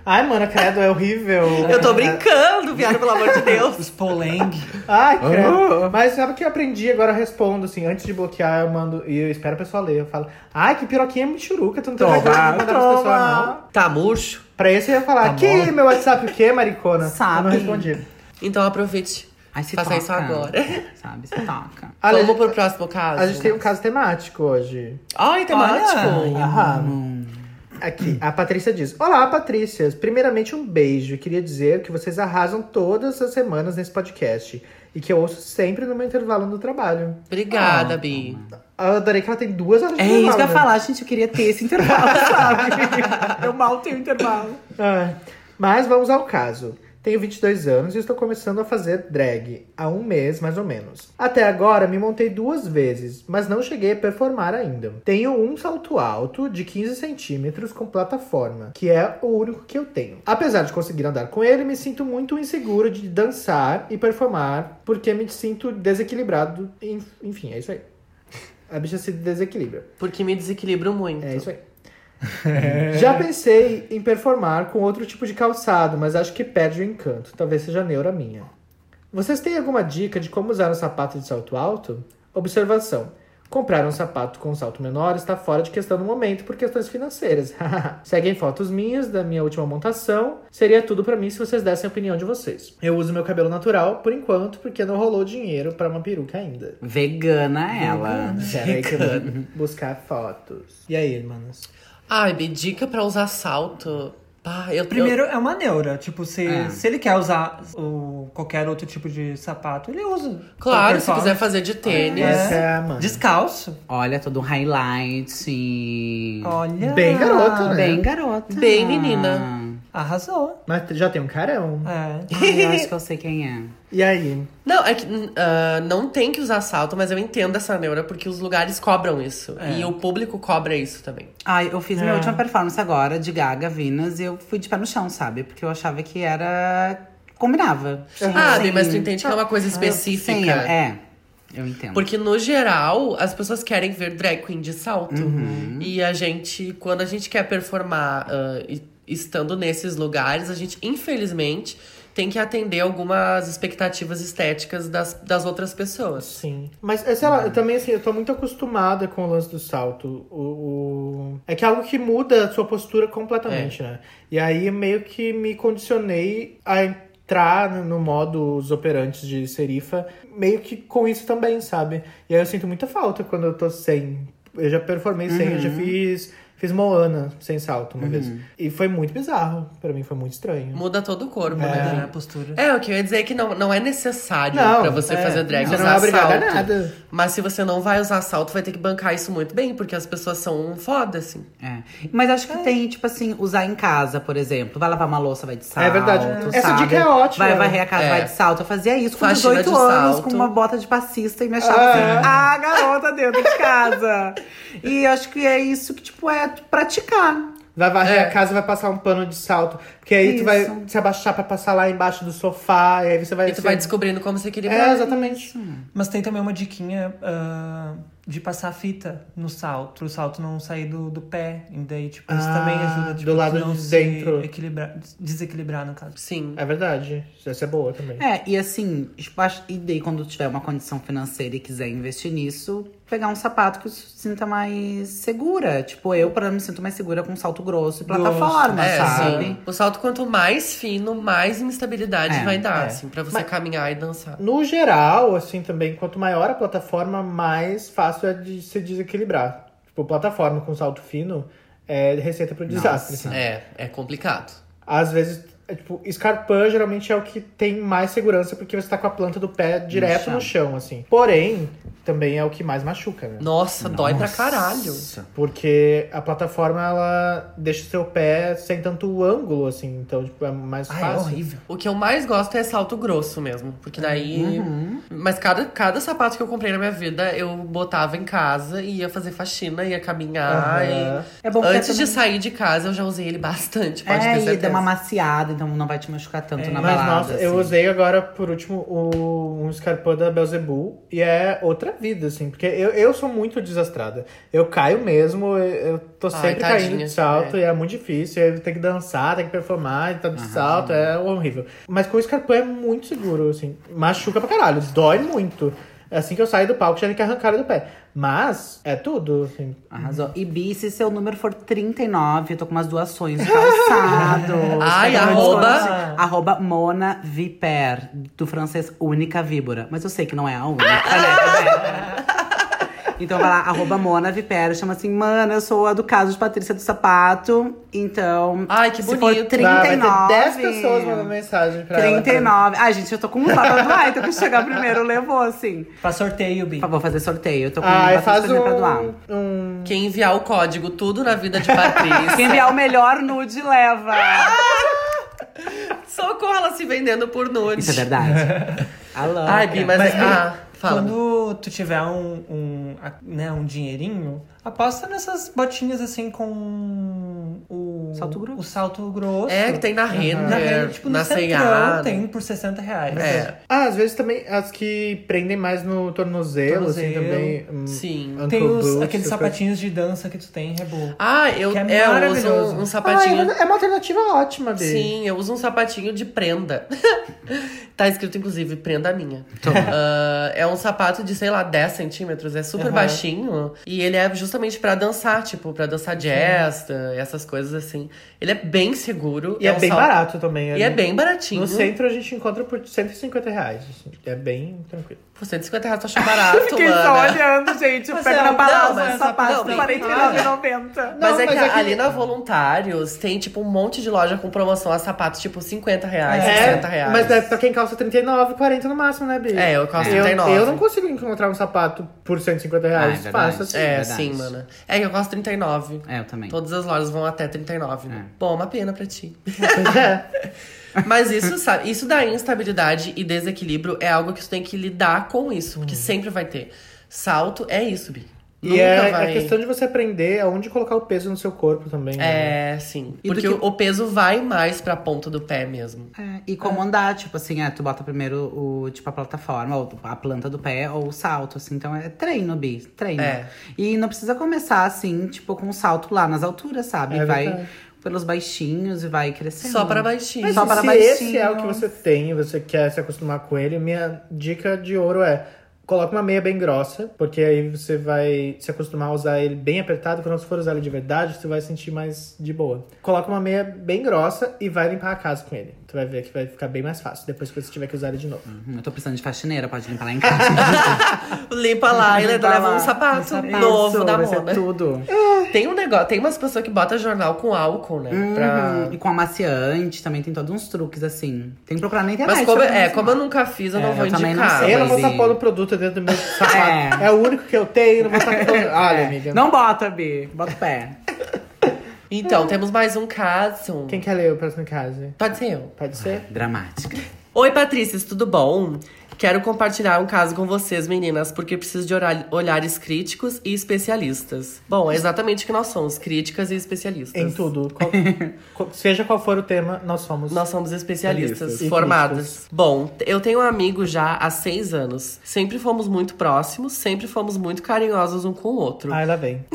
Speaker 1: Ai, mano, credo, é horrível.
Speaker 2: Eu tô brincando, viado, pelo amor de Deus.
Speaker 3: Os polengue.
Speaker 1: Ai,
Speaker 4: Ah.
Speaker 1: credo. Mas sabe o que eu aprendi? Agora eu respondo, assim, antes de bloquear, eu mando. E eu espero a pessoa ler. Eu falo, ai, que piroquinha michuruca, tu não tem
Speaker 4: Toma,
Speaker 1: vergonha de mandar pras pessoas,
Speaker 4: toma.
Speaker 1: não.
Speaker 2: Tá murcho?
Speaker 1: Pra esse eu ia falar,
Speaker 3: Tá
Speaker 1: que
Speaker 3: bom.
Speaker 1: meu WhatsApp o quê, maricona?
Speaker 4: Sabe.
Speaker 1: Eu não respondi.
Speaker 2: Então aproveite.
Speaker 4: Aí se
Speaker 2: Faça
Speaker 4: toca.
Speaker 2: isso agora.
Speaker 4: Sabe, se toca.
Speaker 1: Olha,
Speaker 2: Vamos pro próximo caso.
Speaker 1: A gente tem um caso temático hoje.
Speaker 2: Ai,
Speaker 4: tá
Speaker 2: temático.
Speaker 3: Olha.
Speaker 4: é
Speaker 1: Aham. Aqui, a Patrícia diz: Olá, Patrícias. Primeiramente, um beijo. Queria dizer que vocês arrasam todas as semanas nesse podcast e que eu ouço sempre no meu intervalo no trabalho. Ah,
Speaker 2: Obrigada, Bi.
Speaker 1: Eu adorei que ela tem duas horas de
Speaker 4: É isso que eu ia
Speaker 1: intervalo, né?
Speaker 4: falar, gente. Eu queria ter esse intervalo, sabe? Eu mal tenho intervalo.
Speaker 1: né? Ah, Mas vamos ao caso. Tenho 22 anos e estou começando a fazer drag há um mês, mais ou menos. Até agora me montei duas vezes, mas não cheguei a performar ainda. Tenho um salto alto de 15 centímetros com plataforma, que é o único que eu tenho. Apesar de conseguir andar com ele, me sinto muito inseguro de dançar e performar, porque me sinto desequilibrado. Enf- Enfim, é isso aí. A bicha se desequilibra.
Speaker 2: Porque me desequilibro muito.
Speaker 1: É isso aí. Já pensei em performar com outro tipo de calçado, mas acho que perde o encanto. Talvez seja neura minha. Vocês têm alguma dica de como usar um sapato de salto alto? Observação. Comprar um sapato com salto menor está fora de questão no momento por questões financeiras. Seguem fotos minhas da minha última montação. Seria tudo pra mim se vocês dessem a opinião de vocês. Eu uso meu cabelo natural por enquanto porque não rolou dinheiro pra uma peruca ainda.
Speaker 4: Vegana ela.
Speaker 1: Peraí que eu vou buscar fotos. E aí, manas?
Speaker 2: Ai, Bi, dica pra usar salto. Pá, eu,
Speaker 3: Primeiro, é uma neura. Tipo, se,
Speaker 4: É.
Speaker 3: se ele quer usar o, qualquer outro tipo de sapato, ele usa.
Speaker 2: eu- claro,
Speaker 3: Pra
Speaker 2: se quiser
Speaker 3: performance.
Speaker 2: fazer de tênis.
Speaker 1: Essa é a Amanda.
Speaker 3: Descalço.
Speaker 4: Olha, todo um highlight.
Speaker 3: Olha.
Speaker 1: Bem garoto, né?
Speaker 4: Bem garota.
Speaker 2: Bem menina.
Speaker 3: Arrasou.
Speaker 1: Mas já tem um carão.
Speaker 3: É.
Speaker 4: Ai, Ah, eu acho que eu sei quem é.
Speaker 1: E aí?
Speaker 2: Não, é que hum, ah, não tem que usar salto, mas eu entendo essa neura, porque os lugares cobram isso. E o público cobra isso também.
Speaker 4: Ai, eu fiz minha
Speaker 3: É.
Speaker 4: última performance agora de Gaga Vinas e eu fui de pé no chão, sabe? Porque eu achava que era. combinava.
Speaker 2: ah,
Speaker 4: Sim.
Speaker 2: Bi, mas tu entende que é uma coisa específica.
Speaker 4: Sim, é. Eu entendo.
Speaker 2: Porque no geral, as pessoas querem ver drag queen de salto.
Speaker 1: Uhum.
Speaker 2: E a gente, quando a gente quer performar ah, e- estando nesses lugares, a gente, infelizmente, tem que atender algumas expectativas estéticas das, das outras pessoas.
Speaker 1: Sim. Mas, é, sei lá, eu também, assim, eu tô muito acostumada com o lance do salto. O, o- É que é algo que muda a sua postura completamente, né? E aí, meio que me condicionei a entrar no, no modo os operantes de serifa, meio que com isso também, sabe? E aí eu sinto muita falta quando eu tô sem. Eu já performei sem, eu já fiz... Fiz Moana sem salto uma vez. E foi muito bizarro. Pra mim foi muito estranho.
Speaker 2: Muda todo o corpo,
Speaker 3: É.
Speaker 2: né?
Speaker 3: a postura.
Speaker 2: É, o que eu ia dizer é que não, não é necessário
Speaker 1: Não,
Speaker 2: pra você
Speaker 1: é.
Speaker 2: fazer drag
Speaker 1: Você
Speaker 2: usar
Speaker 1: não é obrigada a
Speaker 2: salto.
Speaker 1: nada.
Speaker 2: Mas se você não vai usar salto, vai ter que bancar isso muito bem, porque as pessoas são foda, assim.
Speaker 4: É. Mas acho que tem, tipo assim, usar em casa, por exemplo. Vai lavar uma louça, vai de salto.
Speaker 1: É verdade. Essa
Speaker 4: sabe?
Speaker 1: dica é ótima.
Speaker 4: Vai varrer a casa,
Speaker 2: É.
Speaker 4: vai de salto. Eu fazia isso com
Speaker 2: Faxina
Speaker 4: 18
Speaker 2: de
Speaker 4: anos,
Speaker 2: salto.
Speaker 4: com uma bota de passista e me achava
Speaker 1: É.
Speaker 4: assim, ah, garota dentro de casa. e acho que é isso que, tipo, é praticar.
Speaker 1: Vai varrer
Speaker 2: É.
Speaker 1: a casa, vai passar um pano de salto. Porque aí tu vai
Speaker 4: Isso.
Speaker 1: se abaixar pra passar lá embaixo do sofá. E aí você vai.
Speaker 2: E tu
Speaker 1: ser-
Speaker 2: vai descobrindo como você queria.
Speaker 1: É, exatamente.
Speaker 3: Mas tem também uma diquinha ah, de passar fita no salto, pro salto não sair do, do pé. E daí, tipo, isso
Speaker 1: Ah,
Speaker 3: também ajuda, tipo,
Speaker 1: do lado
Speaker 3: não
Speaker 1: de
Speaker 3: se
Speaker 1: dentro.
Speaker 3: equilibrar, desequilibrar, no caso.
Speaker 2: Sim.
Speaker 1: É verdade. Essa é boa também.
Speaker 4: É, e assim, tipo, acho- e daí quando tiver uma condição financeira e quiser investir nisso, pegar um sapato que se sinta mais segura. Tipo, eu, para me sinto mais segura com salto grosso e
Speaker 3: Grosso.
Speaker 4: plataforma,
Speaker 2: É,
Speaker 4: sabe?
Speaker 2: sim. O salto, quanto mais fino, mais instabilidade
Speaker 4: É,
Speaker 2: vai dar,
Speaker 3: é.
Speaker 2: assim, pra você caminhar e dançar.
Speaker 1: No geral, assim também, quanto maior a plataforma, mais fácil é de se desequilibrar. Tipo, plataforma com salto fino é receita pro desastre. assim.
Speaker 2: É, é complicado.
Speaker 1: Às vezes, é, tipo, escarpão geralmente é o que tem mais segurança porque você tá com a planta do pé direto
Speaker 4: chão.
Speaker 1: no chão, assim. Porém, também é o que mais machuca, né?
Speaker 2: Nossa, dói pra caralho.
Speaker 1: Porque a plataforma, ela deixa o seu pé sem tanto ângulo, assim. Então, tipo, é mais
Speaker 3: Ah, é
Speaker 1: fácil.
Speaker 3: horrível.
Speaker 4: Uhum.
Speaker 2: O que eu mais gosto é salto grosso mesmo, porque daí Mas cada, cada sapato que eu comprei na minha vida, eu botava em casa e ia fazer faxina, ia caminhar.
Speaker 1: Aham.
Speaker 2: E...
Speaker 4: É bom porque
Speaker 2: Antes
Speaker 4: é
Speaker 2: de
Speaker 4: tudo-
Speaker 2: sair de casa, eu já usei ele bastante, pode ter
Speaker 4: É, e
Speaker 2: certeza. É,
Speaker 4: dá uma maciada, então não vai te machucar tanto na
Speaker 1: Mas
Speaker 4: balada.
Speaker 1: nossa, eu
Speaker 4: assim.
Speaker 1: usei agora, por último, o, um escarpão da Belzebu e é outra vida, assim, porque eu, eu sou muito desastrada. Eu caio mesmo, eu, eu tô
Speaker 2: Ai,
Speaker 1: sempre caindo
Speaker 2: tadinha,
Speaker 1: de salto e é muito difícil. Eu tenho que dançar, tem que performar, e tá de salto, é horrível. Mas com o escarpão é muito seguro, assim, machuca pra caralho, dói muito. Assim que eu saio do palco, já tem que arrancar do pé. Mas é tudo, assim.
Speaker 4: Arrasou. E Bi, se seu número for 39, eu tô com umas doações de calçado.
Speaker 2: Ai,
Speaker 4: Instagram
Speaker 2: arroba-
Speaker 4: desconhecido. Arroba Mona Viper, do francês Única Víbora. Mas eu sei que não é a única, né? Então vai lá, arroba Mona Viper, chama assim, mana, eu sou a do caso de Patrícia do Sapato. Então.
Speaker 2: Ai, que
Speaker 4: se
Speaker 2: bonito.
Speaker 4: For
Speaker 1: Vai,
Speaker 4: 39.
Speaker 1: Ah, vai ter 10 pessoas mandando mensagem pra ela.
Speaker 4: 39. Ai, gente, eu tô com um lá pra doar, então que chegar primeiro levou, assim.
Speaker 3: Pra sorteio, Bi.
Speaker 4: Vou fazer sorteio, eu tô com
Speaker 1: Ai,
Speaker 4: bastante
Speaker 1: faz
Speaker 4: coisinha pra doar.
Speaker 1: Ah, um, um
Speaker 2: Quem enviar o código Tudo na Vida de Patrícia.
Speaker 4: Quem enviar o melhor nude leva.
Speaker 2: Socorro ela se vendendo por nudes.
Speaker 4: Isso é verdade. Alô.
Speaker 2: Ai, Bi, mas.
Speaker 3: Mas, Bi,
Speaker 2: ah, fala.
Speaker 3: Quando tu tiver um, um, a- né, um dinheirinho, aposta nessas botinhas assim com o
Speaker 4: Salto grosso.
Speaker 3: O salto grosso.
Speaker 2: É, que tem na Renner,
Speaker 3: Na
Speaker 1: é,
Speaker 3: renda, tipo, no
Speaker 2: na
Speaker 3: Centrão
Speaker 2: C&A.
Speaker 1: né?
Speaker 3: tem né? por 60 reais.
Speaker 2: É.
Speaker 1: Ah, às vezes também as que prendem mais no tornozelo, assim,
Speaker 3: Tornozelo.
Speaker 1: também. hum,
Speaker 2: Sim.
Speaker 1: ankle
Speaker 3: Tem os,
Speaker 1: boots,
Speaker 3: aqueles
Speaker 1: essas coisas.
Speaker 3: sapatinhos de dança que tu tem, Rebu.
Speaker 2: Ah, eu,
Speaker 3: Que é
Speaker 2: é, eu uso
Speaker 3: maravilhoso.
Speaker 2: um, um sapatinho.
Speaker 1: Ah, é uma alternativa ótima, Bi.
Speaker 2: Sim, eu uso um sapatinho de prenda. tá escrito, inclusive, prenda minha. Ah, é um sapato de, sei lá, 10 centímetros. É super
Speaker 3: Aham.
Speaker 2: baixinho. E ele é justamente pra dançar, tipo, pra dançar jazz, ah, essas coisas assim. Ele é bem seguro.
Speaker 1: E é,
Speaker 2: um
Speaker 1: bem
Speaker 2: sal-
Speaker 1: barato também.
Speaker 2: E
Speaker 1: ali.
Speaker 3: né?
Speaker 2: é bem baratinho.
Speaker 1: No centro a gente encontra por 150 reais. assim, É bem tranquilo.
Speaker 2: Por 150 reais, tu acha barato,
Speaker 4: Fiquei só
Speaker 2: Ana.
Speaker 4: olhando, gente. Eu
Speaker 3: Mas
Speaker 4: pego
Speaker 3: é,
Speaker 4: na
Speaker 2: um
Speaker 3: não,
Speaker 4: balança
Speaker 2: mas-
Speaker 4: do sapato,
Speaker 2: não, bem-
Speaker 4: 49,90.
Speaker 2: Mas
Speaker 1: Não,
Speaker 2: é
Speaker 1: mas
Speaker 2: que
Speaker 1: é que-
Speaker 2: ali na Voluntários tem, tipo, um monte de loja com promoção a sapatos, tipo, 50 reais,
Speaker 3: É,
Speaker 2: 60 reais.
Speaker 1: mas é pra quem calça 39, 40 no máximo, né, Bi?
Speaker 2: É, eu calço 39.
Speaker 1: Eu, não consigo encontrar um sapato por 150
Speaker 4: Ah, é
Speaker 1: reais.
Speaker 4: verdade.
Speaker 1: Fácil, assim.
Speaker 2: É,
Speaker 4: Verdade.
Speaker 2: sim, mana. É que eu gosto 39.
Speaker 4: É, eu também.
Speaker 2: Todas as lojas vão até 39. né?
Speaker 4: É.
Speaker 2: Bom, uma pena pra ti.
Speaker 1: É.
Speaker 2: Mas isso, sabe, isso da instabilidade e desequilíbrio é algo que tu tem que lidar com isso, porque sempre vai ter. Salto é isso, Bi.
Speaker 1: Hum. E
Speaker 2: Nunca
Speaker 1: é
Speaker 2: vai.
Speaker 1: a questão de você aprender aonde colocar o peso no seu corpo também. né?
Speaker 2: É, sim.
Speaker 4: E do
Speaker 2: Porque
Speaker 4: que-
Speaker 2: o peso vai mais pra ponta do pé mesmo.
Speaker 4: É, e como andar, tipo assim, é, tu bota primeiro o, tipo, a plataforma, ou a planta do pé, ou o salto, assim. Então é treino, Bi, treino.
Speaker 2: É.
Speaker 4: E não precisa começar assim, tipo, com o salto lá nas alturas, sabe?
Speaker 1: É
Speaker 4: vai
Speaker 1: verdade.
Speaker 4: pelos baixinhos e vai crescendo.
Speaker 2: Só para baixinho.
Speaker 1: Mas
Speaker 4: Só para
Speaker 1: se esse
Speaker 4: baixinho.
Speaker 1: é o que você tem e você quer se acostumar com ele, minha dica de ouro é coloque uma meia bem grossa, porque aí você vai se acostumar a usar ele bem apertado. Quando você for usar ele de verdade, você vai sentir mais de boa. Coloca uma meia bem grossa e vai limpar a casa com ele. Tu vai ver que vai ficar bem mais fácil depois que você tiver que usar ele de novo.
Speaker 4: Hum, eu tô precisando de faxineira, pode limpar lá em casa.
Speaker 2: Limpa lá e
Speaker 4: Limpa
Speaker 2: leva
Speaker 4: lá.
Speaker 2: um sapato
Speaker 4: Isso,
Speaker 2: novo da
Speaker 4: vai ser
Speaker 2: moda.
Speaker 4: tudo.
Speaker 2: Tem um negócio, tem umas pessoas que botam jornal com álcool, né? pra-
Speaker 4: Uhum, E com amaciante também tem todos uns truques, assim. Tem que procurar na internet.
Speaker 2: Mas como,
Speaker 4: sobre
Speaker 2: é,
Speaker 4: isso.
Speaker 2: como eu nunca fiz, eu
Speaker 4: É,
Speaker 2: não vou
Speaker 4: eu também não
Speaker 2: indicar.
Speaker 4: sei.
Speaker 1: eu não vou
Speaker 4: mas
Speaker 1: estar
Speaker 4: e-
Speaker 1: pondo produto dentro do meu sapato.
Speaker 4: É.
Speaker 1: É. o único que eu tenho, não vou estar pondo. Olha, amiga.
Speaker 4: Não bota, Bi. Bota o pé. Hum.
Speaker 2: Então, temos mais um caso.
Speaker 1: Quem quer ler o próximo caso?
Speaker 2: Pode ser eu.
Speaker 1: Pode
Speaker 4: Ah.
Speaker 1: ser?
Speaker 4: Dramática.
Speaker 2: Oi, Patrícias, tudo bom? Quero compartilhar um caso com vocês, meninas, porque preciso de ora- olhares críticos e especialistas. Bom, é exatamente o que nós somos, críticas e especialistas.
Speaker 1: Em tudo. Qual- qual- seja qual for o tema, nós somos.
Speaker 2: Nós somos especialistas
Speaker 1: Especialistas.
Speaker 2: formadas. Bom, eu tenho um amigo já há seis anos. Sempre fomos muito próximos, sempre fomos muito carinhosos um com o outro.
Speaker 1: Ah, ela vem.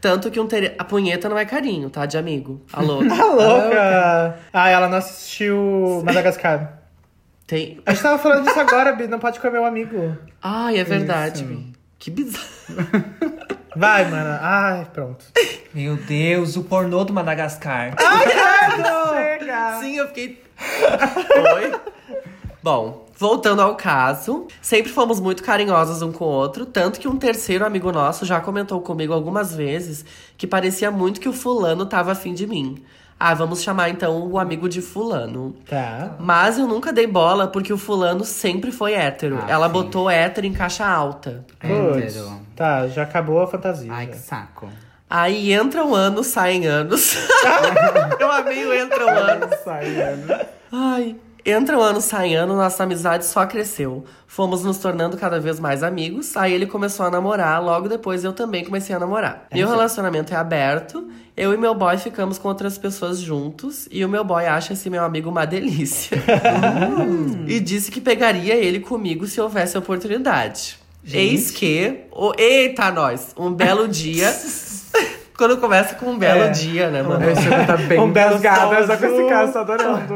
Speaker 2: Tanto que um tere- a punheta não é carinho, tá? De amigo. Alô?
Speaker 1: Tá louca! Ah, ela não assistiu Madagascar.
Speaker 2: Tem...
Speaker 1: A gente tava falando disso agora, Bi. Não pode comer um amigo.
Speaker 2: Ai, é verdade, Bi. Que bizarro.
Speaker 1: Vai, mana. Ai, pronto.
Speaker 3: Meu Deus, o pornô do Madagascar.
Speaker 1: Chega!
Speaker 2: Sim, eu fiquei. Oi? Bom, voltando ao caso, sempre fomos muito carinhosos um com o outro, tanto que um terceiro amigo nosso já comentou comigo algumas vezes que parecia muito que o fulano tava afim de mim. Ah, vamos chamar então o amigo de fulano.
Speaker 1: Tá.
Speaker 2: Mas eu nunca dei bola porque o fulano sempre foi hétero.
Speaker 4: Ah,
Speaker 2: Ela
Speaker 4: sim.
Speaker 2: botou hétero em caixa alta.
Speaker 1: Putz.
Speaker 4: Hétero.
Speaker 1: Tá, já acabou a fantasia.
Speaker 4: Ai, que saco.
Speaker 2: Aí entram anos, saem anos. eu amei o entram anos.
Speaker 1: Sai, Ana.
Speaker 2: Ai. Entra um ano, sai ano, nossa amizade só cresceu. Fomos nos tornando cada vez mais amigos. Aí ele começou a namorar, logo depois eu também comecei a namorar. Meu relacionamento é aberto. Eu e meu boy ficamos com outras pessoas juntos. E o meu boy acha esse meu amigo uma delícia. e disse que pegaria ele comigo se houvesse oportunidade. Eis que. o eita, nós! Um belo dia. Quando começa com um belo
Speaker 1: É.
Speaker 2: dia, né, mano?
Speaker 5: Esse filme tá bem
Speaker 1: Um belo
Speaker 5: pesado,
Speaker 1: solto.
Speaker 5: só com esse caso, tô adorando.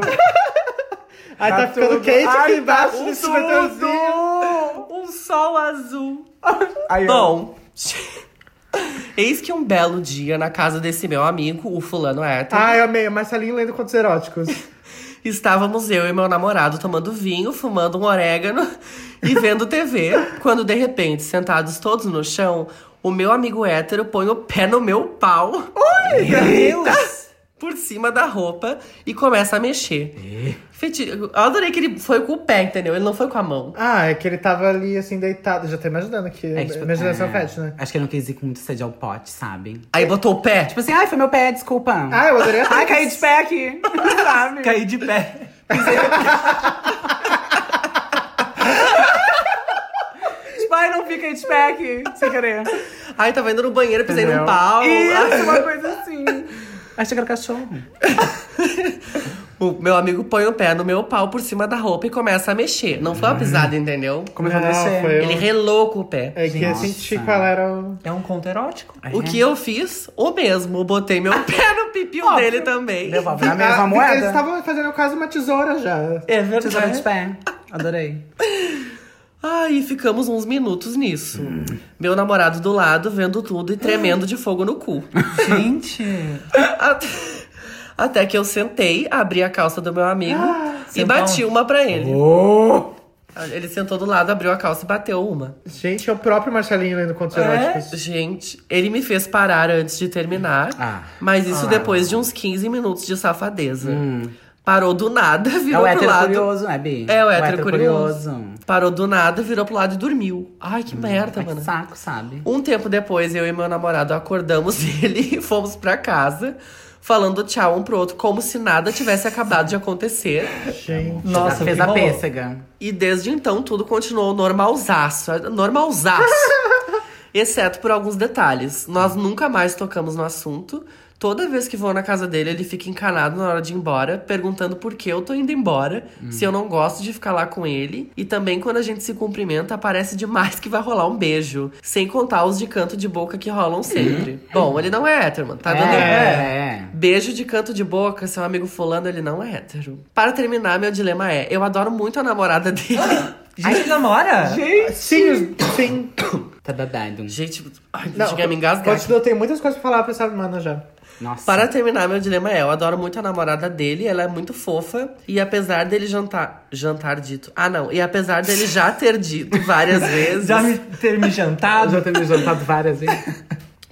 Speaker 1: Aí tá,
Speaker 5: Tá
Speaker 1: ficando
Speaker 5: tudo.
Speaker 1: quente
Speaker 5: Ai, tá
Speaker 1: aqui embaixo
Speaker 5: um
Speaker 1: desse
Speaker 5: tudo.
Speaker 1: cobertorzinho.
Speaker 2: Um sol azul.
Speaker 5: Aí, ó.
Speaker 2: Bom. Eis que um belo dia, na casa desse meu amigo, o fulano hétero,
Speaker 1: Ai, amei. Marcelinho lendo contos eróticos.
Speaker 2: estávamos eu e meu namorado tomando vinho, fumando um orégano e vendo TV, quando de repente, sentados todos no chão, o meu amigo hétero põe o pé no meu pau
Speaker 3: Meu Deus!
Speaker 2: por cima da roupa e começa a mexer. Feti- Eu adorei que ele foi com o pé, entendeu? Ele não foi com a mão.
Speaker 1: Ah, é que ele tava ali, assim, deitado. Já tô imaginando que...
Speaker 4: É, tipo,
Speaker 1: imaginação
Speaker 4: é,
Speaker 1: fértil, né?
Speaker 4: Acho que ele não quis ir com muito sede ao pote, sabe?
Speaker 2: Aí botou o pé.
Speaker 4: Tipo assim, ai, foi meu pé, desculpa.
Speaker 1: Ah, eu adorei essa-
Speaker 4: Ai, caí de pé aqui, sabe?
Speaker 3: Caí de pé.
Speaker 4: Tipo, ai, não fica de pé aqui, sem querer.
Speaker 2: Ai, tava indo no banheiro, pisei num
Speaker 5: Entendeu?
Speaker 2: pau.
Speaker 5: é
Speaker 4: Isso, uma coisa assim.
Speaker 5: Achei que era cachorro.
Speaker 2: O meu amigo põe o pé no meu pau por cima da roupa e começa a mexer. Não foi uma pisada, entendeu?
Speaker 5: Começou a
Speaker 1: Não,
Speaker 5: mexer.
Speaker 1: foi- um-
Speaker 2: Ele relou com o pé.
Speaker 1: É que eu
Speaker 4: Nossa.
Speaker 1: senti qual era o...
Speaker 3: É um conto erótico.
Speaker 2: O que eu fiz? O mesmo. Botei meu pé no pipiu dele também.
Speaker 4: Devolve na
Speaker 1: Ah,
Speaker 4: mesma
Speaker 1: Eles
Speaker 4: moeda.
Speaker 1: estavam fazendo quase uma tesoura já.
Speaker 2: É
Speaker 4: Tesoura
Speaker 2: verdade.
Speaker 4: de pé. Adorei.
Speaker 2: Ai, ficamos uns minutos nisso. Meu namorado do lado, vendo tudo e tremendo de fogo no cu.
Speaker 3: Gente,
Speaker 2: Até- Até que eu sentei, abri a calça do meu amigo e
Speaker 3: sentou?
Speaker 2: bati uma pra ele.
Speaker 4: É
Speaker 2: Ele sentou do lado, abriu a calça e bateu uma.
Speaker 1: Gente, é o próprio Marcelinho lendo contos eróticos.
Speaker 2: Gente, ele me fez parar antes de terminar,
Speaker 4: Ah. Hum.
Speaker 2: mas isso depois de uns 15 minutos de safadeza. Parou do nada,
Speaker 4: É
Speaker 2: virou
Speaker 4: o
Speaker 2: pro
Speaker 4: hétero
Speaker 2: lado.
Speaker 4: curioso, né, Bi?
Speaker 2: É o hétero curioso. Parou do nada, virou pro lado e dormiu. Ai, que merda,
Speaker 4: Hum, Ai, que
Speaker 2: mano.
Speaker 4: saco, sabe?
Speaker 2: Um tempo depois, eu e meu namorado acordamos ele e fomos pra casa, falando tchau um pro outro, como se nada tivesse acabado de acontecer.
Speaker 1: Gente.
Speaker 3: nossa,
Speaker 4: fez
Speaker 3: que
Speaker 4: a
Speaker 3: rolou.
Speaker 4: pêssega.
Speaker 2: E desde então tudo continuou normalzaço. Normalzaço. Exceto por alguns detalhes. Nós nunca mais tocamos no assunto. Toda vez que vou na casa dele, ele fica encanado na hora de ir embora, perguntando por que eu tô indo embora, se eu não gosto de ficar lá com ele. E também quando a gente se cumprimenta, parece demais que vai rolar um beijo. Sem contar os de canto de boca que rolam sempre. Bom, ele não é hétero, mano. Tá dando
Speaker 4: é, é.
Speaker 2: Beijo de canto de boca, seu amigo fulano, ele não é hétero. Para terminar, meu dilema é: eu adoro muito a namorada dele.
Speaker 3: Gente, ele namora?
Speaker 1: Sim, os- sim.
Speaker 4: Tá dadado.
Speaker 2: Gente, ai,
Speaker 1: Não,
Speaker 2: cheguei a me engasgar. aqui.
Speaker 1: Continua, tem muitas coisas pra falar pra essa mana já.
Speaker 4: Nossa.
Speaker 2: Para terminar, meu dilema é: eu adoro muito a namorada dele, ela é muito fofa. E apesar dele jantar. Jantar dito. Ah, não. E apesar dele já ter dito várias vezes
Speaker 3: Já me, ter me jantado?
Speaker 5: Já teve jantado várias vezes.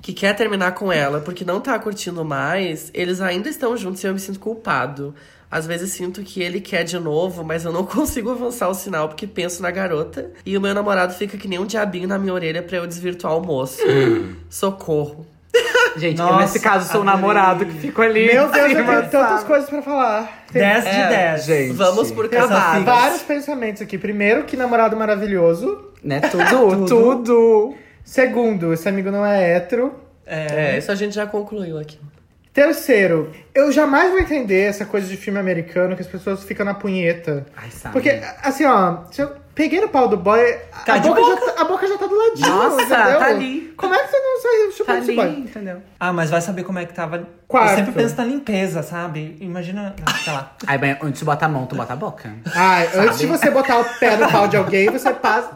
Speaker 2: que quer terminar com ela porque não tá curtindo mais, eles ainda estão juntos e eu me sinto culpado. Às vezes sinto que ele quer de novo, mas eu não consigo avançar o sinal porque penso na garota. E o meu namorado fica que nem um diabinho na minha orelha pra eu desvirtuar o moço. Socorro.
Speaker 5: Gente,
Speaker 3: Nossa,
Speaker 5: nesse caso, sou o
Speaker 3: adorei.
Speaker 5: namorado que ficou ali.
Speaker 1: Meu Deus, eu
Speaker 5: mas
Speaker 1: tenho tantas coisas pra falar. Tem
Speaker 3: 10 de 10.
Speaker 5: É, gente.
Speaker 2: Vamos por
Speaker 1: Tem
Speaker 2: cavalo.
Speaker 1: vários pensamentos aqui. Primeiro, que namorado maravilhoso.
Speaker 4: Né, tudo, tudo.
Speaker 5: Tudo.
Speaker 1: Segundo, esse amigo não é hétero.
Speaker 2: É, isso a gente já concluiu aqui.
Speaker 1: Terceiro, eu jamais vou entender essa coisa de filme americano que as pessoas ficam na punheta.
Speaker 4: Ai, sabe?
Speaker 1: Porque, assim, ó, se eu peguei no pau do boy, a-
Speaker 3: Tá
Speaker 1: a,
Speaker 3: de
Speaker 1: boca já tá, a boca já tá do ladinho.
Speaker 4: Nossa,
Speaker 1: entendeu?
Speaker 4: tá ali.
Speaker 1: Como é que você não saiu
Speaker 4: Tá
Speaker 1: chupando esse
Speaker 4: ali,
Speaker 1: boy?
Speaker 4: entendeu?
Speaker 3: Ah, mas vai saber como é que tava.
Speaker 1: Quarto.
Speaker 3: Eu sempre penso na limpeza, sabe? Imagina, sei lá.
Speaker 4: Ai, bem, onde tu bota a mão, tu bota a boca.
Speaker 1: Ai, antes de você botar o pé no pau de alguém, você passa.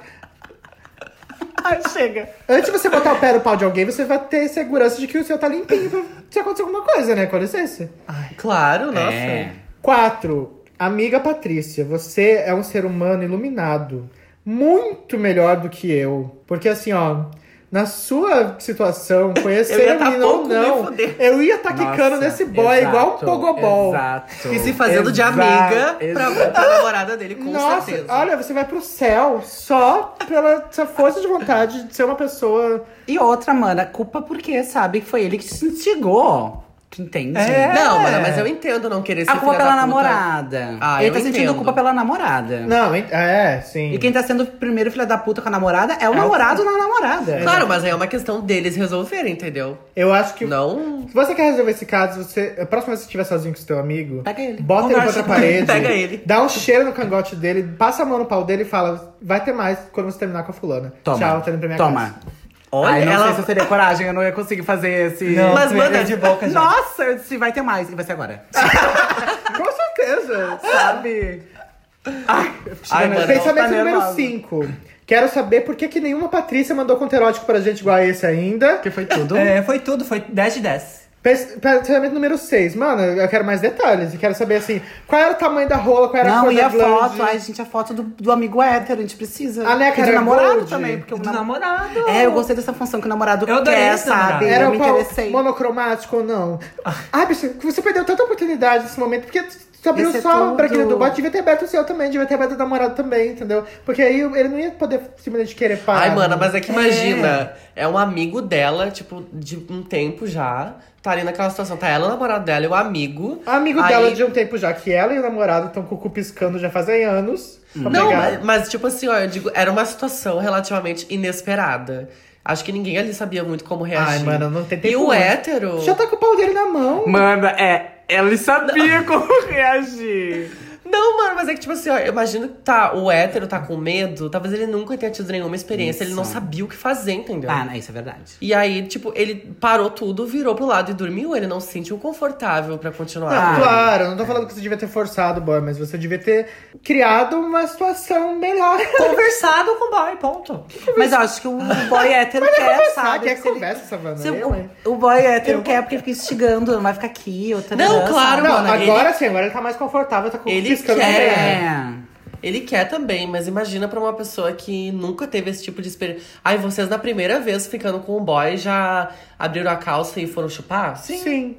Speaker 5: Ai, chega.
Speaker 1: Antes de você botar o pé no pau de alguém, você vai ter segurança de que o seu tá limpinho pra se acontecer alguma coisa, né? Com licença.
Speaker 2: Claro, nossa.
Speaker 4: É.
Speaker 1: Quatro. Amiga Patrícia, você é um ser humano iluminado. Muito melhor do que eu. Porque assim, ó. Na sua situação,
Speaker 2: Eu
Speaker 1: conhecer
Speaker 2: ia
Speaker 1: o
Speaker 2: tá
Speaker 1: menino ou
Speaker 2: pouco, me
Speaker 1: não,
Speaker 2: fudendo.
Speaker 1: eu ia tá quicando
Speaker 4: Nossa,
Speaker 1: nesse boy
Speaker 4: exato,
Speaker 1: igual um pogobol.
Speaker 4: Exato.
Speaker 2: E se fazendo de
Speaker 5: Exato,
Speaker 2: amiga pra,
Speaker 5: exato.
Speaker 2: pra namorada dele, com
Speaker 1: Nossa,
Speaker 2: certeza.
Speaker 1: olha, você vai pro céu só pela sua força de vontade de ser uma pessoa.
Speaker 4: E outra, mana, culpa porque sabe que foi ele que te instigou. Tu entende?
Speaker 3: É.
Speaker 2: Não, mana, mas eu entendo não querer ser
Speaker 4: A culpa
Speaker 2: filha
Speaker 4: pela
Speaker 2: da puta.
Speaker 4: namorada.
Speaker 2: Ah,
Speaker 4: Ele
Speaker 2: eu
Speaker 4: tá sentindo
Speaker 2: entendo.
Speaker 4: culpa pela namorada.
Speaker 1: Não, ent- é, sim.
Speaker 4: E quem tá sendo o primeiro filho da puta com a namorada é o namorado na namorada.
Speaker 2: Claro, mas aí é uma questão deles resolverem, entendeu?
Speaker 1: Eu acho que.
Speaker 2: Não.
Speaker 1: Se você quer resolver esse caso, você, a próxima vez que você estiver sozinho com seu amigo,
Speaker 4: Pega ele.
Speaker 1: bota ele
Speaker 3: Conversa
Speaker 1: contra a
Speaker 3: com
Speaker 1: parede,
Speaker 3: ele.
Speaker 2: Pega ele.
Speaker 1: dá um cheiro no cangote dele, passa a mão no pau dele e fala: vai ter mais quando você terminar com a fulana.
Speaker 4: Toma.
Speaker 1: Tchau, tá indo pra minha
Speaker 4: Toma.
Speaker 1: casa.
Speaker 2: Olha,
Speaker 4: Ai, não
Speaker 2: ela-
Speaker 4: sei se eu teria coragem, eu não ia conseguir fazer esse.
Speaker 3: Não,
Speaker 2: Mas,
Speaker 3: tu ia
Speaker 2: manda-
Speaker 3: ver de boca já.
Speaker 4: Nossa, eu disse, vai ter mais. E vai ser agora.
Speaker 1: Com certeza.
Speaker 4: Sabe? Ai,
Speaker 2: Ai,
Speaker 4: chega,
Speaker 2: mano,
Speaker 4: né?
Speaker 1: Pensamento
Speaker 4: Tá
Speaker 1: número
Speaker 4: nervosa.
Speaker 1: 5. Quero saber por que, que nenhuma Patrícia mandou conto erótico pra gente igual a esse ainda.
Speaker 4: Que foi tudo.
Speaker 3: É, foi tudo, foi 10 de 10.
Speaker 1: Pens- Pensamento número 6. Mano, eu quero mais detalhes. Eu quero saber, assim, qual era o tamanho da rola, qual era a
Speaker 4: Não,
Speaker 1: cor
Speaker 4: e
Speaker 1: da
Speaker 4: a
Speaker 1: glande.
Speaker 4: foto. Ai, gente, a foto do, do amigo hétero, a gente precisa.
Speaker 1: A neca
Speaker 4: e do
Speaker 1: era
Speaker 4: namorado
Speaker 1: gold?
Speaker 4: também, porque o
Speaker 3: Do
Speaker 4: nam-
Speaker 3: namorado.
Speaker 4: É, eu gostei dessa função que o namorado
Speaker 3: Eu adorei
Speaker 4: quer,
Speaker 3: esse namorado.
Speaker 4: sabe?
Speaker 1: Era
Speaker 4: eu
Speaker 1: o
Speaker 4: me
Speaker 1: pau
Speaker 4: interessei. Ah.
Speaker 1: monocromático ou não? Ai, bicho, você perdeu tanta oportunidade nesse momento, porque tu abriu
Speaker 4: Esse é
Speaker 1: só
Speaker 4: tudo.
Speaker 1: pra aquele do bot, devia ter aberto o seu também, devia ter aberto o namorado também, entendeu? Porque aí ele não ia poder simplesmente querer parar.
Speaker 2: Ai, mana, mas é que imagina. É. um amigo dela, tipo, de um tempo já. Tá ali naquela situação. Tá ela, o namorado dela, e o amigo.
Speaker 1: Amigo
Speaker 2: Aí-
Speaker 1: dela de um tempo já, que ela e o namorado estão com o cu piscando já fazem anos. pra
Speaker 2: Hum. Não,
Speaker 1: pegar.
Speaker 2: mas, mas, tipo assim, ó, eu digo, era uma situação relativamente inesperada. Acho que ninguém ali sabia muito como reagir.
Speaker 1: Ai, mano, não tem tempo
Speaker 2: E o
Speaker 1: hoje.
Speaker 2: hétero.
Speaker 1: Já tá com o pau dele na mão.
Speaker 5: Mano, é. Ele sabia como reagir.
Speaker 2: Não, mano, mas é que, tipo assim, ó, eu imagino que tá, o hétero tá com medo, talvez ele nunca tenha tido nenhuma experiência, ele não sabia o que fazer, entendeu?
Speaker 4: Ah, não, isso é verdade.
Speaker 2: E aí, tipo, ele parou tudo, virou pro lado e dormiu, ele não se sentiu confortável pra
Speaker 1: Ah,
Speaker 2: continuar.
Speaker 1: claro, não tô falando que você devia ter forçado o boy, mas você devia ter criado uma situação melhor.
Speaker 3: Conversado com o boy, ponto.
Speaker 4: Mas eu acho que o boy hétero quer,
Speaker 1: Conversar,
Speaker 4: sabe?
Speaker 1: que é
Speaker 4: Se ele-
Speaker 1: conversa, Savana.
Speaker 4: se
Speaker 1: Eu, hein?
Speaker 4: o, o boy hétero quer porque fica instigando, não vai ficar aqui, outra
Speaker 2: Não, claro,
Speaker 1: Não,
Speaker 2: mano,
Speaker 1: agora sim, agora ele tá mais confortável, tá com
Speaker 2: Ele
Speaker 1: piscando
Speaker 2: quer.
Speaker 1: na perna.
Speaker 4: É.
Speaker 2: Ele quer também, mas imagina pra uma pessoa que nunca teve esse tipo de experiência. Aí vocês, na primeira vez ficando com o boy, já abriram a calça e foram chupar?
Speaker 1: Sim.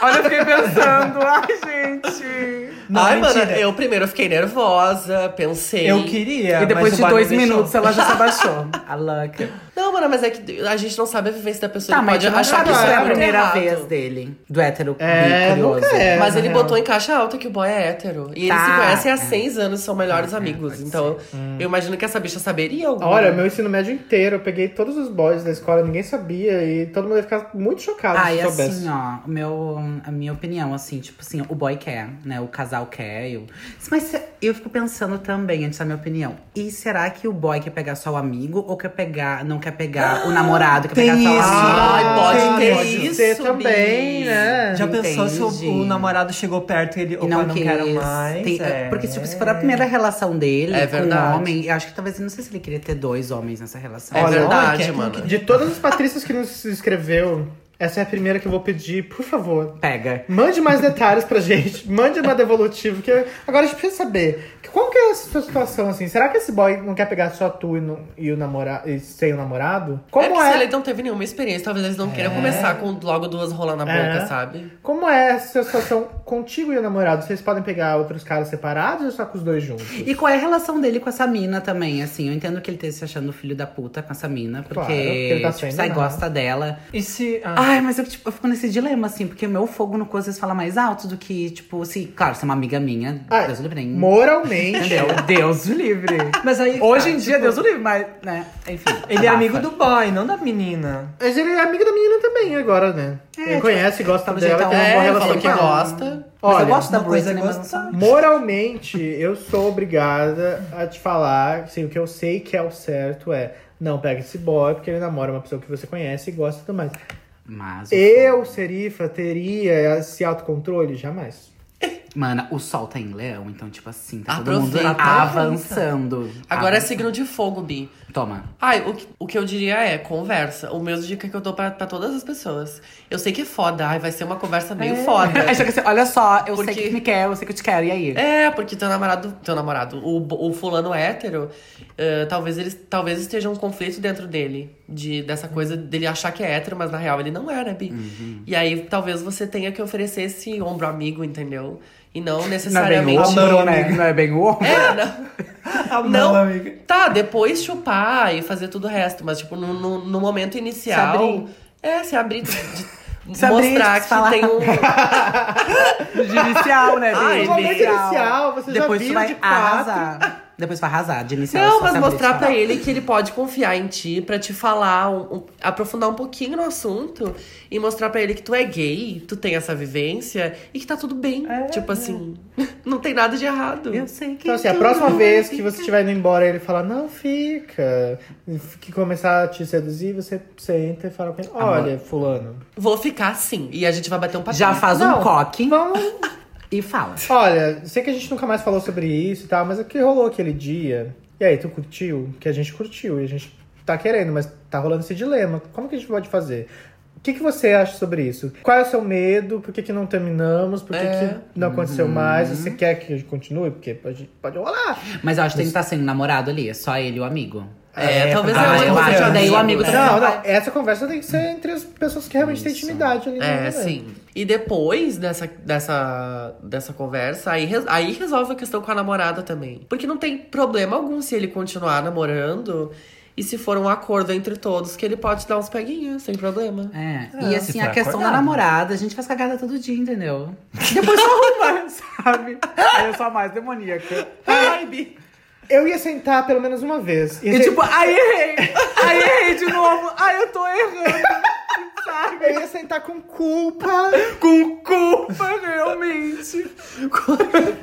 Speaker 5: Olha, eu fiquei pensando. Ai, gente.
Speaker 3: Não,
Speaker 2: Ai,
Speaker 3: mentira.
Speaker 2: mano, eu primeiro fiquei nervosa, pensei.
Speaker 3: Eu queria.
Speaker 4: E
Speaker 3: mas
Speaker 4: depois
Speaker 3: o
Speaker 4: de
Speaker 3: boy não
Speaker 4: dois
Speaker 3: deixou.
Speaker 4: minutos ela já se abaixou. A louca.
Speaker 2: Não, mano, mas é que a gente não sabe a vivência da pessoa.
Speaker 4: Tá,
Speaker 2: ele
Speaker 4: mas
Speaker 2: pode achar
Speaker 4: achar
Speaker 2: que
Speaker 1: sabe,
Speaker 2: isso é
Speaker 4: é a
Speaker 2: muito
Speaker 4: primeira
Speaker 2: errado.
Speaker 4: vez dele. Do hétero
Speaker 1: É,
Speaker 4: bi curioso.
Speaker 1: nunca é.
Speaker 2: Mas
Speaker 1: na
Speaker 2: ele
Speaker 1: real.
Speaker 2: botou em caixa alta que o boy é hétero. E eles se
Speaker 4: Tá.
Speaker 2: conhecem há
Speaker 4: É.
Speaker 2: seis anos, são melhores amigos. Então, eu imagino que essa bicha saberia alguma
Speaker 1: Olha, meu ensino médio inteiro, eu peguei todos os boys da escola, ninguém sabia, e todo mundo ia ficar muito chocado
Speaker 4: Ai,
Speaker 1: se soubesse.
Speaker 4: assim, ó, o meu, a minha opinião, assim, tipo assim, o boy quer, né? O casal quer. Eu... Mas se- eu fico pensando também, antes da minha opinião. E será que o boy quer pegar só o amigo ou quer pegar, não quer pegar o namorado, quer
Speaker 3: tem
Speaker 4: pegar só o
Speaker 3: isso.
Speaker 4: amigo?
Speaker 2: Ai, pode
Speaker 1: Ah, sim,
Speaker 2: ter
Speaker 1: pode
Speaker 2: isso,
Speaker 1: ser também,
Speaker 2: Bi.
Speaker 1: né?
Speaker 3: Já pensou se
Speaker 4: Entendi.
Speaker 3: o, o namorado chegou perto e ele. Opa,
Speaker 4: E
Speaker 3: não,
Speaker 4: quis.
Speaker 3: quero mais.
Speaker 4: Tem-
Speaker 3: é.
Speaker 4: Porque, tipo, se for a primeira relação dele
Speaker 2: É
Speaker 4: com
Speaker 2: verdade.
Speaker 4: um homem, eu acho que talvez, não sei se ele queria ter dois homens nessa relação.
Speaker 2: É
Speaker 1: Olha,
Speaker 2: verdade,
Speaker 3: olha,
Speaker 2: mano.
Speaker 1: De todas as Patrícias que nos escreveu, essa é a primeira que eu vou pedir, por favor.
Speaker 4: Pega.
Speaker 1: Mande mais detalhes pra gente, mande uma devolutiva, que agora a gente precisa saber. que- Como que é a sua situação, assim? Será que esse boy não quer pegar só tu e, não- e o namorado, e sem o namorado?
Speaker 2: é que
Speaker 1: Como
Speaker 2: se
Speaker 1: é,
Speaker 2: ele não teve nenhuma experiência, talvez eles não queiram começar com logo duas rolas na boca,
Speaker 1: É.
Speaker 2: sabe?
Speaker 1: como é essa situação contigo e o namorado? Vocês podem pegar outros caras separados ou só com os dois juntos?
Speaker 4: E qual é a relação dele com essa mina também, assim? Eu entendo que ele esteja se achando filho da puta com essa mina, porque,
Speaker 1: Claro, porque ele tá
Speaker 4: tipo,
Speaker 1: sendo,
Speaker 4: sai
Speaker 1: né?
Speaker 4: gosta dela.
Speaker 3: E se. Ah,
Speaker 4: Ai, mas eu, tipo, eu fico nesse dilema, assim, porque o meu fogo no cu às vezes fala mais alto do que, tipo, se. Claro, se é uma amiga minha,
Speaker 1: Ai,
Speaker 4: Deus o livre. hein?
Speaker 1: Moralmente.
Speaker 4: Entendeu? Deus o livre.
Speaker 3: mas aí.
Speaker 4: Hoje em
Speaker 3: ah,
Speaker 4: dia,
Speaker 3: tipo,
Speaker 4: Deus o livre, mas, né? Enfim.
Speaker 3: Ele é
Speaker 4: abafa.
Speaker 3: amigo do boy, não da menina.
Speaker 1: Mas ele é amigo da menina também agora, né? ele
Speaker 2: tipo,
Speaker 1: conhece, gosta
Speaker 4: fala,
Speaker 1: dela,
Speaker 4: gente,
Speaker 1: tem
Speaker 4: é
Speaker 1: uma boa
Speaker 4: uma
Speaker 2: É,
Speaker 4: relação
Speaker 1: relação
Speaker 2: falou que
Speaker 1: com ela.
Speaker 2: gosta.
Speaker 4: Mas
Speaker 1: Olha,
Speaker 4: eu gosto da
Speaker 3: uma coisa
Speaker 4: Britney,
Speaker 3: é
Speaker 4: mas não sou.
Speaker 1: Moralmente, eu sou obrigada a te falar, assim, o que eu sei que é o certo é não pega esse boy, porque ele namora uma pessoa que você conhece e gosta e tudo mais.
Speaker 4: Mas. o
Speaker 1: Eu, Serifa, teria esse autocontrole? Jamais.
Speaker 4: Mana, o sol tá em leão, então, tipo assim, tá todo mundo
Speaker 2: Aproveita.
Speaker 4: avançando.
Speaker 2: Agora é
Speaker 4: Avançando.
Speaker 2: signo de fogo, Bi.
Speaker 4: Toma.
Speaker 2: Ai, o que, o que eu diria é conversa. O mesmo dica que eu dou pra, pra todas as pessoas. Eu sei que é foda, ai, vai ser uma conversa meio
Speaker 1: É.
Speaker 2: foda.
Speaker 4: Aí chega assim, olha só, eu
Speaker 2: Porque-
Speaker 4: sei que tu me quer, eu sei que eu te quero, e aí?
Speaker 2: É, porque teu namorado, teu namorado, o, bo- o fulano hétero, eh, talvez eles, talvez esteja um conflito dentro dele, de dessa coisa dele achar que é hétero, mas na real ele não é, né, Bi?
Speaker 4: Uhum.
Speaker 2: E aí talvez você tenha que oferecer esse ombro amigo, entendeu? E não
Speaker 4: Não é bem
Speaker 2: necessariamente.
Speaker 4: o ombro,
Speaker 3: Amor,
Speaker 4: né?
Speaker 3: amigo.
Speaker 4: Não é bem o ombro.
Speaker 2: É, não.
Speaker 3: Ah,
Speaker 2: Não,
Speaker 3: amiga.
Speaker 2: tá, depois chupar e fazer tudo o resto, mas tipo, no, no, no momento inicial.
Speaker 4: Se abrir.
Speaker 2: É, se abrir. de- de-
Speaker 5: Sabrina,
Speaker 2: mostrar que
Speaker 5: se falar.
Speaker 2: tem um.
Speaker 5: Judicial, né,
Speaker 3: Ah,
Speaker 2: Ai,
Speaker 5: Bi?
Speaker 2: gente.
Speaker 3: é
Speaker 1: Momento inicial, você
Speaker 4: Ah, é Depois
Speaker 1: já
Speaker 4: tu
Speaker 1: viu
Speaker 4: vai
Speaker 1: de quatro.
Speaker 4: arrasar. Depois tu vai arrasar de inicial.
Speaker 2: Não,
Speaker 4: só
Speaker 2: mas
Speaker 4: saber
Speaker 2: mostrar
Speaker 4: de
Speaker 2: pra
Speaker 4: falar.
Speaker 2: ele que ele pode confiar em ti, pra te falar, um- um- aprofundar um pouquinho no assunto e mostrar pra ele que tu é gay, tu tem essa vivência e que tá tudo bem. tipo assim, não tem nada de errado.
Speaker 4: Eu sei que.
Speaker 1: Então, assim, a
Speaker 3: é.
Speaker 4: tu
Speaker 1: próxima
Speaker 4: não
Speaker 1: vez
Speaker 4: fica.
Speaker 1: que você estiver indo embora e ele falar, não fica, que começar a te seduzir, você senta e fala pra ele, olha, fulano.
Speaker 2: Vou ficar sim. E a gente vai bater um papinho.
Speaker 4: Já faz
Speaker 1: Não,
Speaker 4: um coque
Speaker 1: Vamos.
Speaker 4: e fala.
Speaker 1: Olha, sei que a gente nunca mais falou sobre isso e tal, mas o que rolou aquele dia? E aí, tu curtiu? Que a gente curtiu e a gente tá querendo, mas tá rolando esse dilema. Como que a gente pode fazer? O que, que você acha sobre isso? Qual é o seu medo? Por que, que não terminamos? Por que,
Speaker 2: É.
Speaker 1: que não aconteceu mais? Você quer que a gente continue? Porque a gente pode rolar.
Speaker 4: Mas eu acho que tem que estar sendo namorado ali, é só ele e o amigo.
Speaker 2: É, talvez
Speaker 4: Ah,
Speaker 2: eu
Speaker 4: eu acho
Speaker 2: seja
Speaker 4: que daí o amigo
Speaker 2: né?
Speaker 4: também
Speaker 1: Não, não. Essa conversa tem que ser entre as pessoas que realmente têm intimidade ali. né, no
Speaker 2: É,
Speaker 1: momento.
Speaker 2: sim. E depois dessa, dessa, dessa conversa, aí, re- aí resolve a questão com a namorada também. Porque não tem problema algum se ele continuar namorando e se for um acordo entre todos que ele pode dar uns peguinhos, sem problema.
Speaker 3: É,
Speaker 4: É. E
Speaker 3: se
Speaker 4: assim,
Speaker 3: for
Speaker 4: a questão
Speaker 3: acordado.
Speaker 4: da namorada, a gente faz cagada todo dia, entendeu?
Speaker 5: Depois só arruma, sabe? Aí eu sou a mais demoníaca. Ai, Bi.
Speaker 1: Eu ia sentar pelo menos uma vez. Ia
Speaker 5: E
Speaker 1: ser-
Speaker 5: tipo, aí errei. Aí errei de novo. Ai, eu tô errando. Sabe?
Speaker 1: Eu ia sentar com culpa.
Speaker 5: Com culpa, realmente.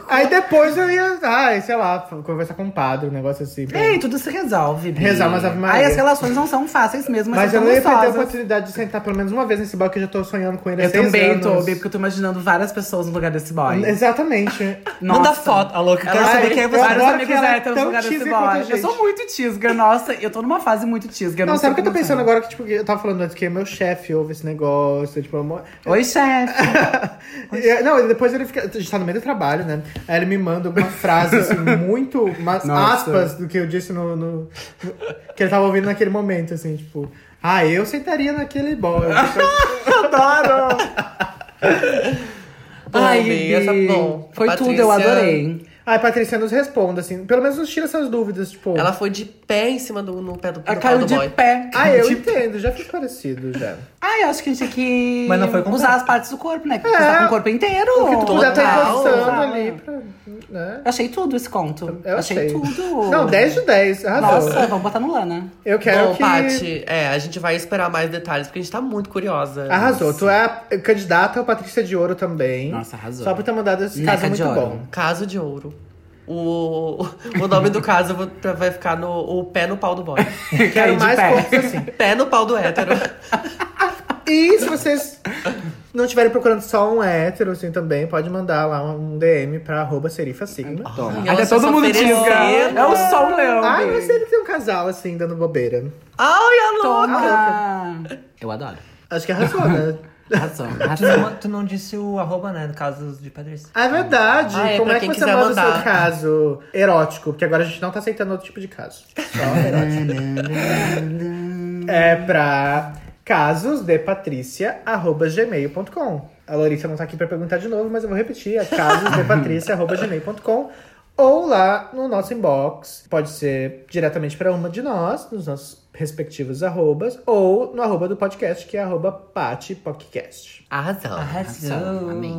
Speaker 1: Aí depois eu ia, ai, sei lá, conversar com o padre, um negócio assim. pra-
Speaker 4: Ei, tudo se resolve. Bi.
Speaker 1: Rezar umas Ave Maria.
Speaker 4: Aí as relações não são fáceis mesmo, mas,
Speaker 1: Mas eu
Speaker 4: são
Speaker 1: não ia perder a
Speaker 4: gostosas.
Speaker 1: oportunidade de sentar pelo menos uma vez nesse bar que eu já tô sonhando com ele há
Speaker 4: Eu
Speaker 1: seis
Speaker 4: também
Speaker 1: anos.
Speaker 4: tô, Bi, porque eu tô imaginando várias pessoas no lugar desse boy.
Speaker 1: Exatamente.
Speaker 4: Nossa.
Speaker 3: Manda foto, a louca. Quero
Speaker 1: Ela
Speaker 4: Ai,
Speaker 3: saber
Speaker 1: é-
Speaker 3: quem é
Speaker 1: eu
Speaker 3: você.
Speaker 1: adoro
Speaker 4: vários
Speaker 1: que
Speaker 4: amigos
Speaker 1: ela é
Speaker 4: héteros
Speaker 1: tão
Speaker 4: no lugar desse
Speaker 1: teaser quanto a
Speaker 4: boy. Eu
Speaker 1: gente.
Speaker 4: sou muito tisga, nossa. Eu tô numa fase muito tisga.
Speaker 1: Não, sabe o que eu tô
Speaker 4: sei
Speaker 1: pensando
Speaker 4: como
Speaker 1: agora? Que, tipo, eu tava falando antes que meu chefe ouve esse negócio, tipo, amor...
Speaker 4: é. Oi, chefe.
Speaker 1: E, Não, e depois ele fica. A gente tá no meio do trabalho, né? Aí ele me manda uma frase, assim, muito. Umas
Speaker 4: Nossa.
Speaker 1: aspas do que eu disse no, no- no- Que ele tava ouvindo naquele momento, assim, tipo. Ah, eu sentaria naquele bol.
Speaker 5: Adoro.
Speaker 2: Bom, Bi, essa- bom,
Speaker 4: Foi
Speaker 2: Patrícia-
Speaker 4: tudo, eu adorei.
Speaker 1: Aí, Patrícia, nos responda, assim. Pelo menos nos tira essas dúvidas, tipo.
Speaker 2: Ela foi de pé em cima do no pé do, no pau
Speaker 4: Ela Ah, caiu
Speaker 2: é do
Speaker 4: de
Speaker 2: boy.
Speaker 4: pé.
Speaker 1: Ah, eu entendo, já fiz parecido, já.
Speaker 4: Ai, eu acho que a gente tem que
Speaker 3: Mas não foi com
Speaker 4: usar
Speaker 3: pé.
Speaker 4: as partes do corpo, né? Porque tá com o corpo inteiro.
Speaker 1: Porque tu
Speaker 2: Total.
Speaker 1: puder tá
Speaker 4: Fala.
Speaker 1: encostando ali pra. Né?
Speaker 4: Eu achei tudo esse conto.
Speaker 1: Eu
Speaker 4: achei
Speaker 1: achei.
Speaker 4: tudo.
Speaker 1: Não, 10 de 10. Arrasou.
Speaker 4: Nossa, vamos botar no Lana.
Speaker 1: Eu quero
Speaker 2: Bom,
Speaker 1: que.
Speaker 2: Paty, é, a gente vai esperar mais detalhes, porque a gente tá muito curiosa.
Speaker 4: Ah.
Speaker 1: Arrasou. Tu é a candidata ao Patrícia de Ouro também.
Speaker 4: Nossa, arrasou.
Speaker 1: Só por ter mandado esse
Speaker 4: Neca
Speaker 1: caso
Speaker 4: de
Speaker 1: muito
Speaker 4: ouro.
Speaker 1: bom.
Speaker 2: Caso de ouro. O, o nome do caso vai ficar no o pé no pau do boy.
Speaker 1: Quero mais contos assim.
Speaker 2: pé no pau do hétero.
Speaker 1: E se vocês não estiverem procurando só um hétero, assim, também, pode mandar lá um DM pra arroba Serifa Sigma.
Speaker 4: Toma.
Speaker 2: Ela
Speaker 5: Até
Speaker 2: só
Speaker 5: todo
Speaker 2: se
Speaker 5: mundo
Speaker 3: né?
Speaker 5: tisga.
Speaker 2: oferecendo.
Speaker 5: É o sol, leão.
Speaker 1: Ai,
Speaker 5: Bi.
Speaker 1: mas ele tem um casal, assim, dando bobeira.
Speaker 2: Ai,
Speaker 4: Tá
Speaker 2: a louca!
Speaker 4: Toma. Eu adoro.
Speaker 1: Acho que arrasou, né?
Speaker 4: Arrasou.
Speaker 3: Ah, Tu
Speaker 4: arrasou.
Speaker 3: não, tu não disse o arroba, né? No caso de Patrícia.
Speaker 1: É verdade.
Speaker 2: Ah, é,
Speaker 1: Como
Speaker 2: pra
Speaker 1: é que
Speaker 2: quem
Speaker 1: você
Speaker 2: quiser
Speaker 1: manda o seu
Speaker 2: mandar.
Speaker 1: caso erótico? Porque agora a gente não tá aceitando outro tipo de caso. Só erótico. é pra casos de patrícia.gmail.com. A Larissa não tá aqui pra perguntar de novo, mas eu vou repetir. É casos de patrícia.gmail.com. Ou lá no nosso inbox, pode ser diretamente pra uma de nós, nos nossos respectivos arrobas, ou no arroba do podcast, que é arroba patipodcast.
Speaker 2: Arrasou.
Speaker 3: Então,
Speaker 4: Ah,
Speaker 3: Ah,
Speaker 4: Arrasou, amei.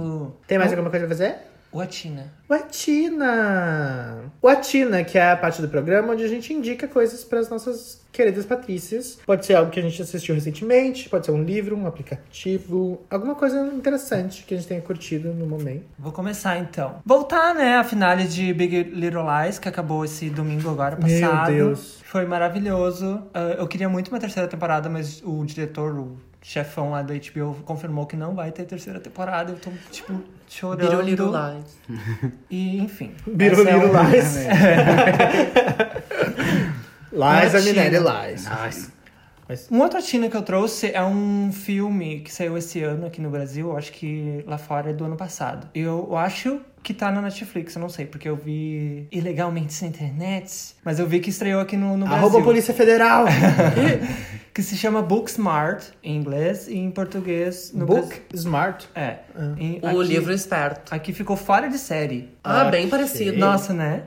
Speaker 1: Tem
Speaker 2: Hum?
Speaker 1: mais alguma coisa pra fazer?
Speaker 3: O Atina.
Speaker 1: O Atina! O Atina, que é a parte do programa onde a gente indica coisas para as nossas queridas Patrícias. Pode ser algo que a gente assistiu recentemente, pode ser um livro, um aplicativo, alguma coisa interessante que a gente tenha curtido no momento.
Speaker 3: Vou começar então. Voltar, né, a finale de Big Little Lies, que acabou esse domingo agora
Speaker 1: Meu
Speaker 3: passado.
Speaker 1: Deus.
Speaker 3: Foi maravilhoso. Ah, eu queria muito uma terceira temporada, mas o diretor, o chefão lá da HBO, confirmou que não vai ter terceira temporada. Eu tô, tipo, chorando.
Speaker 2: Biruliro lies.
Speaker 3: E, enfim.
Speaker 1: Biruliro
Speaker 3: essa é uma-
Speaker 1: Lies. Lies,
Speaker 3: Atina.
Speaker 1: a Minelli Lies.
Speaker 3: Ah, Um outro Tina que eu trouxe é um filme que saiu esse ano aqui no Brasil, eu acho que lá fora é do ano passado. Eu acho que tá na Netflix, eu não sei, porque eu vi ilegalmente na internet, mas eu vi que estreou aqui no, no Brasil.
Speaker 1: Arroba Polícia Federal!
Speaker 3: Que se chama Booksmart em inglês e em português no
Speaker 1: Book Ah.
Speaker 3: Brasil.
Speaker 1: Smart.
Speaker 3: É. em-
Speaker 2: O
Speaker 3: aqui-
Speaker 2: livro esperto.
Speaker 3: Aqui ficou fora de série.
Speaker 2: Ah, bem parecido.
Speaker 3: Nossa, né?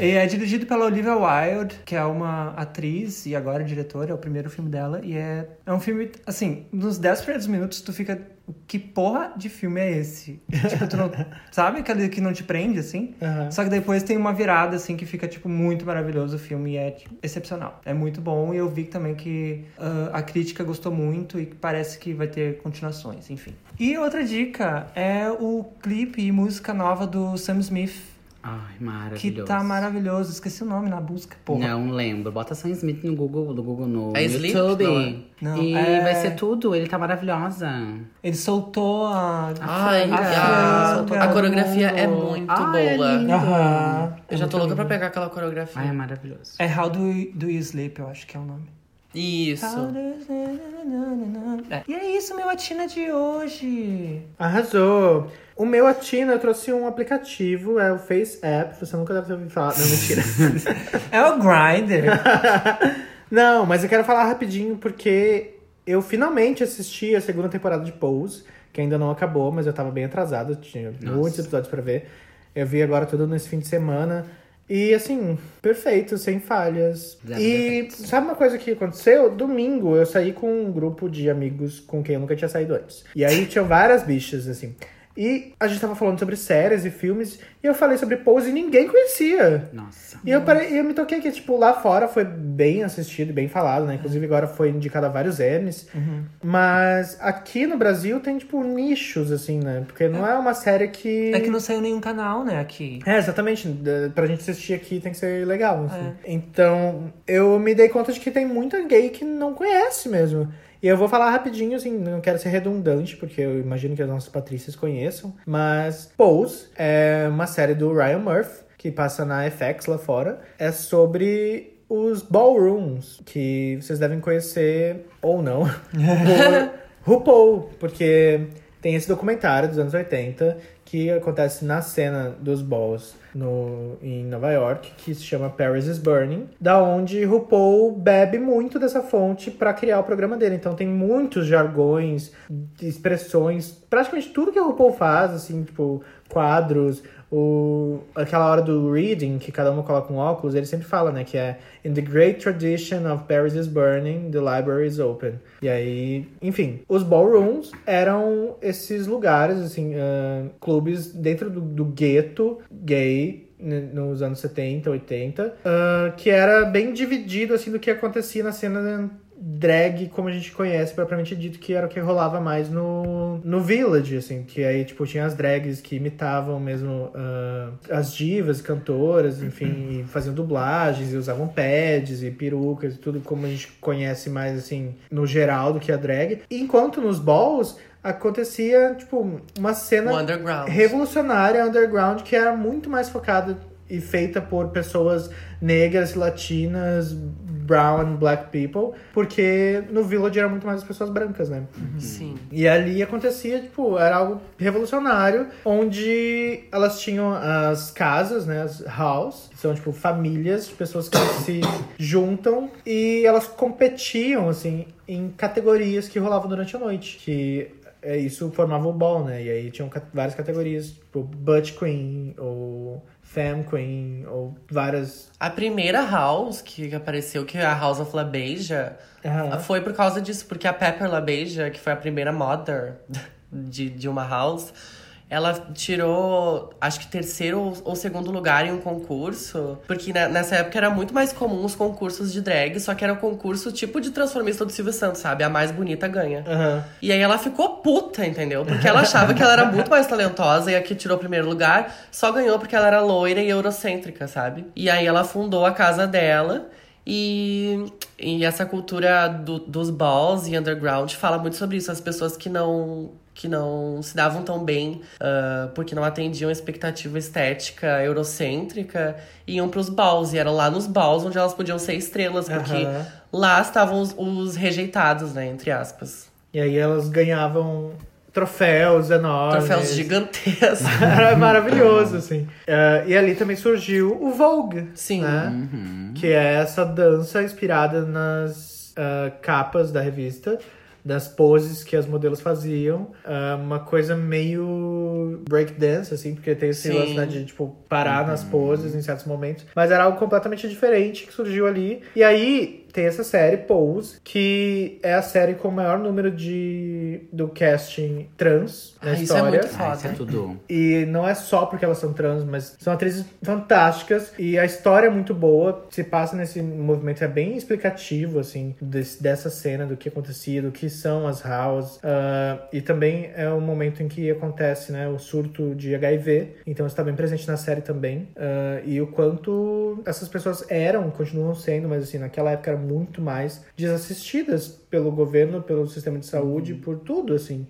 Speaker 3: E é dirigido pela Olivia Wilde, que é uma atriz e agora diretora, é o primeiro filme dela. E é, é um filme, assim, nos 10 primeiros minutos tu fica. Que porra de filme é esse? tipo, tu não. Sabe aquele que não te prende, assim?
Speaker 1: Aham.
Speaker 3: Só que depois tem uma virada, assim, que fica, tipo, muito maravilhoso o filme e é tipo, excepcional. É muito bom e eu vi também que ah, a crítica gostou muito e que parece que vai ter continuações, enfim. E outra dica é o clipe e música nova do Sam Smith,
Speaker 4: Ai,
Speaker 3: que
Speaker 4: maravilhoso.
Speaker 3: tá maravilhoso. Esqueci o nome na busca, porra.
Speaker 4: Não lembro. Bota Sam Smith no Google, no Google no
Speaker 2: É Sleep?
Speaker 4: YouTube.
Speaker 3: Não, é?
Speaker 4: e
Speaker 3: Não, é-
Speaker 4: vai ser tudo. Ele tá maravilhosa.
Speaker 3: Ele soltou a.
Speaker 2: Ai,
Speaker 3: a
Speaker 2: a,
Speaker 3: franga
Speaker 2: a
Speaker 3: do
Speaker 2: coreografia é
Speaker 3: mundo.
Speaker 2: muito
Speaker 4: Ai, é
Speaker 2: boa.
Speaker 4: lindo.
Speaker 1: Aham.
Speaker 2: eu já tô louca pra pegar aquela coreografia.
Speaker 4: Ai, é maravilhoso.
Speaker 3: É How Do You, Do You Sleep, eu acho que é o nome.
Speaker 2: Isso.
Speaker 3: É. E é isso, meu Atina de hoje.
Speaker 1: Arrasou. O meu Atina, eu trouxe um aplicativo, é o Face App. Você nunca deve ter ouvido falar. Não, mentira.
Speaker 3: É o Grindr.
Speaker 1: Não, mas eu quero falar rapidinho porque eu finalmente assisti a segunda temporada de Pose, que ainda não acabou, mas eu tava bem atrasado, eu tinha muitos episódios pra ver. Eu vi agora tudo nesse fim de semana. E assim, perfeito, sem falhas.
Speaker 4: Zero
Speaker 1: e
Speaker 4: defeitos.
Speaker 1: sabe uma coisa que aconteceu? Domingo eu saí com um grupo de amigos com quem eu nunca tinha saído antes. E aí tinham várias bichas, assim. E a gente tava falando sobre séries e filmes, e eu falei sobre Pose e ninguém conhecia.
Speaker 4: Nossa.
Speaker 1: E eu, parei, eu me toquei que, tipo, lá fora foi bem assistido, bem falado, né? Inclusive agora foi indicado a vários M's.
Speaker 3: Uhum.
Speaker 1: Mas aqui no Brasil tem, tipo, nichos, assim, né? Porque não é, uma série que...
Speaker 3: É que não saiu nenhum canal, né, aqui.
Speaker 1: É, exatamente. Da- Pra gente assistir aqui tem que ser legal, assim. Então, eu me dei conta de que tem muita gay que não conhece mesmo. E eu vou falar rapidinho, assim, não quero ser redundante, porque eu imagino que as nossas patrícias conheçam. Mas Pose é uma série do Ryan Murphy, que passa na FX lá fora. É sobre os ballrooms, que vocês devem conhecer ou não. por RuPaul, porque tem esse documentário dos anos 80 que acontece na cena dos balls no, em Nova York, que se chama Paris is Burning, da onde RuPaul bebe muito dessa fonte pra criar o programa dele. Então tem muitos jargões, expressões, praticamente tudo que a RuPaul faz, assim, tipo, quadros, o, aquela hora do reading, que cada uma coloca um óculos, ele sempre fala, né? Que é In the great tradition of Paris is burning, the library is open. E aí, enfim, os ballrooms eram esses lugares, assim, ah, clubes dentro do, do gueto gay n- nos anos 70, 80, ah, que era bem dividido, assim, do que acontecia na cena drag como a gente conhece, propriamente dito, que era o que rolava mais no, no Village, assim, que aí, tipo, tinha as drags que imitavam mesmo ah, as divas, cantoras, enfim, e faziam dublagens e usavam pads e perucas e tudo como a gente conhece mais, assim, no geral do que a drag. Enquanto nos balls acontecia, tipo, uma cena
Speaker 2: O Underground.
Speaker 1: revolucionária underground que era muito mais focada e feita por pessoas negras, latinas, brown and black people, porque no Village era muito mais as pessoas brancas, né?
Speaker 2: Sim.
Speaker 1: E ali acontecia, tipo, era algo revolucionário, onde elas tinham as casas, né, as house, que são, tipo, famílias de pessoas que se juntam e elas competiam, assim, em categorias que rolavam durante a noite, que é, isso formava o ball, né, e aí tinham ca- várias categorias, tipo, butt queen, ou femme queen, ou várias...
Speaker 2: A primeira House que apareceu, que é a House of La Beija,
Speaker 1: Aham.
Speaker 2: foi por causa disso, porque a Pepper La Beija, que foi a primeira mother de, de uma House, ela tirou, acho que terceiro ou, ou segundo lugar em um concurso. Porque na- nessa época era muito mais comum os concursos de drag, só que era um concurso tipo de transformista do Silvio Santos, sabe? A mais bonita ganha.
Speaker 1: Aham.
Speaker 2: E aí ela ficou puta, entendeu? Porque ela achava que ela era muito mais talentosa e a que tirou o primeiro lugar só ganhou porque ela era loira e eurocêntrica, sabe? E aí ela fundou a casa dela e, e essa cultura do- dos balls e underground fala muito sobre isso. As pessoas que não que não se davam tão bem ah, porque não atendiam a expectativa estética eurocêntrica iam pros balls. E eram lá nos balls onde elas podiam ser estrelas, porque
Speaker 1: Aham.
Speaker 2: lá estavam os- os rejeitados, né? Entre aspas.
Speaker 1: E aí elas ganhavam troféus enormes.
Speaker 2: Troféus gigantescos.
Speaker 1: Era é maravilhoso, assim. Eh, e ali também surgiu o Vogue,
Speaker 2: Sim.
Speaker 1: né?
Speaker 4: Uhum.
Speaker 1: Que é essa dança inspirada nas ah, capas é, da revista. das poses que as modelos faziam. Ah, uma coisa meio breakdance, assim, porque tem esse
Speaker 2: Sim.
Speaker 1: lance né, de, tipo, parar nas poses em certos momentos. Mas era algo completamente diferente que surgiu ali. E aí tem essa série, Pose, que é a série com o maior número de do casting trans na
Speaker 2: Ah, isso é
Speaker 1: história.
Speaker 2: muito
Speaker 4: Ai, isso é tudo.
Speaker 1: E não é só porque elas são trans, mas são atrizes fantásticas. E a história é muito boa. Se passa nesse movimento, é bem explicativo, assim, desse- dessa cena, do que acontecia, do que são as house. Ah, e também é um momento em que acontece, né, o surto de HIV. Então está bem presente na série também. Ah, e o quanto essas pessoas eram, continuam sendo, mas assim, naquela época eram muito mais desassistidas pelo governo, pelo sistema de saúde, por tudo, assim.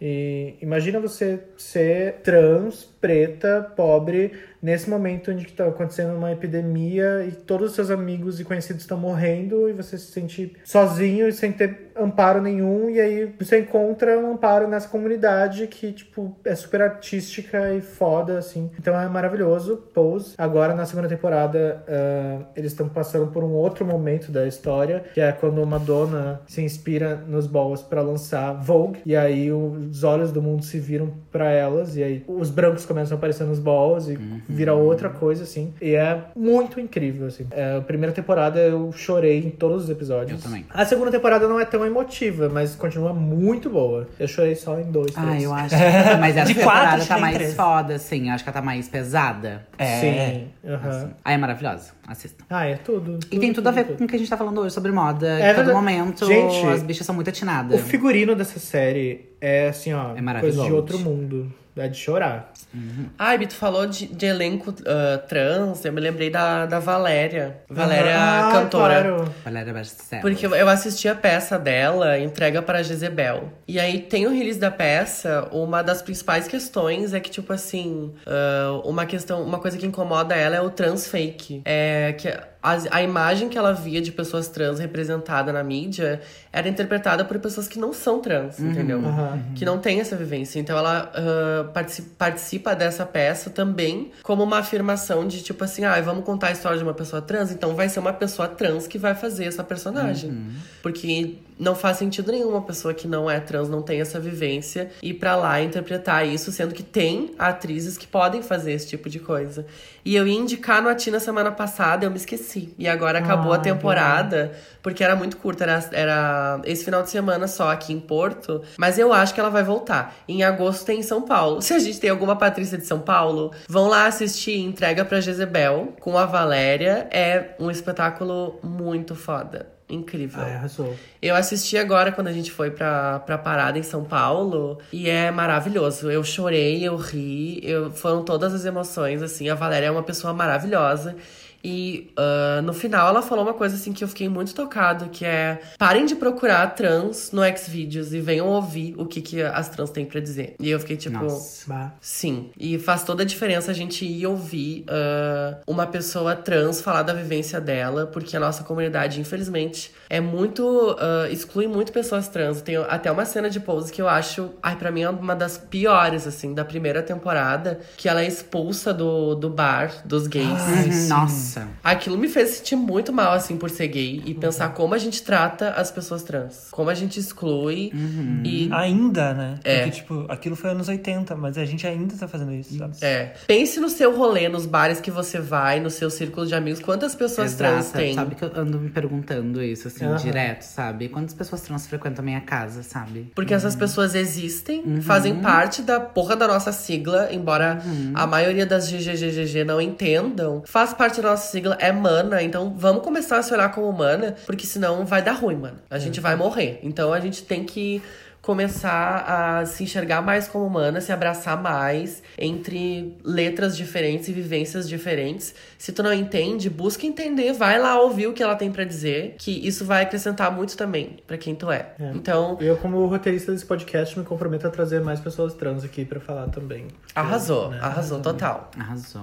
Speaker 1: E imagina você ser trans, preta, pobre, nesse momento onde está acontecendo uma epidemia e todos os seus amigos e conhecidos estão morrendo e você se sente sozinho e sem ter amparo nenhum. E aí você encontra um amparo nessa comunidade que, tipo, é super artística e foda, assim. Então é maravilhoso. Pose. Agora, na segunda temporada, ah, eles estão passando por um outro momento da história, que é quando uma dona se inspira nos balls pra lançar Vogue, e aí os olhos do mundo se viram pra elas, e aí os brancos começam a aparecer nos balls e
Speaker 4: Uhum.
Speaker 1: vira outra coisa, assim. E é muito incrível, assim. É, a primeira temporada eu chorei em todos os episódios.
Speaker 4: Eu também.
Speaker 1: A segunda temporada não é tão emotiva, mas continua muito boa. Eu chorei só em dois,
Speaker 4: Ah,
Speaker 1: três.
Speaker 4: eu acho. que- Mas essa
Speaker 3: De
Speaker 4: temporada
Speaker 3: quatro,
Speaker 4: tá
Speaker 3: tem
Speaker 4: mais
Speaker 3: três.
Speaker 4: foda, assim. Acho que ela tá mais pesada.
Speaker 3: É.
Speaker 1: Sim. aham.
Speaker 4: Ah, é maravilhosa. Assista.
Speaker 1: Ah, é tudo.
Speaker 4: E tem tudo a ver
Speaker 1: tudo.
Speaker 4: com o que a gente tá falando hoje sobre moda.
Speaker 1: É
Speaker 4: em todo
Speaker 1: verdade.
Speaker 4: momento,
Speaker 1: Gente,
Speaker 4: as bichas são muito
Speaker 1: O
Speaker 4: atinadas.
Speaker 1: figurino dessa série é assim, ó,
Speaker 4: É maravilhoso.
Speaker 1: coisa de outro mundo. É de chorar.
Speaker 2: Ai, Bito falou de, de elenco ah, trans, eu me lembrei da, da Valéria. Valéria,
Speaker 1: Ah,
Speaker 2: cantora.
Speaker 1: claro.
Speaker 4: Valéria Barcelos.
Speaker 2: Porque eu- eu assisti a peça dela, Entrega para Jezebel. E aí tem o release da peça, uma das principais questões é que, tipo assim, ah, uma questão, uma coisa que incomoda ela é o trans fake. É que as- a, imagem que ela via de pessoas trans representada na mídia era interpretada por pessoas que não são trans, entendeu?
Speaker 1: Aham.
Speaker 2: que não tem essa vivência. Então ela ah, partici- participa dessa peça também como uma afirmação de tipo assim, ah, vamos contar a história de uma pessoa trans, então vai ser uma pessoa trans que vai fazer essa personagem. Porque não faz sentido nenhum uma pessoa que não é trans, não tem essa vivência, ir pra lá interpretar isso, sendo que tem atrizes que podem fazer esse tipo de coisa. E eu ia indicar no Atina semana passada, eu me esqueci. E agora acabou a temporada, porque era muito curta, era, era esse final de semana só aqui em Porto. Mas eu acho que ela vai voltar. Em agosto tem em São Paulo. Se a gente tem alguma Patrícia de São Paulo, vão lá assistir Entrega pra Jezebel com a Valéria. É um espetáculo muito foda. Incrível.
Speaker 1: Ah, arrasou.
Speaker 2: Eu assisti agora quando a gente foi pra, pra parada em São Paulo e é maravilhoso. Eu chorei, eu ri, eu, foram todas as emoções, assim. A Valéria é uma pessoa maravilhosa. E ah, no final ela falou uma coisa assim que eu fiquei muito tocado, que é parem de procurar trans no Xvideos e venham ouvir o que, que as trans têm pra dizer. E eu fiquei tipo,
Speaker 4: Nossa.
Speaker 1: Bah.
Speaker 2: Sim, e faz toda a diferença a gente ir ouvir ah, uma pessoa trans falar da vivência dela, porque a nossa comunidade, infelizmente, é muito. ah, exclui muito pessoas trans. Tem até uma cena de pose que eu acho, ai, pra mim é uma das piores, assim, da primeira temporada, que ela é expulsa do, do bar dos gays.
Speaker 4: Uhum, Nossa.
Speaker 2: Aquilo me fez sentir muito mal, assim, por ser gay e pensar como a gente trata as pessoas trans, como a gente exclui e
Speaker 3: Ainda, né?
Speaker 2: É.
Speaker 3: Porque, tipo, aquilo foi anos 80, mas a gente ainda tá fazendo isso, sabe?
Speaker 2: É. Pense no seu rolê, nos bares que você vai, no seu círculo de amigos, quantas pessoas trans
Speaker 4: Exato.
Speaker 2: tem.
Speaker 4: Sabe que eu ando me perguntando isso, assim,
Speaker 1: Aham.
Speaker 4: direto, sabe? Quantas pessoas trans frequentam a minha casa, sabe?
Speaker 2: Porque essas pessoas existem, fazem parte da porra da nossa sigla, embora a maioria das GGGGG não entendam. Faz parte da nossa sigla, é mana, então vamos começar a se olhar como mana, porque senão vai dar ruim, mano. A gente vai morrer. Então a gente tem que começar a se enxergar mais como humana, se abraçar mais entre letras diferentes e vivências diferentes. Se tu não entende, busca entender, vai lá ouvir o que ela tem pra dizer, que isso vai acrescentar muito também pra quem tu é.
Speaker 1: É.
Speaker 2: Então,
Speaker 1: Eu, como roteirista desse podcast, me comprometo a trazer mais pessoas trans aqui pra falar também.
Speaker 2: arrasou,
Speaker 1: Né?
Speaker 2: arrasou total.
Speaker 4: Arrasou.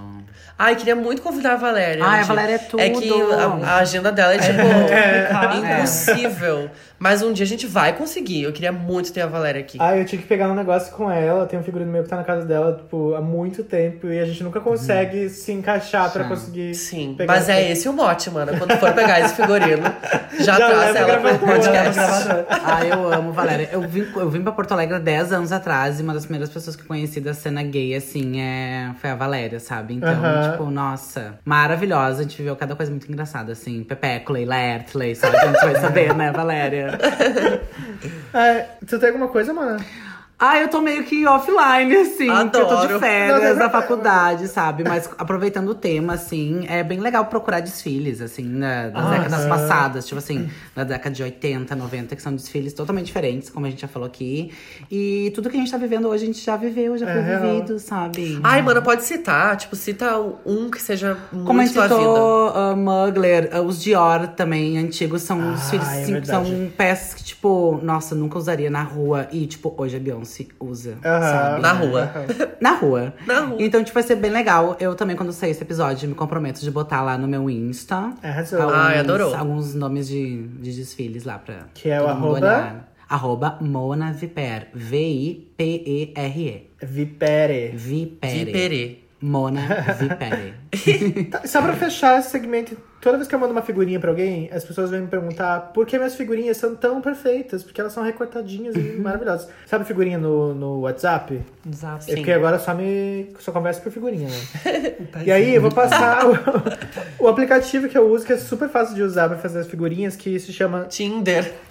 Speaker 2: Ai, queria muito convidar a Valéria.
Speaker 4: Ai, a
Speaker 2: gente.
Speaker 4: Valéria é tudo.
Speaker 2: É que a, a agenda dela é tipo
Speaker 3: complicado.
Speaker 2: impossível, mas um dia a gente vai conseguir. Eu queria muito ter a Valéria aqui.
Speaker 1: Ah, eu tinha que pegar um negócio com ela. Tem um figurino meu que tá na casa dela, tipo, há muito tempo. E a gente nunca consegue se encaixar pra conseguir.
Speaker 2: Uhum. Sim,
Speaker 1: pegar
Speaker 2: mas é esse o mote, mano. Quando for pegar esse figurino, já,
Speaker 1: Já
Speaker 2: traz
Speaker 1: leva
Speaker 2: ela pro
Speaker 1: gravadora,
Speaker 2: podcast.
Speaker 4: Ah, eu amo, Valéria. Eu vim, eu vim pra Porto Alegre há 10 anos atrás e uma das primeiras pessoas que eu conheci da cena gay, assim, é... foi a Valéria, sabe? Então,
Speaker 1: Aham.
Speaker 4: tipo, nossa, maravilhosa. A gente viveu cada coisa muito engraçada, assim. Pepecula e Laertley, sabe? A gente vai saber, né, Valéria?
Speaker 1: É, tu tem alguma coisa, mano?
Speaker 4: Ah, eu tô meio que offline, assim, porque eu tô
Speaker 2: Adoro.
Speaker 4: de
Speaker 1: Não, não é
Speaker 4: férias da
Speaker 1: problema.
Speaker 4: faculdade, sabe? Mas aproveitando o tema, assim, é bem legal procurar desfiles, assim, né, das
Speaker 1: Ah,
Speaker 4: décadas
Speaker 1: é.
Speaker 4: passadas, tipo assim, da década de 80, 90, que são desfiles totalmente diferentes, como a gente já falou aqui. E tudo que a gente tá vivendo hoje, a gente já viveu, já foi
Speaker 1: É, real.
Speaker 4: vivido, sabe?
Speaker 2: Ai, mano, pode citar. Tipo, cita um que seja muito
Speaker 4: Como a gente
Speaker 2: tua vida.
Speaker 4: citou uh, Mugler, uh, os Dior também antigos são
Speaker 1: Ah,
Speaker 4: desfiles,
Speaker 1: é
Speaker 4: sim-
Speaker 1: verdade.
Speaker 4: são peças que, tipo, nossa, nunca usaria na rua. E, tipo, hoje a Beyoncé usa.
Speaker 1: Aham.
Speaker 4: sabe?
Speaker 2: Na rua.
Speaker 4: Na rua.
Speaker 2: Na rua.
Speaker 4: Então, tipo, vai ser bem legal. Eu também, quando sair esse episódio, me comprometo de botar lá no meu Insta.
Speaker 1: Arrasou.
Speaker 2: Ai, adorou.
Speaker 4: Alguns nomes de, de desfiles lá pra
Speaker 1: Que é o
Speaker 4: todo mundo
Speaker 1: arroba?
Speaker 4: olhar. Arroba Mona Viper. V-I-P-E-R-E.
Speaker 1: Vipere.
Speaker 4: Vipere.
Speaker 2: De Perê.
Speaker 4: Mona Vipere.
Speaker 1: Tá, Só pra fechar esse segmento, toda vez que eu mando uma figurinha pra alguém, as pessoas vêm me perguntar por que minhas figurinhas são tão perfeitas, porque elas são recortadinhas
Speaker 4: Uhum.
Speaker 1: e maravilhosas. Sabe figurinha no, no WhatsApp?
Speaker 4: Exato.
Speaker 1: É porque agora só me só converso por figurinha, né?
Speaker 3: Tá
Speaker 1: E aí, eu vou passar o, o aplicativo que eu uso, que é super fácil de usar pra fazer as figurinhas, que se chama.
Speaker 2: Tinder.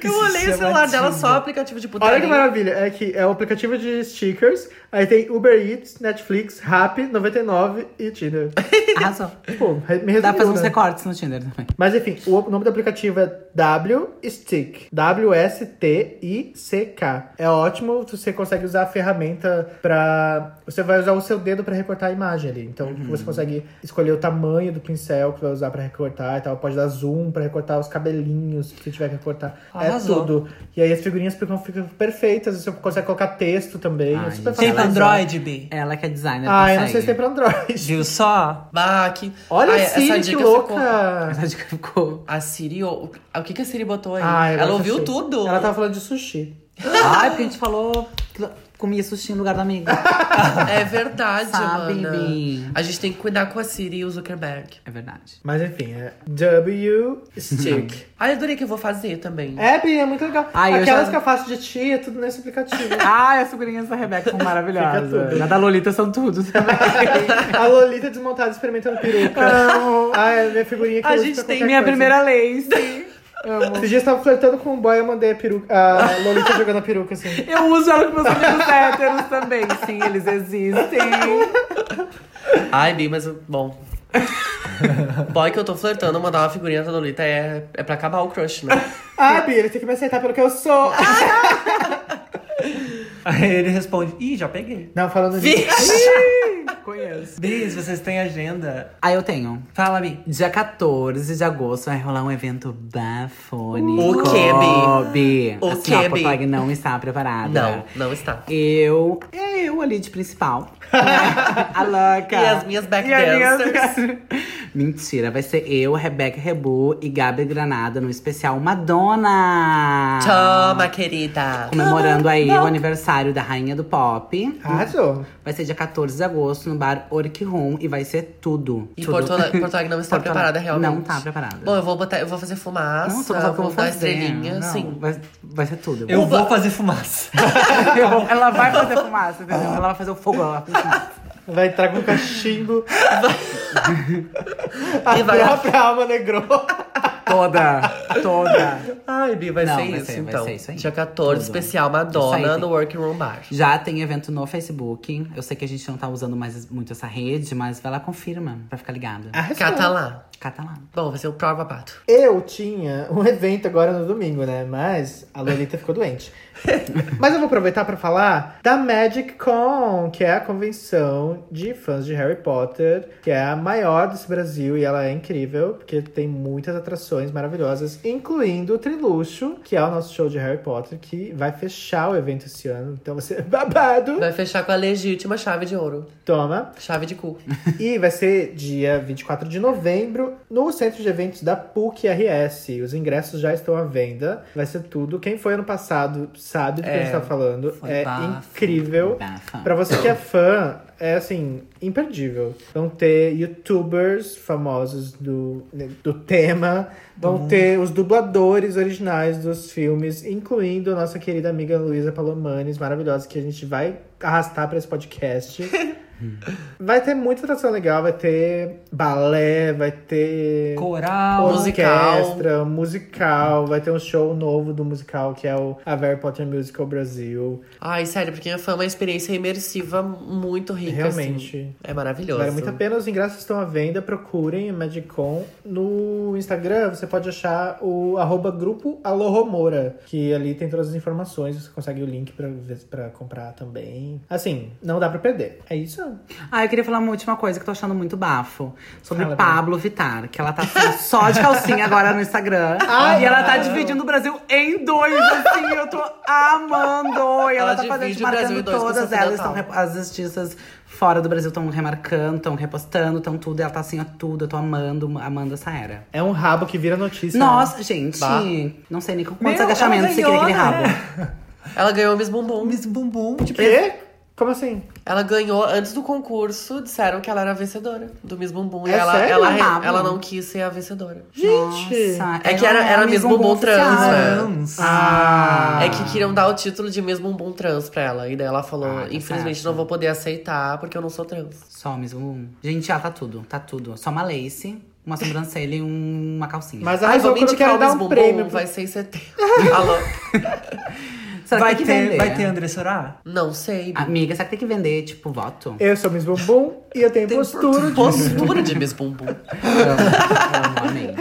Speaker 3: que
Speaker 2: Eu
Speaker 3: se
Speaker 2: olhei o
Speaker 3: chama
Speaker 2: celular dela
Speaker 3: Tinder.
Speaker 2: só aplicativo de putaria.
Speaker 1: Olha que maravilha, é que é o aplicativo de stickers, aí tem Uber Eats, Netflix, Rap, 99 e Tinder.
Speaker 4: Arrasou.
Speaker 1: Pô, re- me resumiu,
Speaker 4: Dá pra fazer uns
Speaker 1: né?
Speaker 4: recortes no Tinder também.
Speaker 1: Mas enfim, o nome do aplicativo é W-Stick. W-S-T-I-C-K. É ótimo, você consegue usar a ferramenta pra. Você vai usar o seu dedo pra recortar a imagem ali. Então você consegue escolher o tamanho do pincel que vai usar pra recortar e tal. Pode dar zoom pra recortar os cabelinhos que tiver que recortar.
Speaker 3: Arrasou.
Speaker 1: É tudo. E aí as figurinhas ficam, ficam perfeitas. Você consegue colocar texto também.
Speaker 4: Ai,
Speaker 1: é super
Speaker 4: gente.
Speaker 1: fácil.
Speaker 3: Tem pra
Speaker 1: de usar.
Speaker 3: Android, B?
Speaker 4: Ela que é designer.
Speaker 1: Ah, eu
Speaker 4: consegue.
Speaker 1: não sei se tem pra Android.
Speaker 3: Viu só?
Speaker 2: Bah, que...
Speaker 1: Olha
Speaker 2: Ai,
Speaker 1: a Siri,
Speaker 2: Ah, é, essa
Speaker 1: que
Speaker 2: dica
Speaker 1: louca!
Speaker 2: ficou-
Speaker 4: Essa dica ficou.
Speaker 2: A Siri... O o que, que a Siri botou aí?
Speaker 1: Ah, agora
Speaker 2: ela
Speaker 1: eu
Speaker 2: ouviu
Speaker 1: achei.
Speaker 2: tudo.
Speaker 1: Ela tava falando de sushi.
Speaker 4: Ai, porque a gente falou que comia sushi no lugar da amiga.
Speaker 1: tá-
Speaker 2: É verdade,
Speaker 4: Sabe,
Speaker 2: mana.
Speaker 4: Bi.
Speaker 2: A gente tem que cuidar com a Siri e o Zuckerberg.
Speaker 4: É verdade.
Speaker 1: Mas enfim, é W Stick.
Speaker 2: Ai, adorei que eu vou fazer também.
Speaker 1: é, Bi, é muito legal.
Speaker 4: Ai, eu
Speaker 1: Aquelas
Speaker 4: já-
Speaker 1: que eu faço de ti é tudo nesse aplicativo.
Speaker 4: Ai, Ah, as figurinhas da Rebeca são
Speaker 1: Fica tudo.
Speaker 4: maravilhosas. Na da Lolita são tudo também.
Speaker 1: a Lolita desmontada experimentando peruca. Ah, é a minha figurinha que
Speaker 2: A
Speaker 1: eu uso
Speaker 2: gente
Speaker 1: pra
Speaker 2: tem
Speaker 1: qualquer
Speaker 4: Minha
Speaker 1: coisa.
Speaker 4: primeira lace.
Speaker 1: Esses dias eu tava flertando com um boy, eu mandei a peruca. A Lolita jogando a peruca, assim.
Speaker 4: Eu uso ela com meus amigos héteros também. Sim, eles existem.
Speaker 2: Ai, Bi, mas bom. Boy que eu tô flertando, mandar uma figurinha da Lolita é, é pra acabar o crush, né?
Speaker 1: Ah, Bi, ele tem que me aceitar pelo que eu sou.
Speaker 3: assim. Aí ele responde: Ih, já peguei.
Speaker 1: Não, falando nisso.
Speaker 4: Conheço.
Speaker 3: Bis, vocês têm agenda?
Speaker 4: Aí eu tenho.
Speaker 3: Fala, Bi.
Speaker 4: Dia 14 de agosto vai rolar um evento bafônico.
Speaker 2: O quê, Bi?
Speaker 4: Bi?
Speaker 2: O
Speaker 4: assim,
Speaker 2: quê,
Speaker 4: ó,
Speaker 2: Bi?
Speaker 4: Porto Alegre não está preparada.
Speaker 2: Não, não está.
Speaker 4: Eu. É eu ali de principal. né? a louca.
Speaker 2: E as minhas back
Speaker 4: E as minhas-
Speaker 2: dancers.
Speaker 4: Mentira, vai ser eu, Rebeca Rebu e Gabi Granada no especial Madonna.
Speaker 2: Toma, querida.
Speaker 4: Comemorando aí o aniversário da Rainha do Pop.
Speaker 1: Arrasou.
Speaker 4: Vai ser dia 14 de agosto no bar Orc Room e vai ser tudo.
Speaker 2: E
Speaker 4: tudo.
Speaker 2: Porto Alegre, Porto Alegre não está
Speaker 4: Porto Alegre
Speaker 2: preparada, realmente.
Speaker 4: Não tá preparada.
Speaker 2: Bom, eu vou, botar, eu vou fazer fumaça,
Speaker 4: Não, tô pensando que eu
Speaker 2: vou,
Speaker 4: vou
Speaker 2: dar
Speaker 4: fazer.
Speaker 2: estrelinha,
Speaker 4: Não,
Speaker 2: sim.
Speaker 4: Vai, vai ser tudo.
Speaker 3: Eu
Speaker 2: Uba.
Speaker 3: vou fazer fumaça.
Speaker 4: Eu vou- ela vai fazer fumaça, entendeu? Ela vai fazer o fogo, ela vai fazer
Speaker 1: Vai entrar com um cachimbo. a
Speaker 2: E vai-
Speaker 1: própria alma negrou.
Speaker 4: toda, toda.
Speaker 2: Ai, Bi, vai
Speaker 4: Não,
Speaker 2: ser
Speaker 4: vai
Speaker 2: isso,
Speaker 4: ser- vai
Speaker 2: então.
Speaker 4: ser isso aí.
Speaker 2: Dia 14,
Speaker 4: Tudo.
Speaker 2: especial
Speaker 4: Isso
Speaker 2: Madonna
Speaker 4: aí, sim.
Speaker 2: no Workroom Bar.
Speaker 4: Já tem evento no Facebook. Eu sei que a gente não tá usando mais muito essa rede, mas vai lá, confirma, pra ficar ligada.
Speaker 2: Ah.
Speaker 1: Arrasou.
Speaker 2: Cata lá.
Speaker 4: Cata lá.
Speaker 2: Bom, vai ser o próprio babado.
Speaker 1: Eu tinha um evento agora no domingo, né? Mas a Lolita ficou doente. Mas eu vou aproveitar pra falar da Magic Con, que é a convenção de fãs de Harry Potter, que é a maior desse Brasil e ela é incrível, porque tem muitas atrações maravilhosas, incluindo o Triluxo, que é o nosso show de Harry Potter, que vai fechar o evento esse ano. Então você babado.
Speaker 2: Vai fechar com a legítima chave de ouro.
Speaker 1: Toma.
Speaker 2: Chave de cu.
Speaker 1: E vai ser dia 24 de novembro outubro no Centro de Eventos da PUC RS. Os ingressos já estão à venda. Vai ser tudo. Quem foi ano passado sabe do que a gente tá falando.
Speaker 4: foi
Speaker 1: é
Speaker 4: bafo,
Speaker 1: incrível.
Speaker 4: bafo.
Speaker 1: Pra você que é fã, é assim, imperdível. Vão ter youtubers famosos do, né, do tema, vão
Speaker 2: Uhum.
Speaker 1: ter os dubladores originais dos filmes, incluindo a nossa querida amiga Luísa Palomanes, maravilhosa, que a gente vai arrastar pra esse podcast. Vai ter muita atração legal, vai ter balé, vai ter
Speaker 3: Coral.
Speaker 2: musical.
Speaker 1: orquestra, musical, vai ter um show novo do musical que é o a Harry Potter Musical Brasil.
Speaker 2: Ai, sério, porque é uma experiência imersiva muito rica.
Speaker 1: Realmente.
Speaker 2: assim. É maravilhoso.
Speaker 1: Vale muito a pena, os ingressos estão à venda, procurem o Magicon. No Instagram você pode achar o arroba grupo Alohomora, que ali tem todas as informações, você consegue o link pra, ver- pra comprar também. Assim, não dá pra perder. É isso?
Speaker 4: Ah, eu queria falar uma última coisa que eu tô achando muito bafo. Sobre
Speaker 1: Fala,
Speaker 4: Pablo Vittar, que ela tá assim, só de calcinha agora no Instagram.
Speaker 1: Ah,
Speaker 4: e ela tá
Speaker 1: não.
Speaker 4: dividindo o Brasil em dois, assim, eu tô amando. E ela,
Speaker 2: Ela
Speaker 4: tá fazendo,
Speaker 2: divide o
Speaker 4: marcando
Speaker 2: Brasil em dois com
Speaker 4: todas
Speaker 2: Sofia
Speaker 4: elas.
Speaker 2: Natal.
Speaker 4: Estão, re- as justiças fora do Brasil estão remarcando, estão repostando, estão tudo. E ela tá assim, ó, tudo. Eu tô amando, amando essa era.
Speaker 1: É um rabo que vira notícia.
Speaker 4: Nossa, gente,
Speaker 2: é Bah.
Speaker 4: não sei nem quantos
Speaker 3: Meu,
Speaker 4: agachamentos
Speaker 3: ela
Speaker 4: você queria aquele
Speaker 3: ganhou, né?
Speaker 4: rabo.
Speaker 2: Ela ganhou o Miss Bumbum.
Speaker 3: Miss Bumbum. Tipo,
Speaker 1: Quê? Como assim?
Speaker 2: Ela ganhou antes do concurso, disseram que ela era a vencedora do Miss Bumbum. e
Speaker 1: É
Speaker 2: ela,
Speaker 1: sério?
Speaker 2: ela, re-
Speaker 4: Ah,
Speaker 2: ela
Speaker 4: bom.
Speaker 2: não quis ser a vencedora.
Speaker 1: Gente!
Speaker 4: Nossa,
Speaker 2: É que era-
Speaker 4: ela
Speaker 2: era
Speaker 4: a Miss
Speaker 2: Miss Bumbum trans,
Speaker 4: oficial.
Speaker 1: É.
Speaker 2: né?
Speaker 3: trans.
Speaker 1: Ah!
Speaker 2: É que queriam dar o título de Miss Bumbum trans pra ela. E daí ela falou:
Speaker 4: Ah, tá
Speaker 2: infelizmente
Speaker 4: certo.
Speaker 2: não vou poder aceitar porque eu não sou trans.
Speaker 4: Só mesmo. Gente, ah, tá tudo, tá tudo. Só uma lace, uma sobrancelha e um- uma calcinha.
Speaker 1: Mas
Speaker 2: Ai,
Speaker 1: arrasou
Speaker 2: vou me
Speaker 1: quando eu
Speaker 2: indicar
Speaker 1: quero
Speaker 2: o
Speaker 1: dar
Speaker 2: Miss
Speaker 1: um
Speaker 2: Bumbum,
Speaker 1: prêmio.
Speaker 2: vai ser em setembro. Alô?
Speaker 4: será
Speaker 3: vai,
Speaker 4: que tem que
Speaker 3: ter,
Speaker 4: vender?
Speaker 3: vai ter André Sorá?
Speaker 2: Não sei.
Speaker 4: Amiga, será que tem que vender, tipo, voto?
Speaker 1: Eu sou Miss Bumbum e eu tenho postura de
Speaker 2: Postura de Miss Bumbum.
Speaker 4: Amo, amei.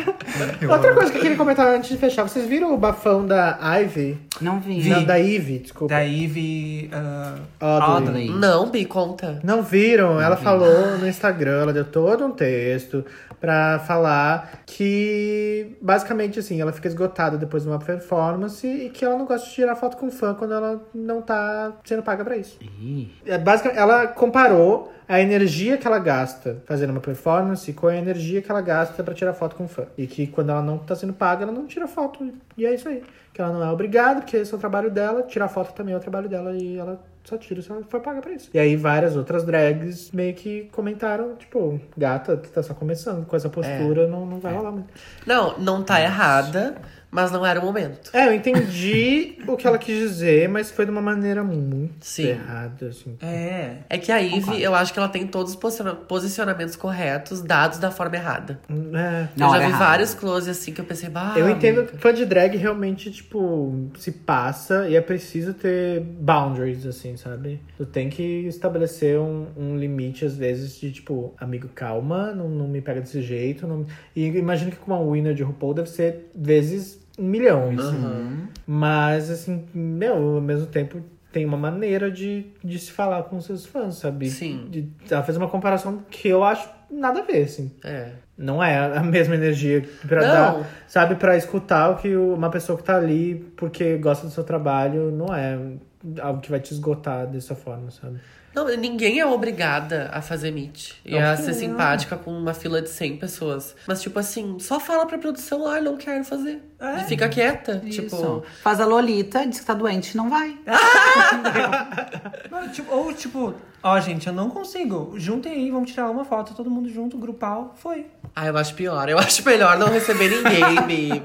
Speaker 1: Outra coisa que eu queria comentar antes de fechar, vocês viram o bafão da Ivy?
Speaker 4: Não vi.
Speaker 1: Não, da Ivy, desculpa.
Speaker 3: Da Ivy. ah,
Speaker 1: Audrey.
Speaker 4: Audrey.
Speaker 2: Não, Bi, conta.
Speaker 1: Não viram? Ela falou no Instagram, ela deu todo um texto pra falar que basicamente assim, ela fica esgotada depois de uma performance e que ela não gosta de tirar foto com fã quando ela não tá sendo paga pra isso.
Speaker 4: Ih,
Speaker 1: É, Basicamente, ela comparou a energia que ela gasta fazendo uma performance com a energia que ela gasta pra tirar foto com fã. E que quando ela não tá sendo paga, ela não tira foto. E é isso aí. Que ela não é obrigada, porque esse é o trabalho dela. Tirar foto também é o trabalho dela e ela só tira se ela for paga pra isso. E aí várias outras drags meio que comentaram, tipo, gata, tu tá só começando com essa postura, não, não vai rolar muito.
Speaker 2: Não, não tá errada, mas não era o momento.
Speaker 1: É, eu entendi o que ela quis dizer, mas foi de uma maneira muito
Speaker 2: Sim.
Speaker 1: errada, assim.
Speaker 3: é.
Speaker 2: É que a Ivy, eu acho que ela tem todos os posiciona- posicionamentos corretos, dados da forma errada.
Speaker 1: É.
Speaker 4: Na
Speaker 2: eu já
Speaker 4: hora
Speaker 2: vi
Speaker 4: errada.
Speaker 2: vários close assim que eu pensei, bah.
Speaker 1: Eu entendo que fã de drag realmente, tipo, se passa e é preciso ter boundaries, assim, sabe? Tu tem que estabelecer um, um limite, às vezes, de tipo, amigo, calma, não, não me pega desse jeito. não- E imagino que com uma winner de RuPaul deve ser vezes um milhão, assim. Mas, assim, meu, ao mesmo tempo tem uma maneira de, de se falar com seus fãs, sabe?
Speaker 2: Sim.
Speaker 1: De- ela fez uma comparação que eu acho nada a ver, assim.
Speaker 2: É.
Speaker 1: Não é a mesma energia pra
Speaker 2: Não.
Speaker 1: dar, sabe, pra escutar o que o- uma pessoa que tá ali porque gosta do seu trabalho, não é algo que vai te esgotar dessa forma, sabe?
Speaker 2: Não, ninguém é obrigada a fazer meet. E
Speaker 1: Não,
Speaker 2: a ser
Speaker 1: não.
Speaker 2: simpática com uma fila de 100 pessoas. Mas, tipo assim, só fala pra produção, ah, não quero fazer.
Speaker 3: É.
Speaker 2: E fica quieta.
Speaker 4: Isso.
Speaker 2: Tipo, É.
Speaker 4: Faz a Lolita, diz que tá doente, não vai.
Speaker 3: Não, tipo, ou tipo, ó, gente, eu não consigo. Juntem aí, vamos tirar uma foto, todo mundo junto, grupal. Foi.
Speaker 2: ah, eu acho pior. Eu acho melhor não receber ninguém, Bi.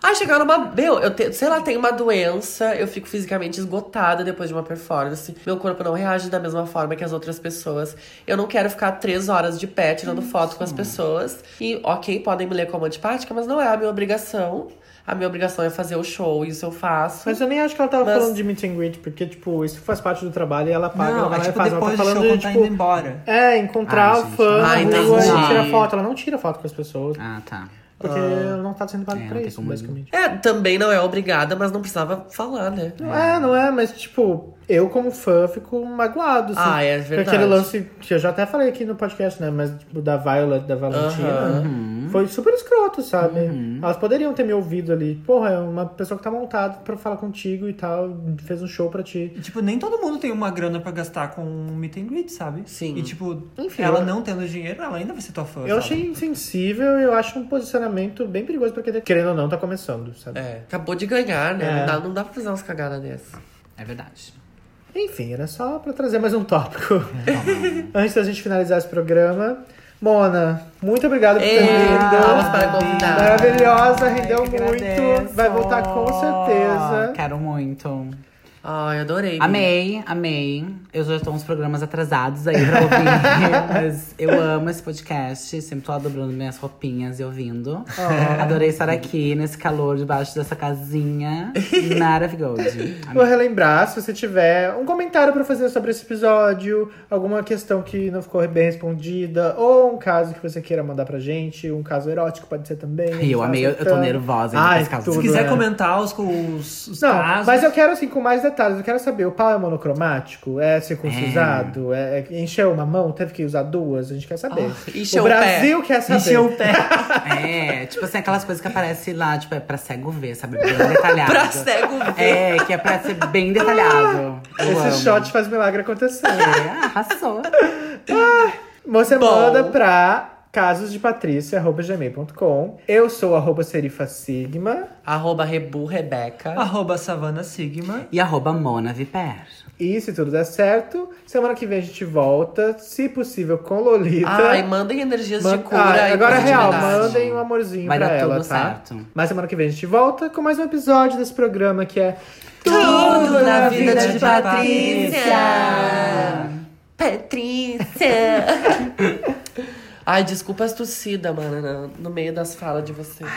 Speaker 2: Ah, chegar numa. Meu, eu te- sei lá, tenho uma doença, eu fico fisicamente esgotada depois de uma performance. Meu corpo não reage da mesma forma que as outras pessoas. Eu não quero ficar três horas de pé tirando foto com as pessoas. E, ok, podem me ler como antipática, mas não é a minha obrigação. A minha obrigação é fazer o show, isso eu faço.
Speaker 1: Mas eu nem acho que ela tava
Speaker 2: Mas-
Speaker 1: falando de meet and greet, porque, tipo, isso faz parte do trabalho e ela paga, ela
Speaker 3: não,
Speaker 1: vai lá
Speaker 3: é
Speaker 1: e
Speaker 3: tipo,
Speaker 1: faz. Ela tá
Speaker 3: depois do show
Speaker 1: falando de,
Speaker 3: quando tá indo
Speaker 1: tipo,
Speaker 3: embora.
Speaker 1: é, encontrar
Speaker 4: Ai,
Speaker 1: o
Speaker 4: gente.
Speaker 1: fã
Speaker 2: Ai,
Speaker 1: na rua e
Speaker 2: entendi.
Speaker 1: tirar foto. Ela não tira foto com as pessoas,
Speaker 4: Ah, tá.
Speaker 1: porque ela não tá sendo paga
Speaker 4: É, não
Speaker 1: pra
Speaker 4: tem
Speaker 1: isso,
Speaker 4: como-
Speaker 1: basicamente.
Speaker 2: É, também não é obrigada, mas não precisava falar, né?
Speaker 1: Não é, não é, mas, tipo, eu como fã fico magoado, assim.
Speaker 2: Ah, é
Speaker 1: Porque
Speaker 2: verdade.
Speaker 1: aquele lance que eu já até falei aqui no podcast, né? Mas, tipo, da Violet, da Valentina.
Speaker 2: Aham.
Speaker 1: Foi super escroto, sabe? Elas poderiam ter me ouvido ali. Porra, é uma pessoa que tá montada pra falar contigo e tal, fez um show pra ti.
Speaker 3: E, Tipo, nem todo mundo tem uma grana pra gastar com um meet and greet, sabe?
Speaker 2: Sim.
Speaker 3: E, tipo,
Speaker 1: Enfim,
Speaker 3: ela
Speaker 1: eu-
Speaker 3: não tendo dinheiro, ela ainda vai ser tua fã.
Speaker 1: Eu
Speaker 3: sabe?
Speaker 1: achei insensível e eu acho um posicionamento bem perigoso pra quem tá- querendo ou não tá começando, sabe?
Speaker 2: É, acabou de ganhar, né?
Speaker 1: É.
Speaker 2: Não, dá, não dá pra fazer umas cagadas dessas.
Speaker 4: É verdade.
Speaker 1: Enfim, era só pra trazer mais um tópico. Antes da gente finalizar esse programa. Mona, muito obrigado por ter
Speaker 2: Ei, palmas
Speaker 1: vindo.
Speaker 2: para convidar.
Speaker 1: Maravilhosa, rendeu
Speaker 4: que
Speaker 1: muito.
Speaker 4: agradeço.
Speaker 1: Vai voltar com
Speaker 3: é.
Speaker 1: certeza.
Speaker 4: Quero muito.
Speaker 2: Ai, adorei.
Speaker 4: Amei, amei. Eu já estou uns programas atrasados aí pra ouvir. mas eu amo esse podcast. Sempre tô lá dobrando minhas roupinhas e ouvindo. Adorei estar aqui nesse calor debaixo dessa casinha. Maravilhoso.
Speaker 1: Vou relembrar, se você tiver um comentário pra fazer sobre esse episódio, alguma questão que não ficou bem respondida, ou um caso que você queira mandar pra gente, um caso erótico pode ser também.
Speaker 4: E eu
Speaker 1: um
Speaker 4: amei, eu,
Speaker 1: caso
Speaker 4: eu tô
Speaker 1: tan-
Speaker 4: nervosa
Speaker 1: Ai,
Speaker 4: nesse caso.
Speaker 1: tudo.
Speaker 3: Se quiser
Speaker 1: é.
Speaker 3: comentar os, os, os
Speaker 1: Não,
Speaker 3: casos.
Speaker 1: mas eu quero assim, com mais detalhes. Eu quero saber, o pau é monocromático? É circuncisado? É. é- encheu uma mão? Teve que usar duas? A gente quer saber.
Speaker 2: encheu
Speaker 1: o
Speaker 2: o pé.
Speaker 1: Brasil quer saber.
Speaker 3: Encheu o pé.
Speaker 4: É, tipo assim, aquelas coisas que aparecem lá, tipo, é pra cego ver, sabe? Bem detalhado.
Speaker 2: Pra cego ver.
Speaker 4: É, que é pra ser bem detalhado. Eu
Speaker 1: Esse
Speaker 4: amo.
Speaker 1: shot faz milagre acontecer.
Speaker 4: É, arrasou.
Speaker 1: Você
Speaker 2: Bom.
Speaker 1: manda pra casosdepatricia.gmail.com Eu sou arroba serifasigma.
Speaker 2: Arroba Rebu Rebeca.
Speaker 1: Ah,
Speaker 3: Arroba Savana Sigma.
Speaker 4: E arroba Mona Viper.
Speaker 1: E se tudo der certo, semana que vem a gente volta, se possível com Lolita.
Speaker 2: Ai, mandem energias
Speaker 1: Man-
Speaker 2: de cura.
Speaker 1: então é Ah,
Speaker 2: e
Speaker 1: agora é real,
Speaker 2: positividade.
Speaker 1: mandem um amorzinho
Speaker 4: Vai
Speaker 1: pra
Speaker 4: dar
Speaker 1: ela,
Speaker 4: tudo
Speaker 1: tá?
Speaker 4: certo.
Speaker 1: Mas semana que vem a gente volta com mais um episódio desse programa que é
Speaker 2: Tudo na vida
Speaker 3: vida
Speaker 2: de
Speaker 3: de
Speaker 2: Patrícia. Patrícia. Ai, desculpa as tossidas, mano, no- no meio das falas de vocês.